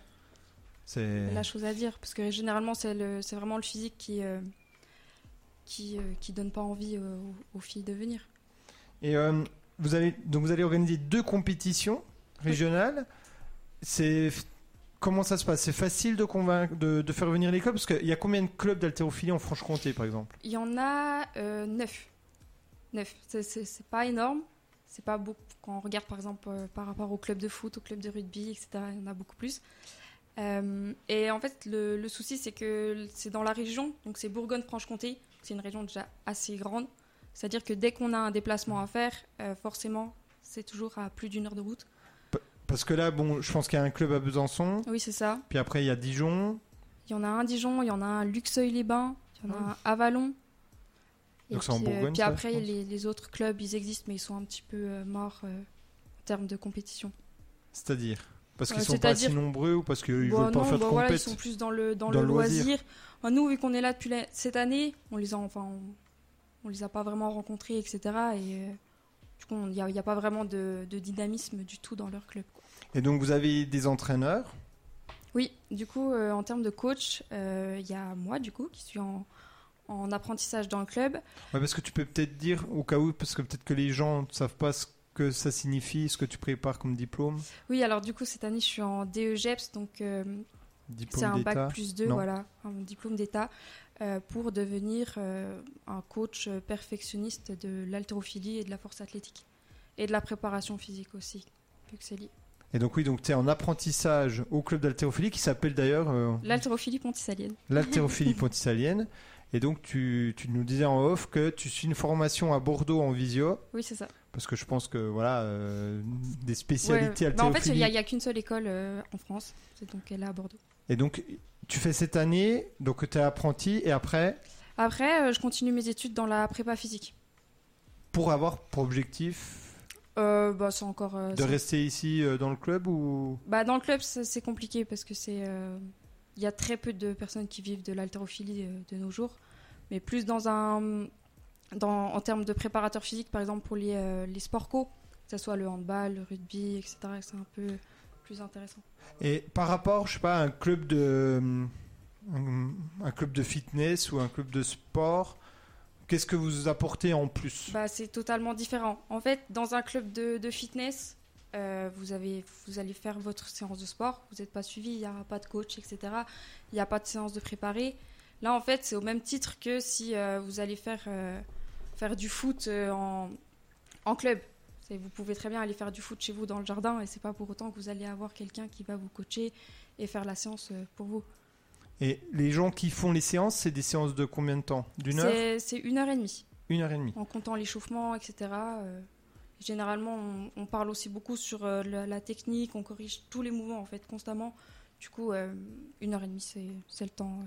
C'est-
la chose à dire parce que généralement, c'est le- c'est vraiment le physique qui, euh, qui, euh, qui donne pas envie euh, aux, aux filles de venir.
Et euh, vous allez donc vous allez organiser deux compétitions régionales. C'est comment ça se passe C'est facile de convaincre, de, de faire venir les clubs parce qu'il y a combien de clubs d'haltérophilie en Franche-Comté, par exemple
Il y en a euh, neuf. Neuf. C'est- C'est c'est pas énorme. C'est pas beaucoup. Quand on regarde par exemple euh, par rapport au club de foot, au club de rugby, etc., il y en a beaucoup plus. Euh, et en fait, le, le souci, c'est que c'est dans la région. Donc c'est Bourgogne-Franche-Comté. C'est une région déjà assez grande. C'est-à-dire que dès qu'on a un déplacement à faire, euh, forcément, c'est toujours à plus d'une heure de route.
Parce que là, bon, je pense qu'il y a un club à Besançon.
Oui, c'est ça.
Puis après, il y a Dijon.
Il y en a un à Dijon, il y en a un à Luxeuil-les-Bains, il y en a
Ah oui.
un à Vallon.
Donc c'est en
puis, euh,
Bourgogne,
puis
ça, je
après,
pense.
les, les autres clubs, ils existent, mais ils sont un petit peu euh, morts euh, en termes de compétition.
C'est-à-dire Parce qu'ils
Euh,
sont pas
c'est-à-dire-
si nombreux ou parce qu'ils
Bah
veulent pas
non,
faire de
bah
compétition
voilà, ils sont plus dans le, dans le loisir. Enfin, nous, vu qu'on est là depuis la- cette année, on les a, enfin, on, on les a pas vraiment rencontrés, etc. Et euh, du coup, il n'y a, il y a pas vraiment de, de dynamisme du tout dans leur club. quoi.
Et donc, vous avez des entraîneurs.
Oui, du coup, euh, en termes de coach, euh, il y a moi, du coup, qui suis en, en apprentissage dans le club.
Ouais, parce que tu peux peut-être dire, au cas où, parce que peut-être que les gens ne savent pas ce que ça signifie, ce que tu prépares comme diplôme.
Oui, alors du coup, cette année, je suis en DEGEPS, donc euh,
Diplôme
c'est un
d'État
bac plus 2,
Non.
voilà, un diplôme d'État. euh, pour devenir euh, un coach perfectionniste de l'haltérophilie et de la force athlétique et de la préparation physique aussi, vu que c'est lié.
Et donc, oui, donc tu es en apprentissage au club d'haltérophilie qui s'appelle d'ailleurs euh,
L'haltérophilie pontisalienne.
l'haltérophilie pontissalienne. Et donc, tu, tu nous disais en off que tu suis une formation à Bordeaux en visio.
Oui, c'est ça.
Parce que je pense que voilà, euh, des spécialités
Ouais, bah en fait, il
haltérophilie.
n'y a, il y a qu'une seule école euh, en France, c'est donc elle est à Bordeaux.
Et donc, tu fais cette année, donc tu es apprenti, et après,
Après, euh, je continue mes études dans la prépa physique.
pour avoir pour objectif
Euh, bah, c'est encore. euh,
de
c'est-
rester ici euh, dans le club ou
Bah, dans le club, c'est c'est compliqué parce que c'est. euh, Il y a très peu de personnes qui vivent de l'haltérophilie euh, de nos jours. Mais plus dans un. Dans, en termes de préparateur physique, par exemple, pour les, euh, les sports co, que ce soit le handball, le rugby, etc., c'est un peu plus intéressant.
Et par rapport, je sais pas, à un club de un un club de fitness ou un club de sport, qu'est-ce que vous apportez en plus
Bah, c'est totalement différent. En fait, dans un club de, de fitness, euh, vous, avez, vous allez faire votre séance de sport, vous n'êtes pas suivi, il n'y a pas de coach, etc. Il n'y a pas de séance de préparée. Là, en fait, c'est au même titre que si euh, vous allez faire, euh, faire du foot euh, en, en club. C'est- Vous pouvez très bien aller faire du foot chez vous dans le jardin et c'est pas pour autant que vous allez avoir quelqu'un qui va vous coacher et faire la séance euh, pour vous.
Et les gens qui font les séances, c'est des séances de combien de temps D'une heure
C'est c'est une heure et demie.
Une heure et demie.
en comptant l'échauffement, etc. Euh, généralement, on, on parle aussi beaucoup sur euh, la, la technique, on corrige tous les mouvements en fait constamment. Du coup, euh, une heure et demie, c'est c'est le temps.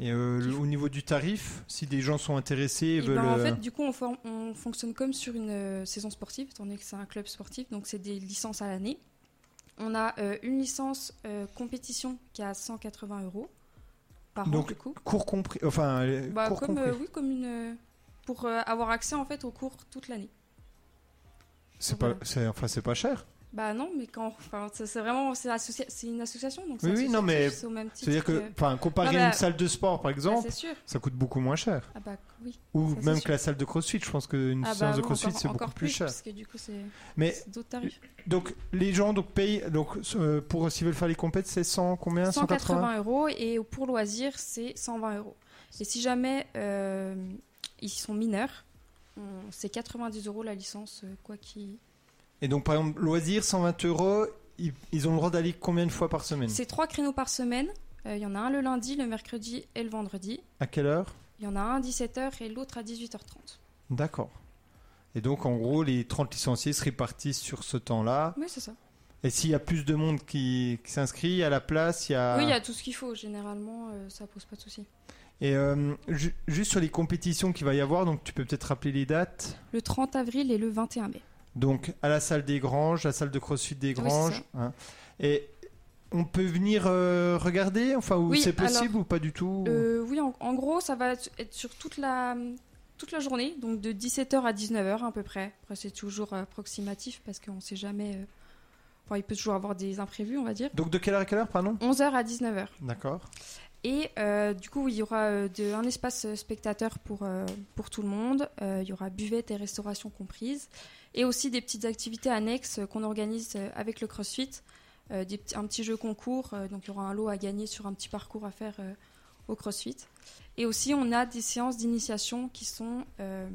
Et euh, le- au niveau du tarif, si des gens sont intéressés et
Et
veulent
ben, en
euh,
fait, du coup, on, for- on fonctionne comme sur une euh, saison sportive, étant donné que c'est un club sportif, donc c'est des licences à l'année. On a euh, une licence euh, compétition qui est à 180 euros par an,
donc
du coup.
cours compris, enfin euh,
Bah,
cours
comme, euh,
compris.
oui, comme une, euh, pour euh, avoir accès en fait aux cours toute l'année.
c'est pas, c'est- enfin c'est pas cher.
Bah non, mais quand, enfin, ça, c'est vraiment, c'est associa- c'est une association, donc.
Oui,
c'est
oui, non, mais
associatif, c'est au même titre
c'est-à-dire que, enfin, comparé
Ah
à
bah,
une salle de sport, par exemple,
c'est sûr.
ça coûte beaucoup moins cher.
Ah bah oui.
Ou
ça, c'est
même
sûr.
que la salle de CrossFit, je pense qu'une
Ah bah
séance de
oui,
CrossFit
encore-
c'est beaucoup
encore
plus, cher.
Parce que du coup, c'est.
Mais
c'est d'autres tarifs.
donc les gens donc payent donc euh, pour s'ils veulent faire les compètes, c'est 100 combien
180 euros et pour loisirs, c'est 120 euros. Et si jamais euh, ils sont mineurs, on- c'est 90 euros la licence, euh, quoi qu'il.
Et donc par exemple loisirs 120 euros, ils, ils ont le droit d'aller combien de fois par semaine
C'est trois créneaux par semaine. Euh, Il y en a un le lundi, le mercredi et le vendredi.
À quelle heure
Il y en a un à 17h et l'autre à 18h30.
D'accord. Et donc en gros les 30 licenciés se répartissent sur ce temps-là.
Oui, c'est ça.
Et s'il y a plus de monde qui, qui s'inscrit à la place, il y a
Oui, il y a tout ce qu'il faut. Généralement, euh, ça pose pas de souci.
Et euh, ju- juste sur les compétitions qu'il va y avoir, donc tu peux peut-être rappeler les dates.
Le 30 avril et le 21 mai.
Donc à la salle des Granges, la salle de CrossFit des
c'est
Granges. hein. Et on peut venir euh, regarder, enfin, ou
Oui,
c'est possible
alors,
ou pas du tout
Euh, oui, en, en gros, ça va être être sur toute la, toute la journée, donc de 17h à 19h à peu près. Après, c'est toujours euh, approximatif parce qu'on sait jamais. euh, enfin, il peut toujours avoir des imprévus, on va dire.
Donc de quelle heure à quelle heure, pardon
11h à 19h.
D'accord.
Et euh, du coup, il y aura euh, de- un espace euh, spectateur pour, euh, pour tout le monde. Euh, il y aura buvette et restauration comprises. Et aussi des petites activités annexes euh, qu'on organise euh, avec le CrossFit. Euh, des petits- un petit jeu concours. euh, donc, il y aura un lot à gagner sur un petit parcours à faire euh, au CrossFit. Et aussi, on a des séances d'initiation qui, sont, euh,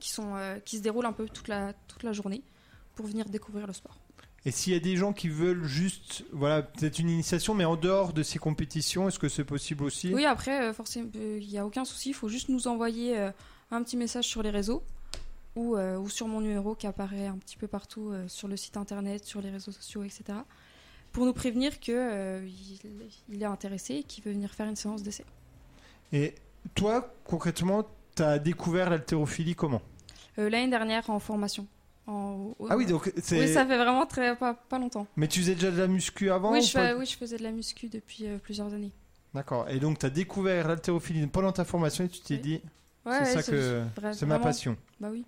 qui, sont, euh, qui se déroulent un peu toute la, toute la journée pour venir découvrir le sport.
Et s'il y a des gens qui veulent juste, voilà, peut-être une initiation, mais en dehors de ces compétitions, est-ce que c'est possible aussi
Oui, après, euh, forcément, euh, il n'y a aucun souci. Il faut juste nous envoyer euh, un petit message sur les réseaux ou, euh, ou sur mon numéro qui apparaît un petit peu partout euh, sur le site internet, sur les réseaux sociaux, etc. Pour nous prévenir que euh, il, il est intéressé et qu'il veut venir faire une séance d'essai.
Et toi, concrètement, t'as découvert l'haltérophilie comment
Euh, L'année dernière, en formation. En- au-
Ah oui, donc c'est-
Oui, ça fait vraiment très, pas, pas longtemps.
Mais tu faisais déjà de la muscu avant
oui,
ou
je
pas
fais- oui, je faisais de la muscu depuis euh, plusieurs années.
D'accord. Et donc, tu as découvert l'haltérophilie pendant ta formation et tu t'es dit,
Ouais,
c'est
ouais,
ça que
vra-
c'est ma
vraiment-
passion.
Bah oui.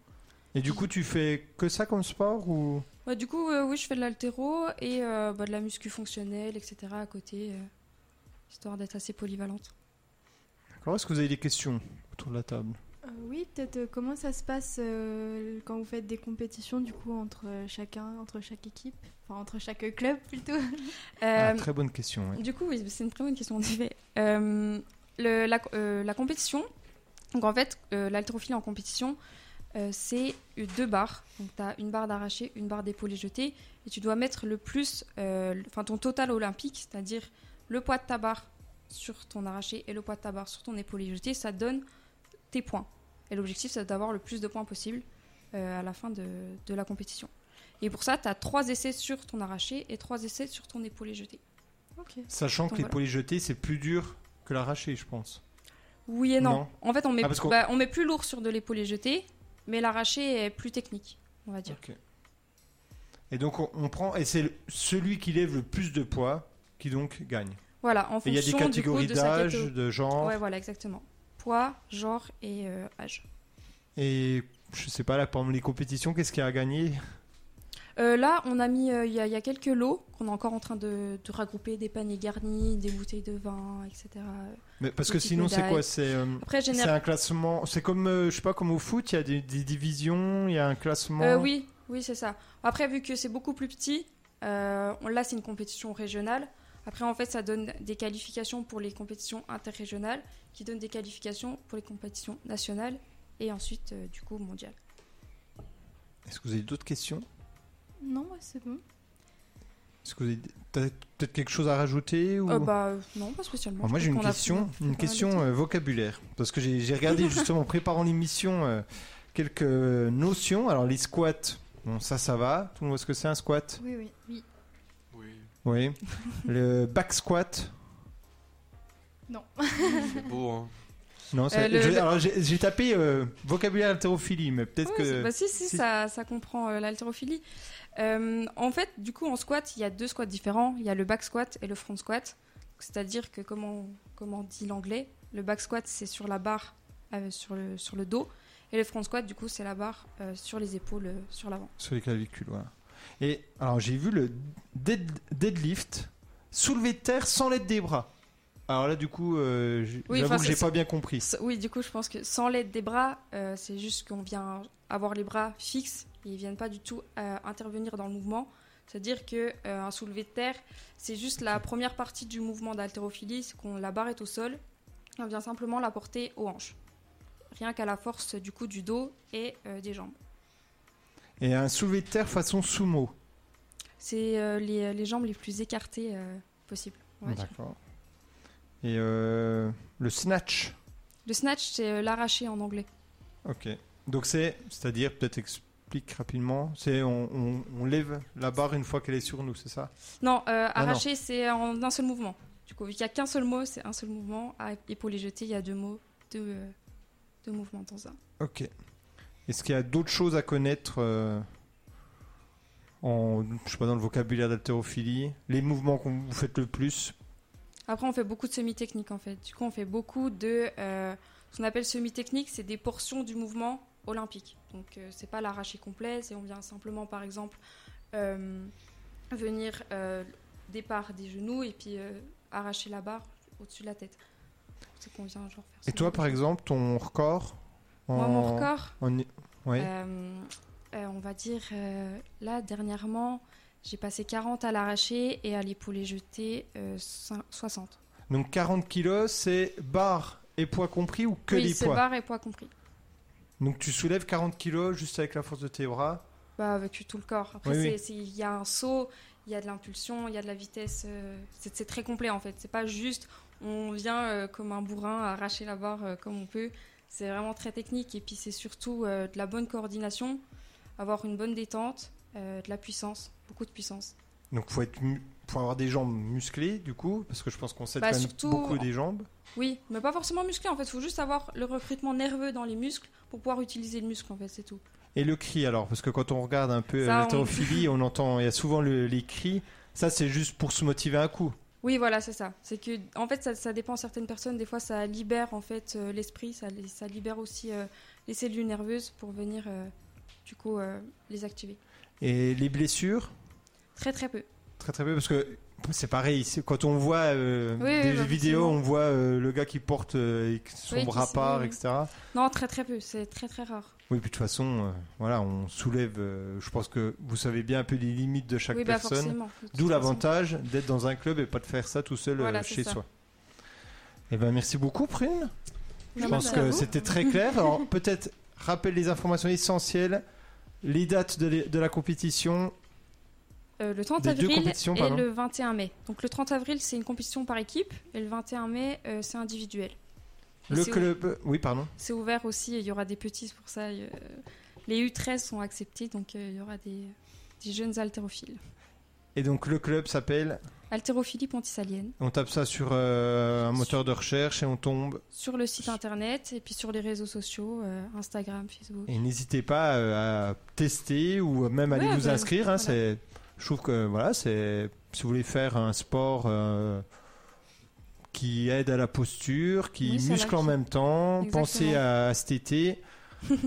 Et du coup, tu fais que ça comme sport ou
Ouais, du coup, euh, oui, je fais de l'altéro et euh, bah, de la muscu fonctionnelle, etc. à côté, euh, histoire d'être assez polyvalente.
D'accord. Est-ce que vous avez des questions autour de la table
Euh, oui, peut-être euh, comment ça se passe euh, quand vous faites des compétitions du coup entre euh, chacun, entre chaque équipe, enfin entre chaque club plutôt.
Ah,
Euh,
Très bonne question. ouais.
Du coup, oui, c'est une très bonne question. en effet. Euh, le- la, euh, la compétition, donc en fait, euh, l'haltérophilie en compétition, euh, c'est deux barres. Donc tu as une barre d'arraché, une barre d'épaulé jeté, et tu dois mettre le plus, euh, le- enfin ton total olympique, c'est-à-dire le poids de ta barre sur ton arraché et le poids de ta barre sur ton épaulé jeté, ça donne tes points. Et l'objectif, c'est d'avoir le plus de points possible euh, à la fin de, de la compétition. Et pour ça, tu as trois essais sur ton arraché et trois essais sur ton épaulé jeté.
Sachant
Donc
que
voilà.
l'épaulé jeté, c'est plus dur que l'arraché, je pense.
Oui et non.
Non.
En fait, on met,
Ah, parce qu'on-
bah, on met plus lourd sur de l'épaulé jeté, mais l'arraché est plus technique, on va dire.
Ok. Et donc, on, on prend. Et c'est le- celui qui lève le plus de poids qui donc gagne.
Voilà, en
Et Il y a des
fonction du coup,
catégories
de sa
d'âge,
catho-
de genre.
Ouais, voilà, exactement. Poids, genre et euh, âge.
Et je sais pas, là, parmi les compétitions, qu'est-ce qu'il y a à gagner
Euh, là, on a mis, euh, il y, a- il y a quelques lots qu'on est encore en train de, de regrouper, des paniers garnis, des bouteilles de vin, etc.
Mais parce
Des
que
petites
sinon, c'est
médailles.
quoi C'est euh,
Après,
c'est
général-
un classement. C'est comme, euh, je sais pas, comme au foot, il y a des, des divisions, il y a un classement.
Euh, oui, oui, c'est ça. Après, vu que c'est beaucoup plus petit, euh, on- là, c'est une compétition régionale. Après, en fait, ça donne des qualifications pour les compétitions interrégionales, qui donnent des qualifications pour les compétitions nationales, et ensuite, euh, du coup, mondiales.
Est-ce que vous avez d'autres questions
Non, ouais, c'est bon.
Est-ce que vous avez t'as peut-être quelque chose à rajouter ou...
Euh, bah, euh, non, pas spécialement.
Alors moi
Je
j'ai une
trouve qu'on a-
question,
on a
une
pas mal
question
de temps.
euh, vocabulaire parce que j'ai j'ai regardé justement en préparant l'émission euh, quelques notions. Alors les squats, bon ça ça va, tout le monde voit ce que c'est un squat.
Oui, oui. Oui.
Oui. le back squat.
Non.
C'est beau, hein.
Non, ça-
Euh, le-
je-
le-
alors j'ai j'ai tapé euh, vocabulaire haltérophilie, mais peut-être
Ouais,
que
c'est- bah, si, si, Ça, ça comprend euh, l'haltérophilie. Euh, en fait, du coup, en squat, il y a deux squats différents. Il y a le back squat et le front squat. C'est-à-dire que, comment, comment dit l'anglais, le back squat, c'est sur la barre, euh, sur, le, sur le dos. Et le front squat, du coup, c'est la barre euh, sur les épaules, euh, sur l'avant.
sur les clavicules, voilà. Et alors j'ai vu le dead- deadlift, soulever de terre sans l'aide des bras. Alors là du coup, euh, j'-
Oui,
j'avoue
enfin,
que j'ai
c'est-
pas bien compris.
S- Oui, du coup, je pense que sans l'aide des bras, euh, c'est juste qu'on vient avoir les bras fixes. Ils viennent pas du tout euh, intervenir dans le mouvement. C'est-à-dire que euh, un soulevé de terre, c'est juste la première partie du mouvement d'haltérophilie, c'est qu'on la barre est au sol, et on vient simplement la porter aux hanches, rien qu'à la force du coup du dos et euh, des jambes.
Et un soulevé de terre façon sumo.
C'est euh, les, les jambes les plus écartées euh, possible. on va dire.
D'accord. Et euh, le snatch.
Le snatch, c'est euh, l'arraché en anglais.
Ok. Donc c'est, c'est-à-dire, peut-être explique rapidement, c'est on, on- on lève la barre une fois qu'elle est sur nous, c'est ça
Non, euh,
Ah, non.
arracher, c'est en un seul mouvement. Du coup, vu qu'il n'y a qu'un seul mot, c'est un seul mouvement. Ah, À épauler jeter, il y a deux mots, deux, euh, deux mouvements dans un.
Ok. Est-ce qu'il y a d'autres choses à connaître euh, en, je sais pas, dans le vocabulaire d'haltérophilie Les mouvements qu'on vous faites le plus
Après, on fait beaucoup de semi-techniques, en fait. Du coup, on fait beaucoup de... euh, ce qu'on appelle semi-technique, c'est des portions du mouvement olympique. Donc, euh, c'est pas l'arraché complet, c'est on vient simplement, par exemple, euh, venir euh, départ des genoux et puis euh, arracher la barre au-dessus de la tête. C'est qu'on vient, genre, faire
Et toi, par exemple, ton record
Moi, mon record
en- Ouais.
Euh, euh, on va dire, euh, là, dernièrement, j'ai passé 40 à l'arraché et à l'épaulé jeté euh, cin- 60.
Donc 40 kilos, c'est barre et poids compris ou que
oui,
les
c'est
poids
barre et poids compris.
Donc tu soulèves 40 kilos juste avec la force de tes bras.
Bah, avec tout le corps. Après,
Oui,
c'est-
oui.
c'est- il y a un saut, il y a de l'impulsion, il y a de la vitesse. euh, c'est c'est très complet, en fait. C'est pas juste on vient euh, comme un bourrin arracher la barre euh, comme on peut. C'est vraiment très technique. Et puis, c'est surtout euh, de la bonne coordination, avoir une bonne détente, euh, de la puissance, beaucoup de puissance.
Donc faut être mu- faut avoir des jambes musclées du coup parce que je pense qu'on s'aide
Bah,
quand même
surtout-
beaucoup des jambes.
Oui, mais pas forcément musclé en fait. Il faut juste avoir le recrutement nerveux dans les muscles pour pouvoir utiliser le muscle en fait, c'est tout.
Et le cri alors parce que quand on regarde un peu
Ça, on-
l'haltérophilie, on... entend il y a souvent le- les cris. Ça c'est juste pour se motiver un coup.
Oui, voilà, c'est ça. C'est que en fait, ça, ça dépend certaines personnes. Des fois, ça libère en fait euh, l'esprit, ça, les- ça libère aussi euh, les cellules nerveuses pour venir euh, du coup euh, les activer.
Et les blessures
Très très peu.
très très peu parce que c'est pareil c'est- quand on voit euh,
Oui,
des
oui, bah,
vidéos
forcément.
on voit euh, le gars qui porte euh, son
Oui, qui
bras
se-
part
oui, oui.
etc.
Non, très très peu. C'est très très rare.
Oui puis de toute façon euh, voilà on soulève. euh, je pense que vous savez bien un peu les limites de chaque
Oui, bah,
personne.
forcément, de toute
D'où
façon.
l'avantage d'être dans un club et pas de faire ça tout seul euh,
Voilà, c'est
chez
ça.
soi. Eh ben merci beaucoup Prune. Je
Non,
pense
bah,
merci à
que
vous.
c'était très clair. Alors peut-être rappelle les informations essentielles, les dates de, les- de la compétition.
Euh, le 30
Des deux
avril
compétitions,
et
pardon.
le 21 mai. Donc le 30 avril, c'est une compétition par équipe et le 21 mai, euh, c'est individuel. Et
Le
c'est
club,
ou-
oui pardon.
C'est ouvert aussi, il y aura des petits c'est pour ça. euh, les U13 sont acceptés, donc euh, il y aura des, des jeunes haltérophiles.
Et donc le club s'appelle.
Haltérophilie pontisalienne,
On tape ça sur euh, un moteur de recherche et on tombe.
sur le site internet et puis sur les réseaux sociaux, euh, Instagram, Facebook.
Et n'hésitez pas euh, à tester ou même à aller
Ouais,
vous
bah,
inscrire. hein, c'est- je trouve que voilà, c'est si vous voulez faire un sport euh, qui aide à la posture, qui
Oui, ça
muscle
va,
en
qui-
même temps,
Exactement.
pensez à, à cet été,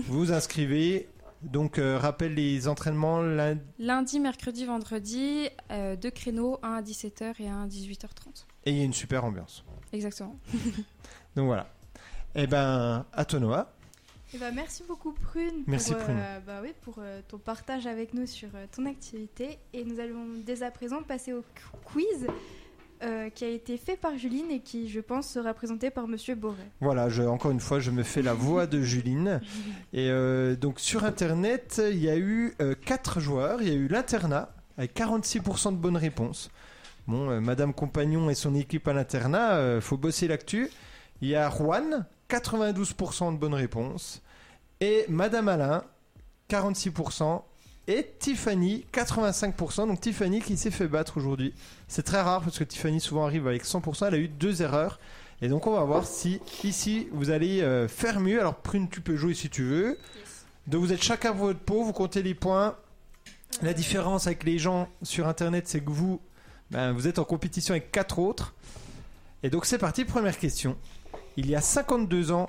vous inscrivez. Donc euh, rappelle les entraînements lundi.
Lundi, mercredi, vendredi, euh, deux créneaux, un à 17h et un à 18h30.
et il y a une super ambiance.
Exactement.
Donc voilà. Et ben à toi Noah.
Eh ben, merci beaucoup Prune pour,
Merci, Prune.
euh, bah oui, pour euh, ton partage avec nous sur euh, ton activité. Et nous allons dès à présent passer au qu- quiz euh, qui a été fait par Juline et qui, je pense, sera présenté par Monsieur Boré.
Voilà, je, encore une fois, je me fais la voix de Juline. Et euh, donc sur Internet, il y a eu 4 joueurs. Il y a eu l'internat avec 46% de bonnes réponses. Bon, euh, Madame Compagnon et son équipe à l'internat, euh, faut bosser l'actu. Il y a Juan, 92% de bonnes réponses. Et Madame Alain, 46%. Et Tiffany, 85%. Donc Tiffany qui s'est fait battre aujourd'hui. C'est très rare parce que Tiffany souvent arrive avec 100%. Elle a eu deux erreurs. Et donc on va voir si ici vous allez euh, faire mieux. Alors Prune, tu peux jouer si tu veux. Donc vous êtes chacun pour votre peau, vous comptez les points. La différence avec les gens sur Internet, c'est que vous, ben, vous êtes en compétition avec quatre autres. Et donc c'est parti, première question. Il y a 52 ans,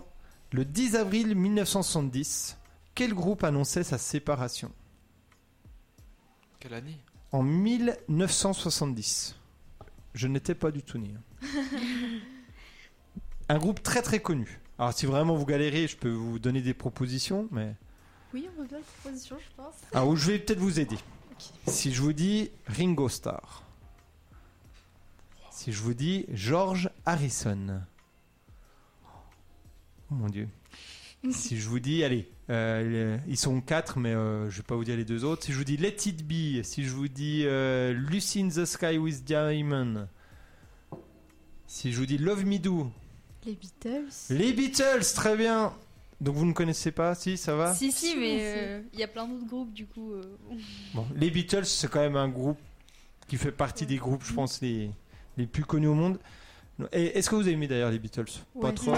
le 10 avril 1970, quel groupe annonçait sa séparation
Quelle année
En 1970. Je n'étais pas du tout né. hein. Un groupe très très connu. Alors si vraiment vous galérez, je peux vous donner des propositions, mais...
Oui, on veut bien la proposition, je pense.
Alors Ah, ou je vais peut-être vous aider. Si je vous dis Ringo Starr. Si je vous dis George Harrison. Oh mon dieu. si je vous dis, allez, euh, le- ils sont quatre, mais euh, je vais pas vous dire les deux autres. Si je vous dis Let It Be, si je vous dis euh, Lucy in the Sky with Diamond, si je vous dis Love Me Do,
Les Beatles.
les Beatles, très bien. Donc vous ne connaissez pas, Euh, si ça va
Si, si,
mais,
mais
euh,
il y a plein d'autres groupes, du coup.
Bon, les Beatles, c'est quand même un groupe qui fait partie des groupes, je pense, les, les plus connus au monde. Et est-ce que vous aimez d'ailleurs les Beatles Pas trop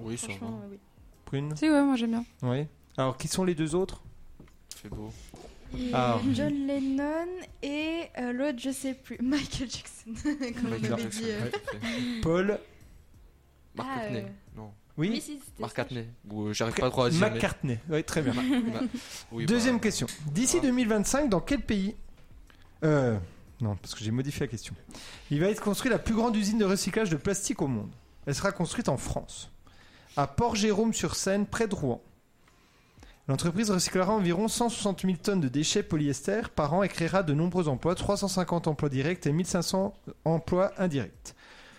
Oui, ça va.
euh,
Prune
Si, ouais, moi j'aime bien.
Oui. Alors, qui sont les deux autres
C'est beau.
Et
Ah.
John Lennon et euh, l'autre, je sais plus, Michael Jackson. comme
Michael
on avait
Jackson,
dit, euh.
ouais.
Paul
Marc
Ah,
Cartney.
euh.
Non.
Oui.
Oui, si, c'était
Marc
ça,
Cartney. Ou, euh, J'arrive pas trop à dire. mais-
McCartney. Oui, très bien.
Ma- ma- oui, bah,
Deuxième question. D'ici 2025, dans quel pays Euh, Non, parce que j'ai modifié la question. Il va être construit la plus grande usine de recyclage de plastique au monde. Elle sera construite en France, à Port-Jérôme-sur-Seine, près de Rouen. L'entreprise recyclera environ 160 000 tonnes de déchets polyester par an et créera de nombreux emplois, 350 emplois directs et 1500 emplois indirects,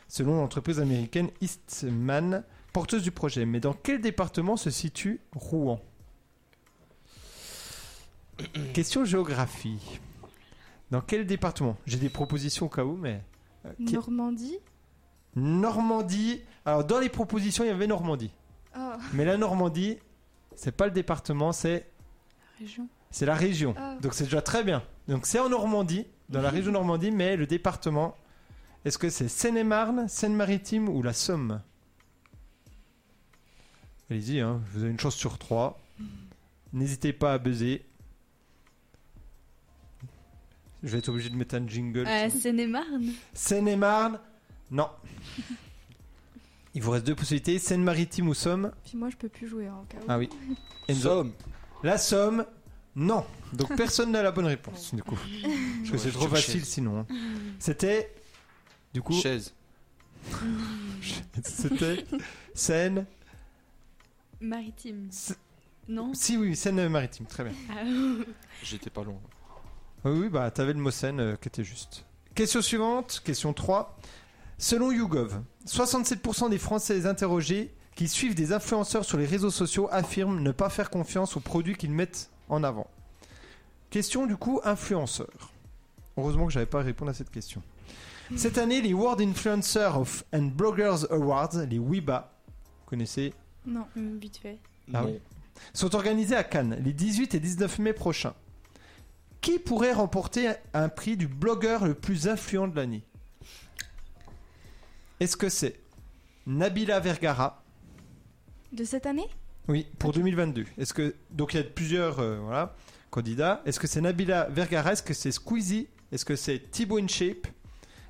selon l'entreprise américaine Eastman, porteuse du projet. Mais dans quel département se situe Rouen Question géographie. Dans quel département J'ai des propositions au cas où, mais... euh, qui-
Normandie.
Normandie. Alors, dans les propositions, il y avait Normandie.
Oh.
Mais la Normandie, c'est pas le département, c'est
Région.
c'est la région.
Ah.
Donc c'est déjà très bien. Donc c'est en Normandie, dans la région Normandie, mais le département, est-ce que c'est Seine-et-Marne, Seine-Maritime ou la Somme Allez-y, hein, vous avez une chance sur trois. N'hésitez pas à buzzer. Je vais être obligé de mettre un jingle.
euh, Seine-et-Marne.
Seine-et-Marne Non. Il vous reste deux possibilités, Seine-Maritime ou Somme
Puis moi, je peux plus jouer en cas où.
ah oui. Somme. La somme, non. Donc personne n'a la bonne réponse, du coup. Parce que
Ouais,
c'est trop
sur
facile
chaise.
sinon. hein. C'était. Du coup.
Chaise.
C'était. Seine.
Maritime. Non Ah, oh.
Si, oui, Seine-Maritime, très bien.
J'étais pas loin.
Oui, oui, bah, t'avais le mot Seine euh, qui était juste. Question suivante, question 3. Selon YouGov, 67% des Français interrogés qui suivent des influenceurs sur les réseaux sociaux affirment ne pas faire confiance aux produits qu'ils mettent en avant. Question du coup influenceur. Heureusement que j'avais pas à répondre à cette question. Cette année, les World Influencer of and Bloggers Awards, les WIBA, vous connaissez
Non, hum, vite fait.
Ah oui. sont organisés à Cannes les 18 et 19 mai prochains. Qui pourrait remporter un prix du blogueur le plus influent de l'année Est-ce que c'est Nabila Vergara
De cette année
Oui, pour 2022. Est-ce que donc il y a plusieurs euh, voilà, candidats. Est-ce que c'est Nabila Vergara Est-ce que c'est Squeezie Est-ce que c'est Thibaut InShape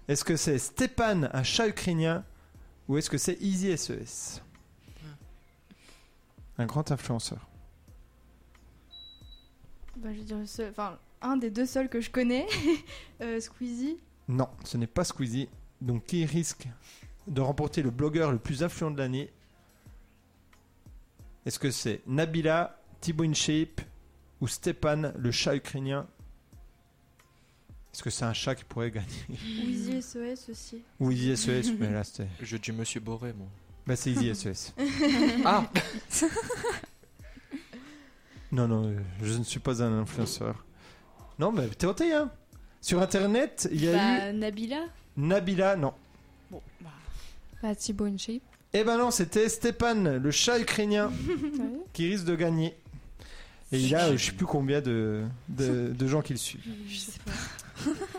Est-ce que c'est Stepan, un chat ukrainien Ou est-ce que c'est Easy SES Un grand influenceur.
Bah, je veux dire, le seul- enfin, un des deux seuls que je connais, euh, Squeezie.
Non, ce n'est pas Squeezie. Donc qui risque de remporter le blogueur le plus influent de l'année Est-ce que c'est Nabila, Thibaut InShape ou Stepan, le chat ukrainien Est-ce que c'est un chat qui pourrait gagner
Ou Easy SOS aussi.
Ou Easy SES, mais là c'était...
Je dis Monsieur Boré, moi.
Bah c'est Easy SES.
ah
Non, non, euh, je ne suis pas un influenceur. Non, mais t'es hanté, hein Sur Internet, il y a
Bah,
eu
Nabila
Nabila, non.
Bon, bah.
Pas Thibaut Inchip.
Eh ben non, c'était Stepan, le chat ukrainien, qui risque de gagner. Et il a, euh, je sais plus combien de, de, de gens qui le suivent.
Je sais pas.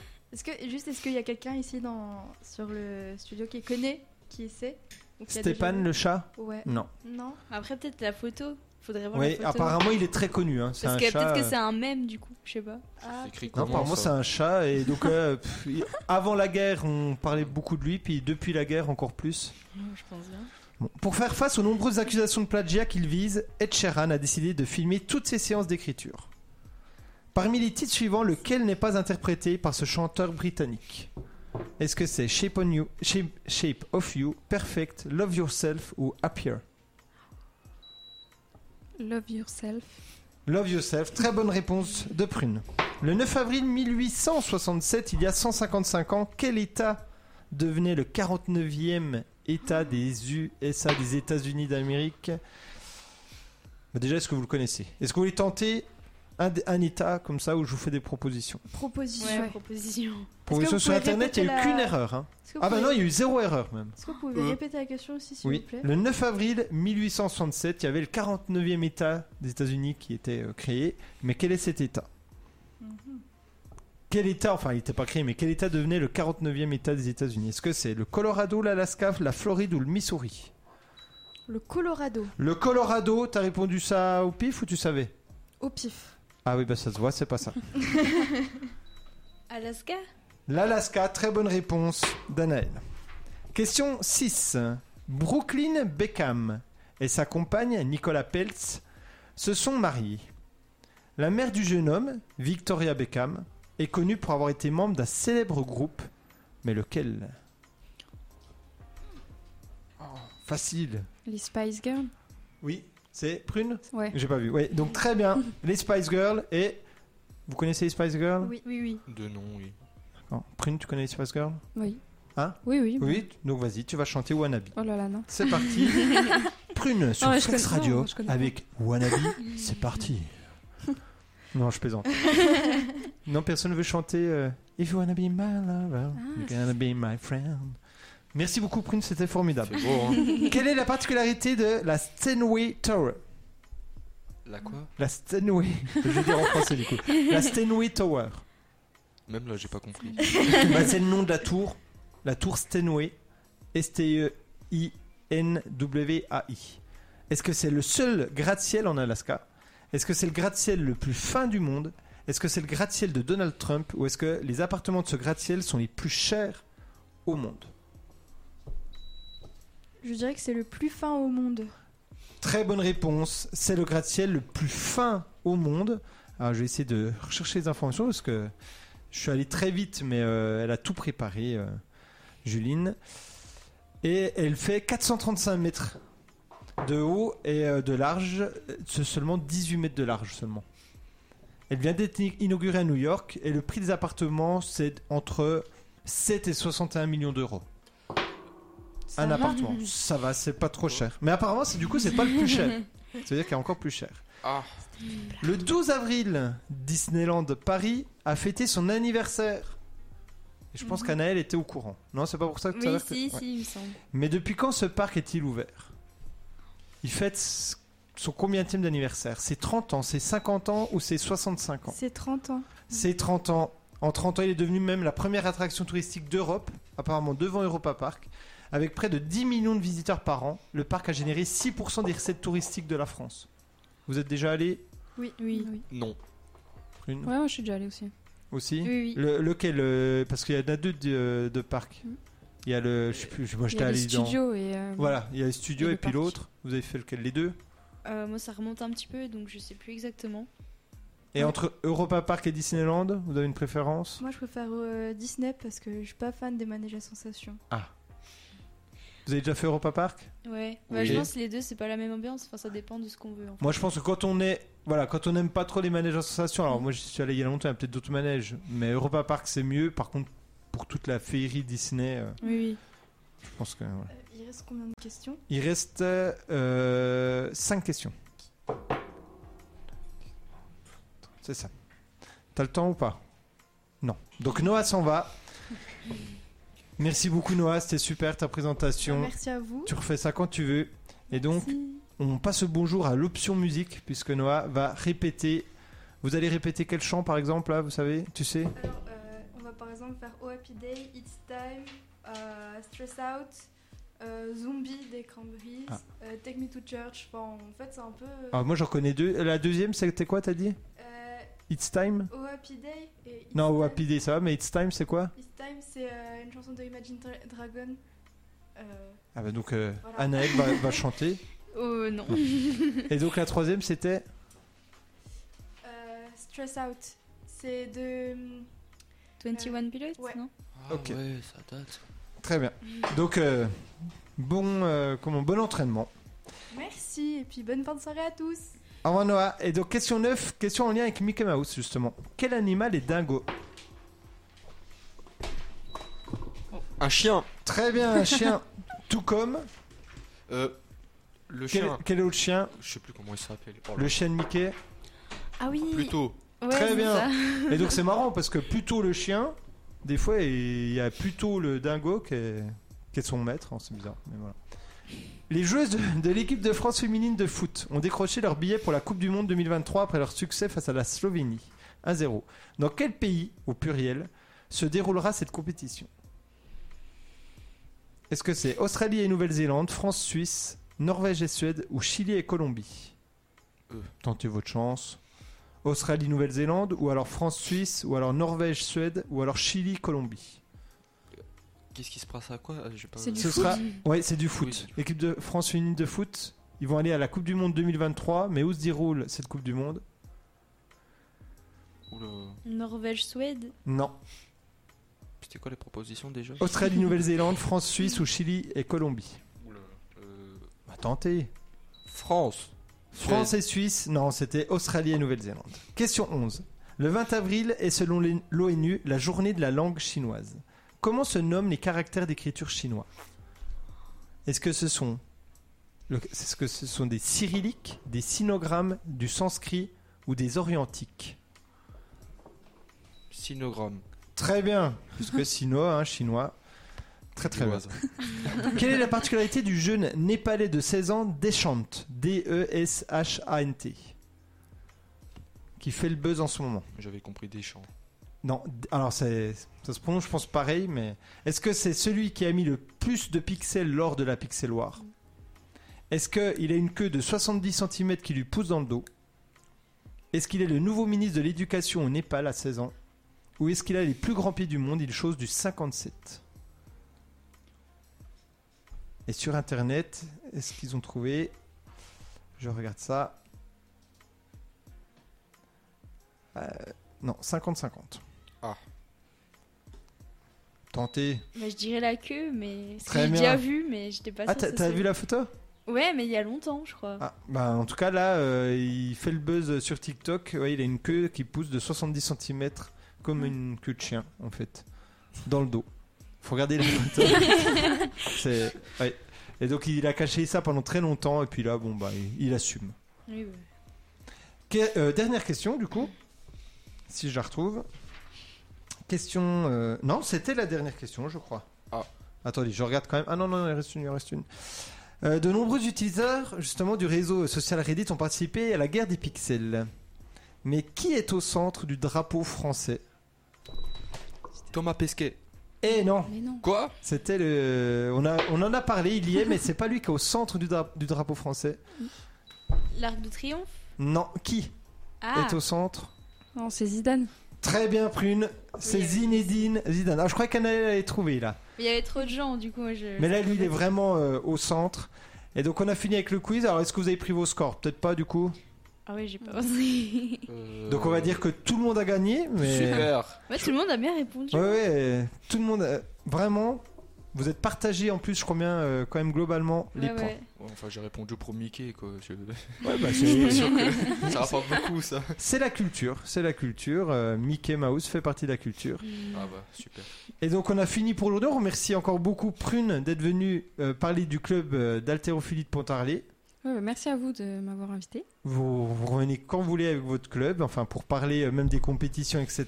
est-ce que, juste, est-ce qu'il y a quelqu'un ici dans, sur le studio qui connaît, qui sait Ou qui a déjà
Stéphane
vu
le chat
Ouais.
Non.
Non.
Après, peut-être la photo. Faudrait voir la
Oui,
photo.
apparemment il est très connu. Hein. C'est
Parce
un
que
chat.
peut-être que
euh,
c'est un mème, du coup. Je sais pas. Ah,
Non,
comment,
apparemment
ça
c'est un chat. Et donc, euh, pff, il- avant la guerre, on parlait beaucoup de lui, puis depuis la guerre, encore plus.
Je pense bien.
Bon, Pour faire face aux nombreuses accusations de plagiat qu'il vise, Ed Sheeran a décidé de filmer toutes ses séances d'écriture. Parmi les titres suivants, lequel n'est pas interprété par ce chanteur britannique Est-ce que c'est Shape, on You- Shape- Shape of You, Perfect, Love Yourself ou Happier
Love Yourself.
Love Yourself, très bonne réponse de Prune. Le 9 avril 1867, il y a 155 ans, quel État devenait le 49e État des USA, des États-Unis d'Amérique Bah, Déjà, est-ce que vous le connaissez Est-ce que vous voulez tenter un, d- un État comme ça où je vous fais des propositions
Proposition.
Ouais, proposition.
Propositions sur Internet, il n'y a eu qu'une erreur. hein.
Est-ce que vous
Ah bah
pouvez-
non, il y a eu zéro erreur même.
Est-ce que vous pouvez
Euh,
répéter la question aussi, s'il
Oui,
vous plaît
le 9 avril 1867, il y avait le 49e État des États-Unis qui était euh, créé. Mais quel est cet État Quel État, enfin il n'était pas créé, mais quel État devenait le 49e État des États-Unis Est-ce que c'est le Colorado, l'Alaska, la Floride ou le Missouri
Le Colorado.
Le Colorado, t'as répondu ça au pif ou tu savais
Au pif.
Ah oui, bah ça se voit, c'est pas ça.
Alaska
L'Alaska, très bonne réponse d'Anaël. Question 6. Brooklyn Beckham et sa compagne Nicola Peltz se sont mariés. La mère du jeune homme, Victoria Beckham, est connue pour avoir été membre d'un célèbre groupe, mais lequel Oh, Facile.
Les Spice Girls.
Oui, c'est Prune
Ouais.
J'ai pas vu. Ouais, donc très bien. les Spice Girls et... Vous connaissez les Spice Girls
Oui,
oui, oui.
De nom, oui.
D'accord. Prune, tu connais les Spice Girls
Oui.
Hein
Oui, oui.
Oui, t- donc vas-y, tu vas chanter Wannabe.
Oh là là, non.
C'est parti. Prune sur
Ah ouais, je
Flex
connais-
Radio
non, je connais pas.
avec Wannabe. C'est parti. Non, je plaisante. non, personne ne veut chanter euh, If you wanna be my lover,
Ah,
you're gonna be my friend. Merci beaucoup, Prune, c'était formidable.
C'est beau, hein.
Quelle est la particularité de la Steinway Tower
La quoi
La Steinway. Je vais dire en français du coup. La Steinway Tower.
Même là, j'ai pas compris.
Bah, c'est le nom de la tour. La tour Steinway. E S-T-E-I-N-W-A-I. Est-ce que c'est le seul gratte-ciel en Alaska Est-ce que c'est le gratte-ciel le plus fin du monde Est-ce que c'est le gratte-ciel de Donald Trump Ou est-ce que les appartements de ce gratte-ciel sont les plus chers au monde
Je dirais que c'est le plus fin au monde.
Très bonne réponse. C'est le gratte-ciel le plus fin au monde. Alors, je vais essayer de rechercher les informations parce que je suis allé très vite, mais euh, elle a tout préparé, euh, Juline. Et elle fait 435 mètres de haut et euh, de large, euh, c'est seulement 18 mètres de large seulement. Elle vient d'être ni- inaugurée à New York et le prix des appartements c'est entre 7 et 61 millions d'euros. un
va.
appartement. Ça va, c'est pas trop cher. Mais apparemment, c'est- du coup, c'est pas le plus cher. C'est-à-dire qu'il y a encore plus cher.
Ah.
Le 12 avril, Disneyland Paris a fêté son anniversaire. Et je pense
Mhm.
qu'Anaël était au courant. Non, c'est pas pour ça que tout à
Oui,
l'heure t'es-
si,
ouais.
si, il me semble.
Mais depuis quand ce parc est-il ouvert Il fête s- son combien d'anniversaire C'est 30 ans, c'est 50 ans ou c'est 65 ans
C'est 30 ans.
c'est 30 ans. En 30 ans, il est devenu même la première attraction touristique d'Europe, apparemment devant Europa Park. Avec près de 10 millions de visiteurs par an, le parc a généré 6% des recettes touristiques de la France. Vous êtes déjà allé
Oui, oui.
Non.
Une
Ah Ouais, moi je suis déjà allée aussi.
aussi
Oui, oui.
Le- Lequel euh, Parce qu'il y en a deux de, de parcs. Il y a le. Je sais plus, moi
Il y
j'étais
a le
allé dans-
studio et, euh,
Voilà, il y a le studio
et
et,
le
puis
parc.
l'autre. Vous avez fait lequel Les deux
Euh, moi, ça remonte un petit peu, donc je sais plus exactement.
Et entre Europa Park et Disneyland, vous avez une préférence
Moi, je préfère euh, Disney parce que je suis pas fan des manèges à sensations.
Ah. Vous avez déjà fait Europa Park
Ouais.
Bah, je
je
Oui. pense
pense que les deux, c'est pas la même ambiance. Enfin, ça dépend de ce qu'on veut.
Moi, je pense que quand on est, voilà, quand on n'aime pas trop les manèges à sensations, alors moi, je suis allé il y a longtemps, il y a peut-être d'autres manèges, mais Europa Park, c'est mieux. Par contre, pour toute la féerie Disney, euh,
Oui,
je pense que. voilà.
Il reste combien de questions
Il reste 5 questions. C'est ça. T'as le temps ou pas Non. Donc Noah s'en va. Merci beaucoup Noah, c'était super ta présentation.
Merci à vous.
Tu refais ça quand tu veux. Et donc, on passe le bonjour à l'option musique, puisque Noah va répéter. Vous allez répéter quel chant par exemple là, vous savez Tu sais
Euh, On va par exemple faire Oh Happy Day, It's Time, euh, Stress Out, euh, Zombie des Cranberries,
Ah.
euh, Take Me to Church. Enfin, en fait, c'est un peu. euh,
Alors Ah, moi j'en connais deux. La deuxième c'était quoi t'as dit
euh,
It's Time
Oh Happy Day et It's
Non,
Time.
Happy Day ça va, mais It's Time c'est quoi
It's Time, c'est euh, une chanson de Imagine Dra- Dragon. Euh,
Ah bah donc euh,
Voilà.
Anaël va, va chanter.
Oh non.
Et donc la troisième c'était
euh, Stress Out, c'est de. euh,
21 Pilots, non
Ok.
Ah ouais, ça date.
Très bien. Donc euh, bon, euh, comment, bon entraînement.
Merci et puis bonne fin de soirée à tous.
Au revoir Noah. Et donc question 9, question en lien avec Mickey Mouse justement. Quel animal est dingo
Un chien.
Très bien, un chien. Tout comme
Euh, le
Quel-
chien.
quel autre chien
Je sais plus comment il s'appelle. Oh là
le
là.
chien de Mickey.
Ah oui.
Plutôt.
Ouais,
Très
c'est
bien.
ça.
Et donc c'est marrant parce que plutôt le chien, des fois il y a plutôt le dingo qui est, qui est son maître, hein, c'est bizarre. Mais voilà. Les joueuses de, de l'équipe de France féminine de foot ont décroché leur billet pour la Coupe du Monde 2023 après leur succès face à la Slovénie 1-0. Dans quel pays, au pluriel, se déroulera cette compétition Est-ce que c'est Australie et Nouvelle-Zélande, France, Suisse, Norvège et Suède ou Chili et Colombie Tentez votre chance. Australie, Nouvelle-Zélande, ou alors France, Suisse, ou alors Norvège, Suède, ou alors Chili, Colombie.
Qu'est-ce qui se passe à quoi Ah, j'ai pas-
Ce sera, ouais, c'est du foot. L'équipe de France unie de foot, ils vont aller à la Coupe du Monde 2023, mais où se déroule cette Coupe du Monde
Oula.
Norvège, Suède.
Non.
C'était quoi les propositions déjà
Australie, Nouvelle-Zélande, France, Suisse ou Chili et Colombie.
Oula. Euh,
Bah, tentez.
France.
France et Suisse, non, c'était Australie et Nouvelle-Zélande. Question 11. Le 20 avril est selon les- l'ONU la journée de la langue chinoise. Comment se nomment les caractères d'écriture chinois Est-ce que ce sont le- est-ce que ce sont des cyrilliques, des sinogrammes, du sanskrit ou des orientiques
Sinogramme.
Très bien, puisque sino, hein, chinois. Très très bien.
Chinoise.
Quelle est la particularité du jeune népalais de 16 ans, E Deshant D-E-S-H-A-N-T. Qui fait le buzz en ce moment.
J'avais compris des champs.
Non, d- alors c'est- ça se prononce, je pense, pareil, mais est-ce que c'est celui qui a mis le plus de pixels lors de la pixeloire Est-ce qu'il a une queue de 70 cm qui lui pousse dans le dos Est-ce qu'il est le nouveau ministre de l'éducation au Népal à 16 ans Ou est-ce qu'il a les plus grands pieds du monde Il chose du 57. Et sur internet, est-ce qu'ils ont trouvé Je regarde ça. Euh, non, 50-50.
Ah.
Tentez.
Bah, je dirais la queue, mais. Parce que
Très
j'ai
bien.
déjà vu, mais j'étais pas
Ah,
sûre
t'as
que
t'as
ce
vu
soit-
la photo
Ouais, mais il y a longtemps, je crois.
Ah, bah en tout cas là, euh, il fait le buzz sur TikTok. Ouais, il a une queue qui pousse de 70 cm comme une queue de chien en fait, dans le dos. Faut regarder la photo. C'est- ouais. Et donc il a caché ça pendant très longtemps et puis là, bon, bah, il, il assume.
Oui, oui.
Que- euh, dernière question, du coup, si je la retrouve. Question. euh, Non, c'était la dernière question, je crois.
Ah.
Attendez, je regarde quand même. Ah non, non, il reste une, il reste une. Euh, de nombreux utilisateurs, justement, du réseau social Reddit ont participé à la guerre des pixels. Mais qui est au centre du drapeau français
Thomas Pesquet.
Eh non.
Quoi
C'était le. On, a... On en a parlé, il y est, mais c'est pas lui qui est au centre du, dra- du drapeau français.
L'arc de triomphe
Non, qui
Ah.
est au centre
Non, c'est Zidane.
Très bien, Prune. C'est Zinedine Zidane. Ah, je croyais qu'elle allait trouver là.
Il y avait trop de gens, du coup, moi, je.
Mais là, lui, il est vraiment euh, au centre. Et donc, on a fini avec le quiz. Alors, est-ce que vous avez pris vos scores Peut-être pas, du coup.
Ah ouais, j'ai pas pensé.
Donc, on va dire que tout le monde a gagné. Mais...
Euh, Super.
Ouais, tout le monde a bien répondu.
Ouais, ouais, euh, tout le monde. euh, Vraiment, vous êtes partagés en plus, je crois bien, euh, quand même globalement, les points.
Ouais, enfin, j'ai répondu pour Mickey, quoi. Je-
Ouais, bah,
Je
c'est-
suis sûr que ça rapporte beaucoup, ça.
C'est la culture, c'est la culture. euh, Mickey Mouse fait partie de la culture.
Ah bah, super.
Et donc on a fini pour l'honneur. On remercie encore beaucoup Prune d'être venue euh, parler du club euh, d'haltérophilie de Pontarlier.
Ouais, bah, merci à vous de m'avoir invité.
Vous, vous revenez quand vous voulez avec votre club, enfin pour parler euh, même des compétitions, etc.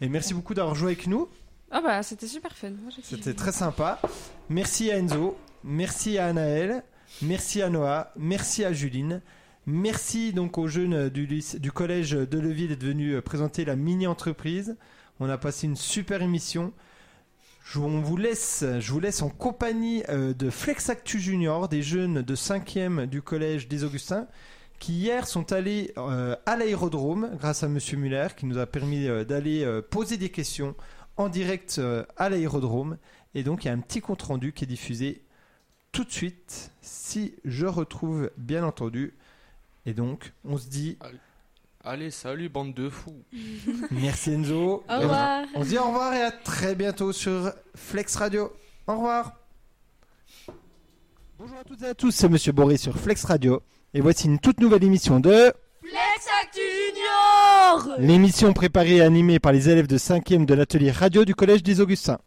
Et merci beaucoup d'avoir joué avec nous.
Ah bah c'était super fun. Moi, j'ai kiffé.
C'était très sympa. Merci à Enzo, merci à Anaël, merci à Noah, merci à Juline. Merci donc aux jeunes du, lycée- du collège de Leville d'être venus euh, présenter la mini-entreprise. On a passé une super émission. Je, on vous laisse, je vous laisse en compagnie euh, de Flex Actu Junior, des jeunes de 5e du collège des Augustins, qui hier sont allés euh, à l'aérodrome grâce à Monsieur Muller, qui nous a permis euh, d'aller euh, poser des questions en direct euh, à l'aérodrome. Et donc, il y a un petit compte-rendu qui est diffusé tout de suite, si je retrouve bien entendu. Et donc, on se dit
Allez, salut, bande de fous.
merci Enzo.
Au revoir.
On se dit au revoir et à très bientôt sur Flex Radio. Au revoir. Bonjour à toutes et à tous, c'est Monsieur Boré sur Flex Radio. Et voici une toute nouvelle émission de...
Flex Actu Junior
L'émission préparée et animée par les élèves de 5e de l'atelier radio du Collège des Augustins.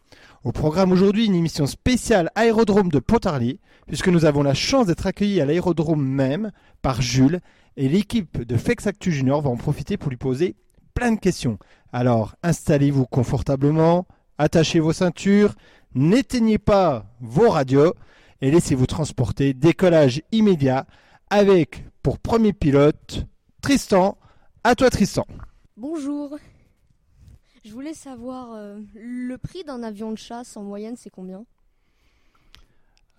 Au programme aujourd'hui, une émission spéciale aérodrome de Pontarlier, puisque nous avons la chance d'être accueillis à l'aérodrome même par Jules, et l'équipe de Flex Actu Junior va en profiter pour lui poser plein de questions. Alors, installez-vous confortablement, attachez vos ceintures, n'éteignez pas vos radios, et laissez-vous transporter. Décollage immédiat avec, pour premier pilote, Tristan. À toi Tristan.
Bonjour. Je voulais savoir euh, le prix d'un avion de chasse en moyenne, c'est combien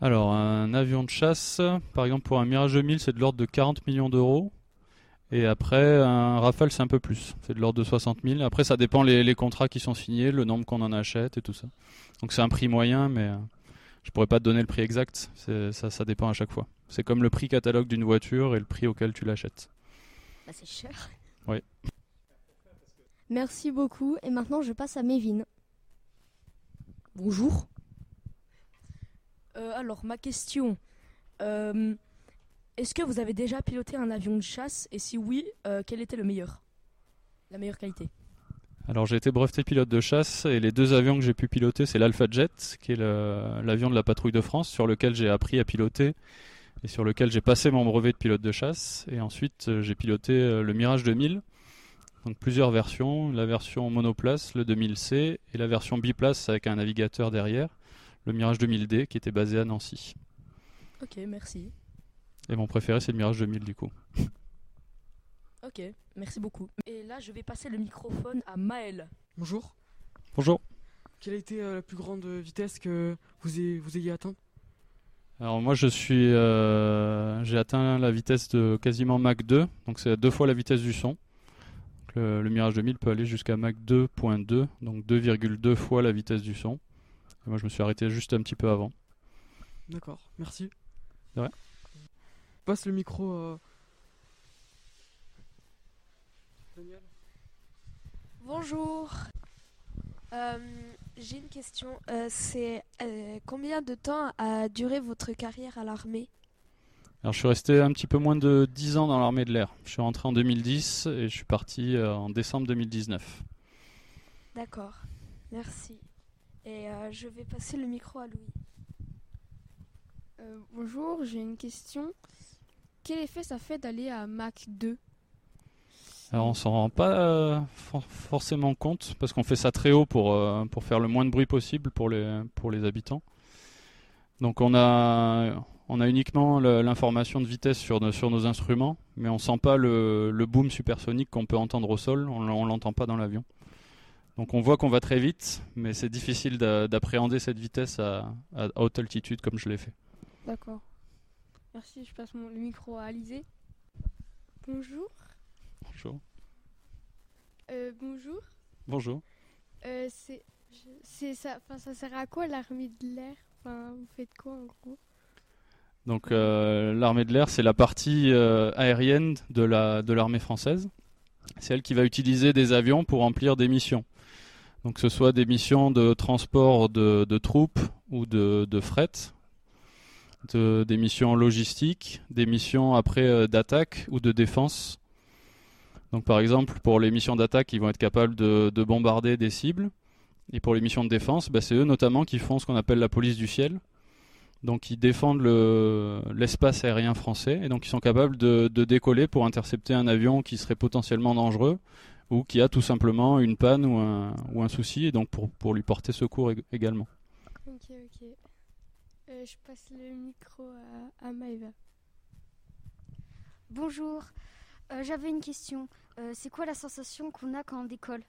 Alors, un avion de chasse, par exemple pour un Mirage 2000, c'est de l'ordre de 40 millions d'euros. Et après, un Rafale, c'est un peu plus. C'est de l'ordre de 60 000. Après, ça dépend les, les contrats qui sont signés, le nombre qu'on en achète et tout ça. Donc c'est un prix moyen, mais euh, je pourrais pas te donner le prix exact. C'est- Ça, ça dépend à chaque fois. C'est comme le prix catalogue d'une voiture et le prix auquel tu l'achètes.
Bah, c'est cher.
Oui.
Merci beaucoup. Et maintenant, je passe à Mévin. Bonjour.
Euh, alors, ma question. euh, Est-ce que vous avez déjà piloté un avion de chasse Et si oui, euh, quel était le meilleur La meilleure qualité
Alors j'ai été breveté pilote de chasse et les deux avions que j'ai pu piloter, c'est l'Alpha Jet, qui est le- l'avion de la patrouille de France, sur lequel j'ai appris à piloter et sur lequel j'ai passé mon brevet de pilote de chasse. Et ensuite euh, j'ai piloté euh, le Mirage 2000, donc plusieurs versions, la version monoplace, le 2000C, et la version biplace avec un navigateur derrière, le Mirage 2000D, qui était basé à Nancy.
Ok, merci.
Et mon préféré, c'est le Mirage 2000 du coup.
Ok, merci beaucoup. Et là, je vais passer le microphone à Maël.
Bonjour.
Bonjour.
Quelle a été euh, la plus grande vitesse que vous ayez, vous ayez atteinte
Alors moi je suis euh, j'ai atteint la vitesse de quasiment Mach 2, donc c'est deux fois la vitesse du son. Donc Le, le Mirage 2000 peut aller jusqu'à Mach 2.2, donc 2,2 fois la vitesse du son. Et moi je me suis arrêté juste un petit peu avant.
D'accord, merci.
De rien.
Passe le micro. euh,
Bonjour. Euh, J'ai une question. Euh, C'est euh, combien de temps a duré votre carrière à l'armée
Alors je suis resté un petit peu moins de 10 ans dans l'armée de l'air. Je suis rentré en 2010 et je suis parti euh, en décembre 2019.
D'accord. Merci. Et euh, je vais passer le micro à Louis.
Euh, bonjour, j'ai une question. Quel effet ça fait d'aller à Mac 2
Alors on s'en rend pas euh, for- forcément compte parce qu'on fait ça très haut pour, euh, pour faire le moins de bruit possible pour les, pour les habitants. Donc on a, on a uniquement le- l'information de vitesse sur, nos- sur nos instruments, mais on sent pas le, le boom supersonique qu'on peut entendre au sol, on, l- on l'entend pas dans l'avion. Donc on voit qu'on va très vite, mais c'est difficile d'a- d'appréhender cette vitesse à, à haute altitude comme je l'ai fait.
D'accord. Merci, je passe mon, le micro à Alizé.
Bonjour.
Bonjour.
Euh, bonjour.
Bonjour.
Euh, c'est, je- c'est ça. Enfin, ça sert à quoi l'armée de l'air Enfin, vous faites quoi en gros
Donc euh, l'armée de l'air, c'est la partie euh, aérienne de la, de l'armée française. C'est elle qui va utiliser des avions pour remplir des missions. Donc que ce soit des missions de transport de, de troupes ou de, de fret, de- des missions logistiques, des missions après euh, d'attaque ou de défense. Donc par exemple, pour les missions d'attaque, ils vont être capables de, de bombarder des cibles. Et pour les missions de défense, bah, c'est eux notamment qui font ce qu'on appelle la police du ciel. Donc ils défendent le- l'espace aérien français et donc ils sont capables de, de décoller pour intercepter un avion qui serait potentiellement dangereux ou qui a tout simplement une panne ou un, ou un souci et donc pour, pour lui porter secours ég- également.
Ok, ok. Euh, je passe le micro à, à Maëva.
Bonjour, Euh, j'avais une question. Euh, c'est quoi la sensation qu'on a quand on décolle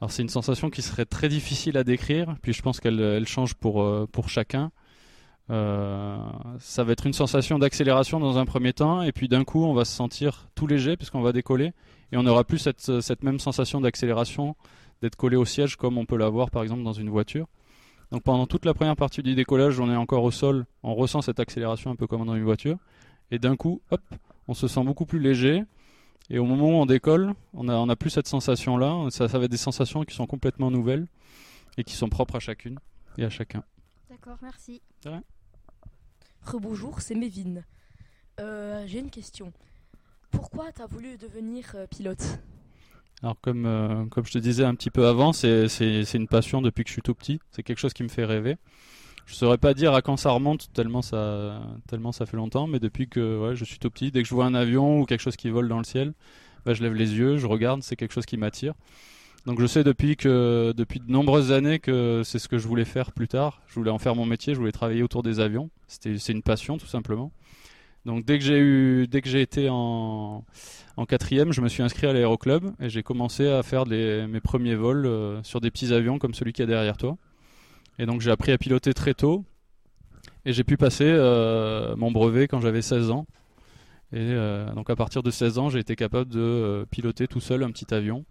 Alors c'est une sensation qui serait très difficile à décrire, puis je pense qu'elle elle change pour, euh, pour chacun. Euh, ça va être une sensation d'accélération dans un premier temps, et puis d'un coup on va se sentir tout léger puisqu'on va décoller, et on n'aura plus cette, cette même sensation d'accélération, d'être collé au siège comme on peut l'avoir par exemple dans une voiture. Donc pendant toute la première partie du décollage, on est encore au sol, on ressent cette accélération un peu comme dans une voiture, et d'un coup, hop, on se sent beaucoup plus léger, et au moment où on décolle, on n'a on a plus cette sensation-là. Ça, ça va être des sensations qui sont complètement nouvelles et qui sont propres à chacune et à chacun.
D'accord, merci.
Rebonjour, c'est Mévin. Euh, J'ai une question. Pourquoi t'as voulu devenir euh, pilote
Alors comme, euh, comme je te disais un petit peu avant, c'est c'est- c'est une passion depuis que je suis tout petit. C'est quelque chose qui me fait rêver. Je saurais pas dire à quand ça remonte, tellement ça, tellement ça fait longtemps, mais depuis que ouais, je suis tout petit, dès que je vois un avion ou quelque chose qui vole dans le ciel, bah, je lève les yeux, je regarde, c'est quelque chose qui m'attire. Donc je sais depuis, que, depuis de nombreuses années que c'est ce que je voulais faire plus tard. Je voulais en faire mon métier, je voulais travailler autour des avions. C'était- C'est une passion tout simplement. Donc dès que j'ai eu, dès que j'ai été en, en quatrième, je me suis inscrit à l'aéroclub et j'ai commencé à faire des- mes premiers vols euh, sur des petits avions comme celui qui est derrière toi. Et donc j'ai appris à piloter très tôt et j'ai pu passer euh, mon brevet quand j'avais 16 ans. Et euh, donc à partir de 16 ans, j'ai été capable de euh, piloter tout seul un petit avion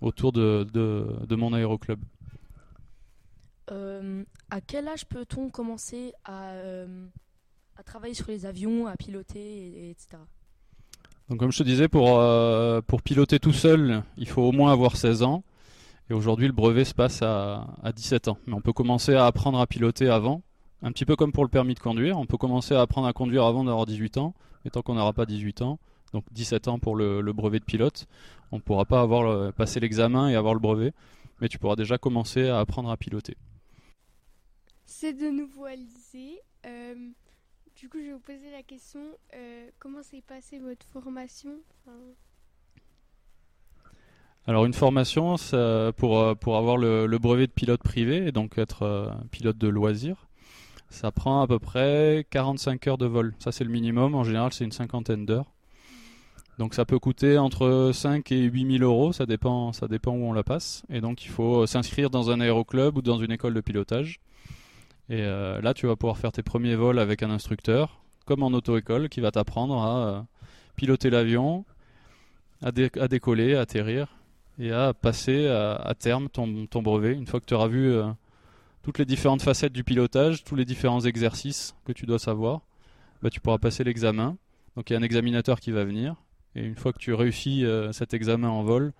autour de, de, de mon aéroclub.
Euh, À quel âge peut-on commencer à, euh, à travailler sur les avions, à piloter, et- et- etc.
Donc comme je te disais, pour, euh, pour piloter tout seul, il faut au moins avoir 16 ans. Et aujourd'hui, le brevet se passe à, à 17 ans. Mais on peut commencer à apprendre à piloter avant. Un petit peu comme pour le permis de conduire. On peut commencer à apprendre à conduire avant d'avoir 18 ans. Mais tant qu'on n'aura pas 18 ans, donc 17 ans pour le, le brevet de pilote, on ne pourra pas avoir le- passer l'examen et avoir le brevet. Mais tu pourras déjà commencer à apprendre à piloter.
C'est de nouveau Alizé. Euh, du coup, je vais vous poser la question euh, comment s'est passée votre formation Enfin,
Alors une formation ça, pour, euh, pour avoir le, le brevet de pilote privé et donc être euh, pilote de loisir, ça prend à peu près 45 heures de vol. Ça c'est le minimum, en général c'est une cinquantaine d'heures. Donc ça peut coûter entre 5 et 8 000 euros, ça dépend, ça dépend où on la passe. Et donc il faut euh, s'inscrire dans un aéroclub ou dans une école de pilotage. Et euh, là, tu vas pouvoir faire tes premiers vols avec un instructeur, comme en auto-école, qui va t'apprendre à euh, piloter l'avion, à, dé- à décoller, à atterrir et à passer à, à terme ton, ton brevet. Une fois que tu auras vu euh, toutes les différentes facettes du pilotage, tous les différents exercices que tu dois savoir, bah, tu pourras passer l'examen. Donc il y a un examinateur qui va venir. Et une fois que tu réussis euh, cet examen en vol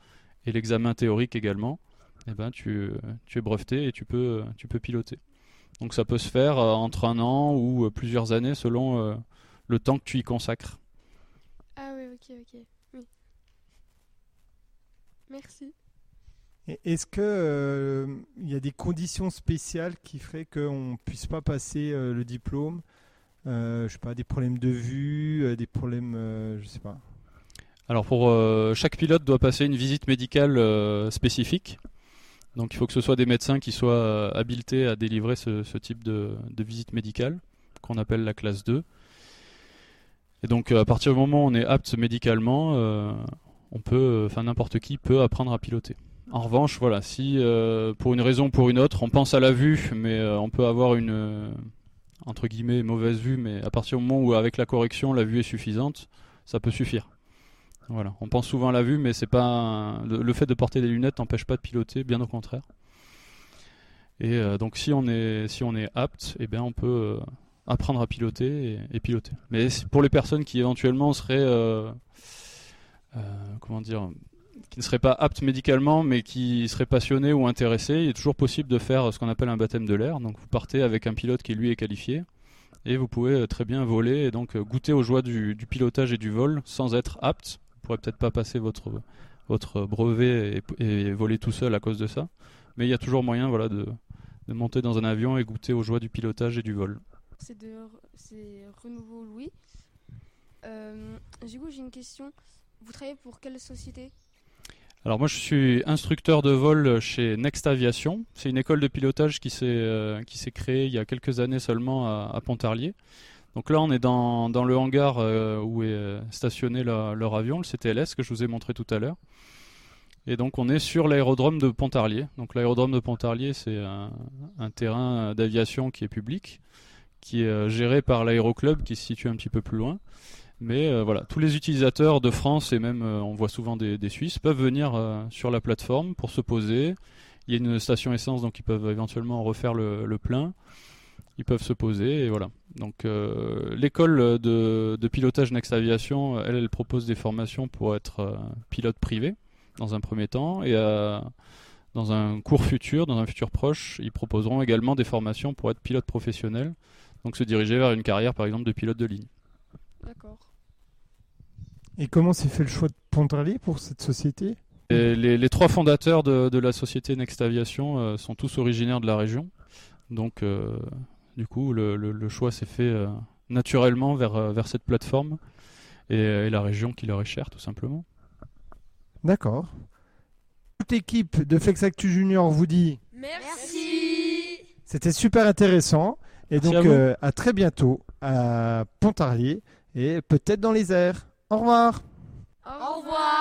et l'examen théorique également, eh ben, tu, euh, tu es breveté et tu peux, euh, tu peux piloter. Donc ça peut se faire euh, entre un an ou euh, plusieurs années selon euh, le temps que tu y consacres.
Ah oui, ok, ok. Oui. Merci.
Et Est-ce que euh, il y a des conditions spéciales qui feraient qu'on ne puisse pas passer euh, le diplôme Euh, Je sais pas, des problèmes de vue, euh, des problèmes, euh, je sais pas.
Alors pour euh, chaque pilote doit passer une visite médicale euh, spécifique. Donc il faut que ce soit des médecins qui soient euh, habilités à délivrer ce, ce type de, de visite médicale qu'on appelle la classe 2. Et donc euh, à partir du moment où on est apte médicalement, euh, on peut, euh, enfin n'importe qui peut apprendre à piloter. En revanche, voilà, si euh, pour une raison ou pour une autre, on pense à la vue, mais euh, on peut avoir une euh, entre guillemets mauvaise vue, mais à partir du moment où avec la correction la vue est suffisante, ça peut suffire. Voilà, on pense souvent à la vue, mais c'est pas un- le, le fait de porter des lunettes n'empêche pas de piloter, bien au contraire. Et euh, donc si on est si on est apte, eh bien on peut euh, apprendre à piloter et, et piloter. Mais c'est pour les personnes qui éventuellement seraient euh, euh, comment dire qui ne seraient pas aptes médicalement mais qui seraient passionnés ou intéressés, il est toujours possible de faire ce qu'on appelle un baptême de l'air. Donc vous partez avec un pilote qui lui est qualifié et vous pouvez euh, très bien voler et donc euh, goûter aux joies du, du pilotage et du vol sans être apte. Vous pourrez peut-être pas passer votre, votre brevet et, et voler tout seul à cause de ça. Mais il y a toujours moyen voilà, de, de monter dans un avion et goûter aux joies du pilotage et du vol.
C'est de re- c'est Renouveau Louis. Euh, du coup, j'ai une question. Vous travaillez pour quelle société
Alors moi je suis instructeur de vol chez Next Aviation. C'est une école de pilotage qui s'est euh, qui s'est créée il y a quelques années seulement à, à Pontarlier. Donc là on est dans, dans le hangar euh, où est euh, stationné la- leur avion, le CTLS que je vous ai montré tout à l'heure. Et donc on est sur l'aérodrome de Pontarlier. Donc l'aérodrome de Pontarlier c'est un, un terrain d'aviation qui est public, qui est euh, géré par l'aéroclub qui se situe un petit peu plus loin. Mais euh, voilà, tous les utilisateurs de France et même euh, on voit souvent des, des Suisses peuvent venir euh, sur la plateforme pour se poser. Il y a une station essence donc ils peuvent éventuellement refaire le, le plein. Ils peuvent se poser et voilà. Donc euh, l'école de, de pilotage Next Aviation, elle, elle propose des formations pour être euh, pilote privé dans un premier temps et euh, dans un court futur, dans un futur proche, ils proposeront également des formations pour être pilote professionnel, donc se diriger vers une carrière par exemple de pilote de ligne.
D'accord.
Et comment s'est fait le choix de Pontarlier pour cette société
Et les, les trois fondateurs de, de la société Next Aviation euh, sont tous originaires de la région. Donc, euh, du coup, le, le- le choix s'est fait euh, naturellement vers, euh, vers cette plateforme et, euh, et la région qui leur est chère, tout simplement.
D'accord. Toute l'équipe de Flex Actu Junior vous dit
Merci.
C'était super intéressant. Et
Merci
donc,
à vous.
euh, à très bientôt à Pontarlier et peut-être dans les airs. Au revoir.
Au revoir.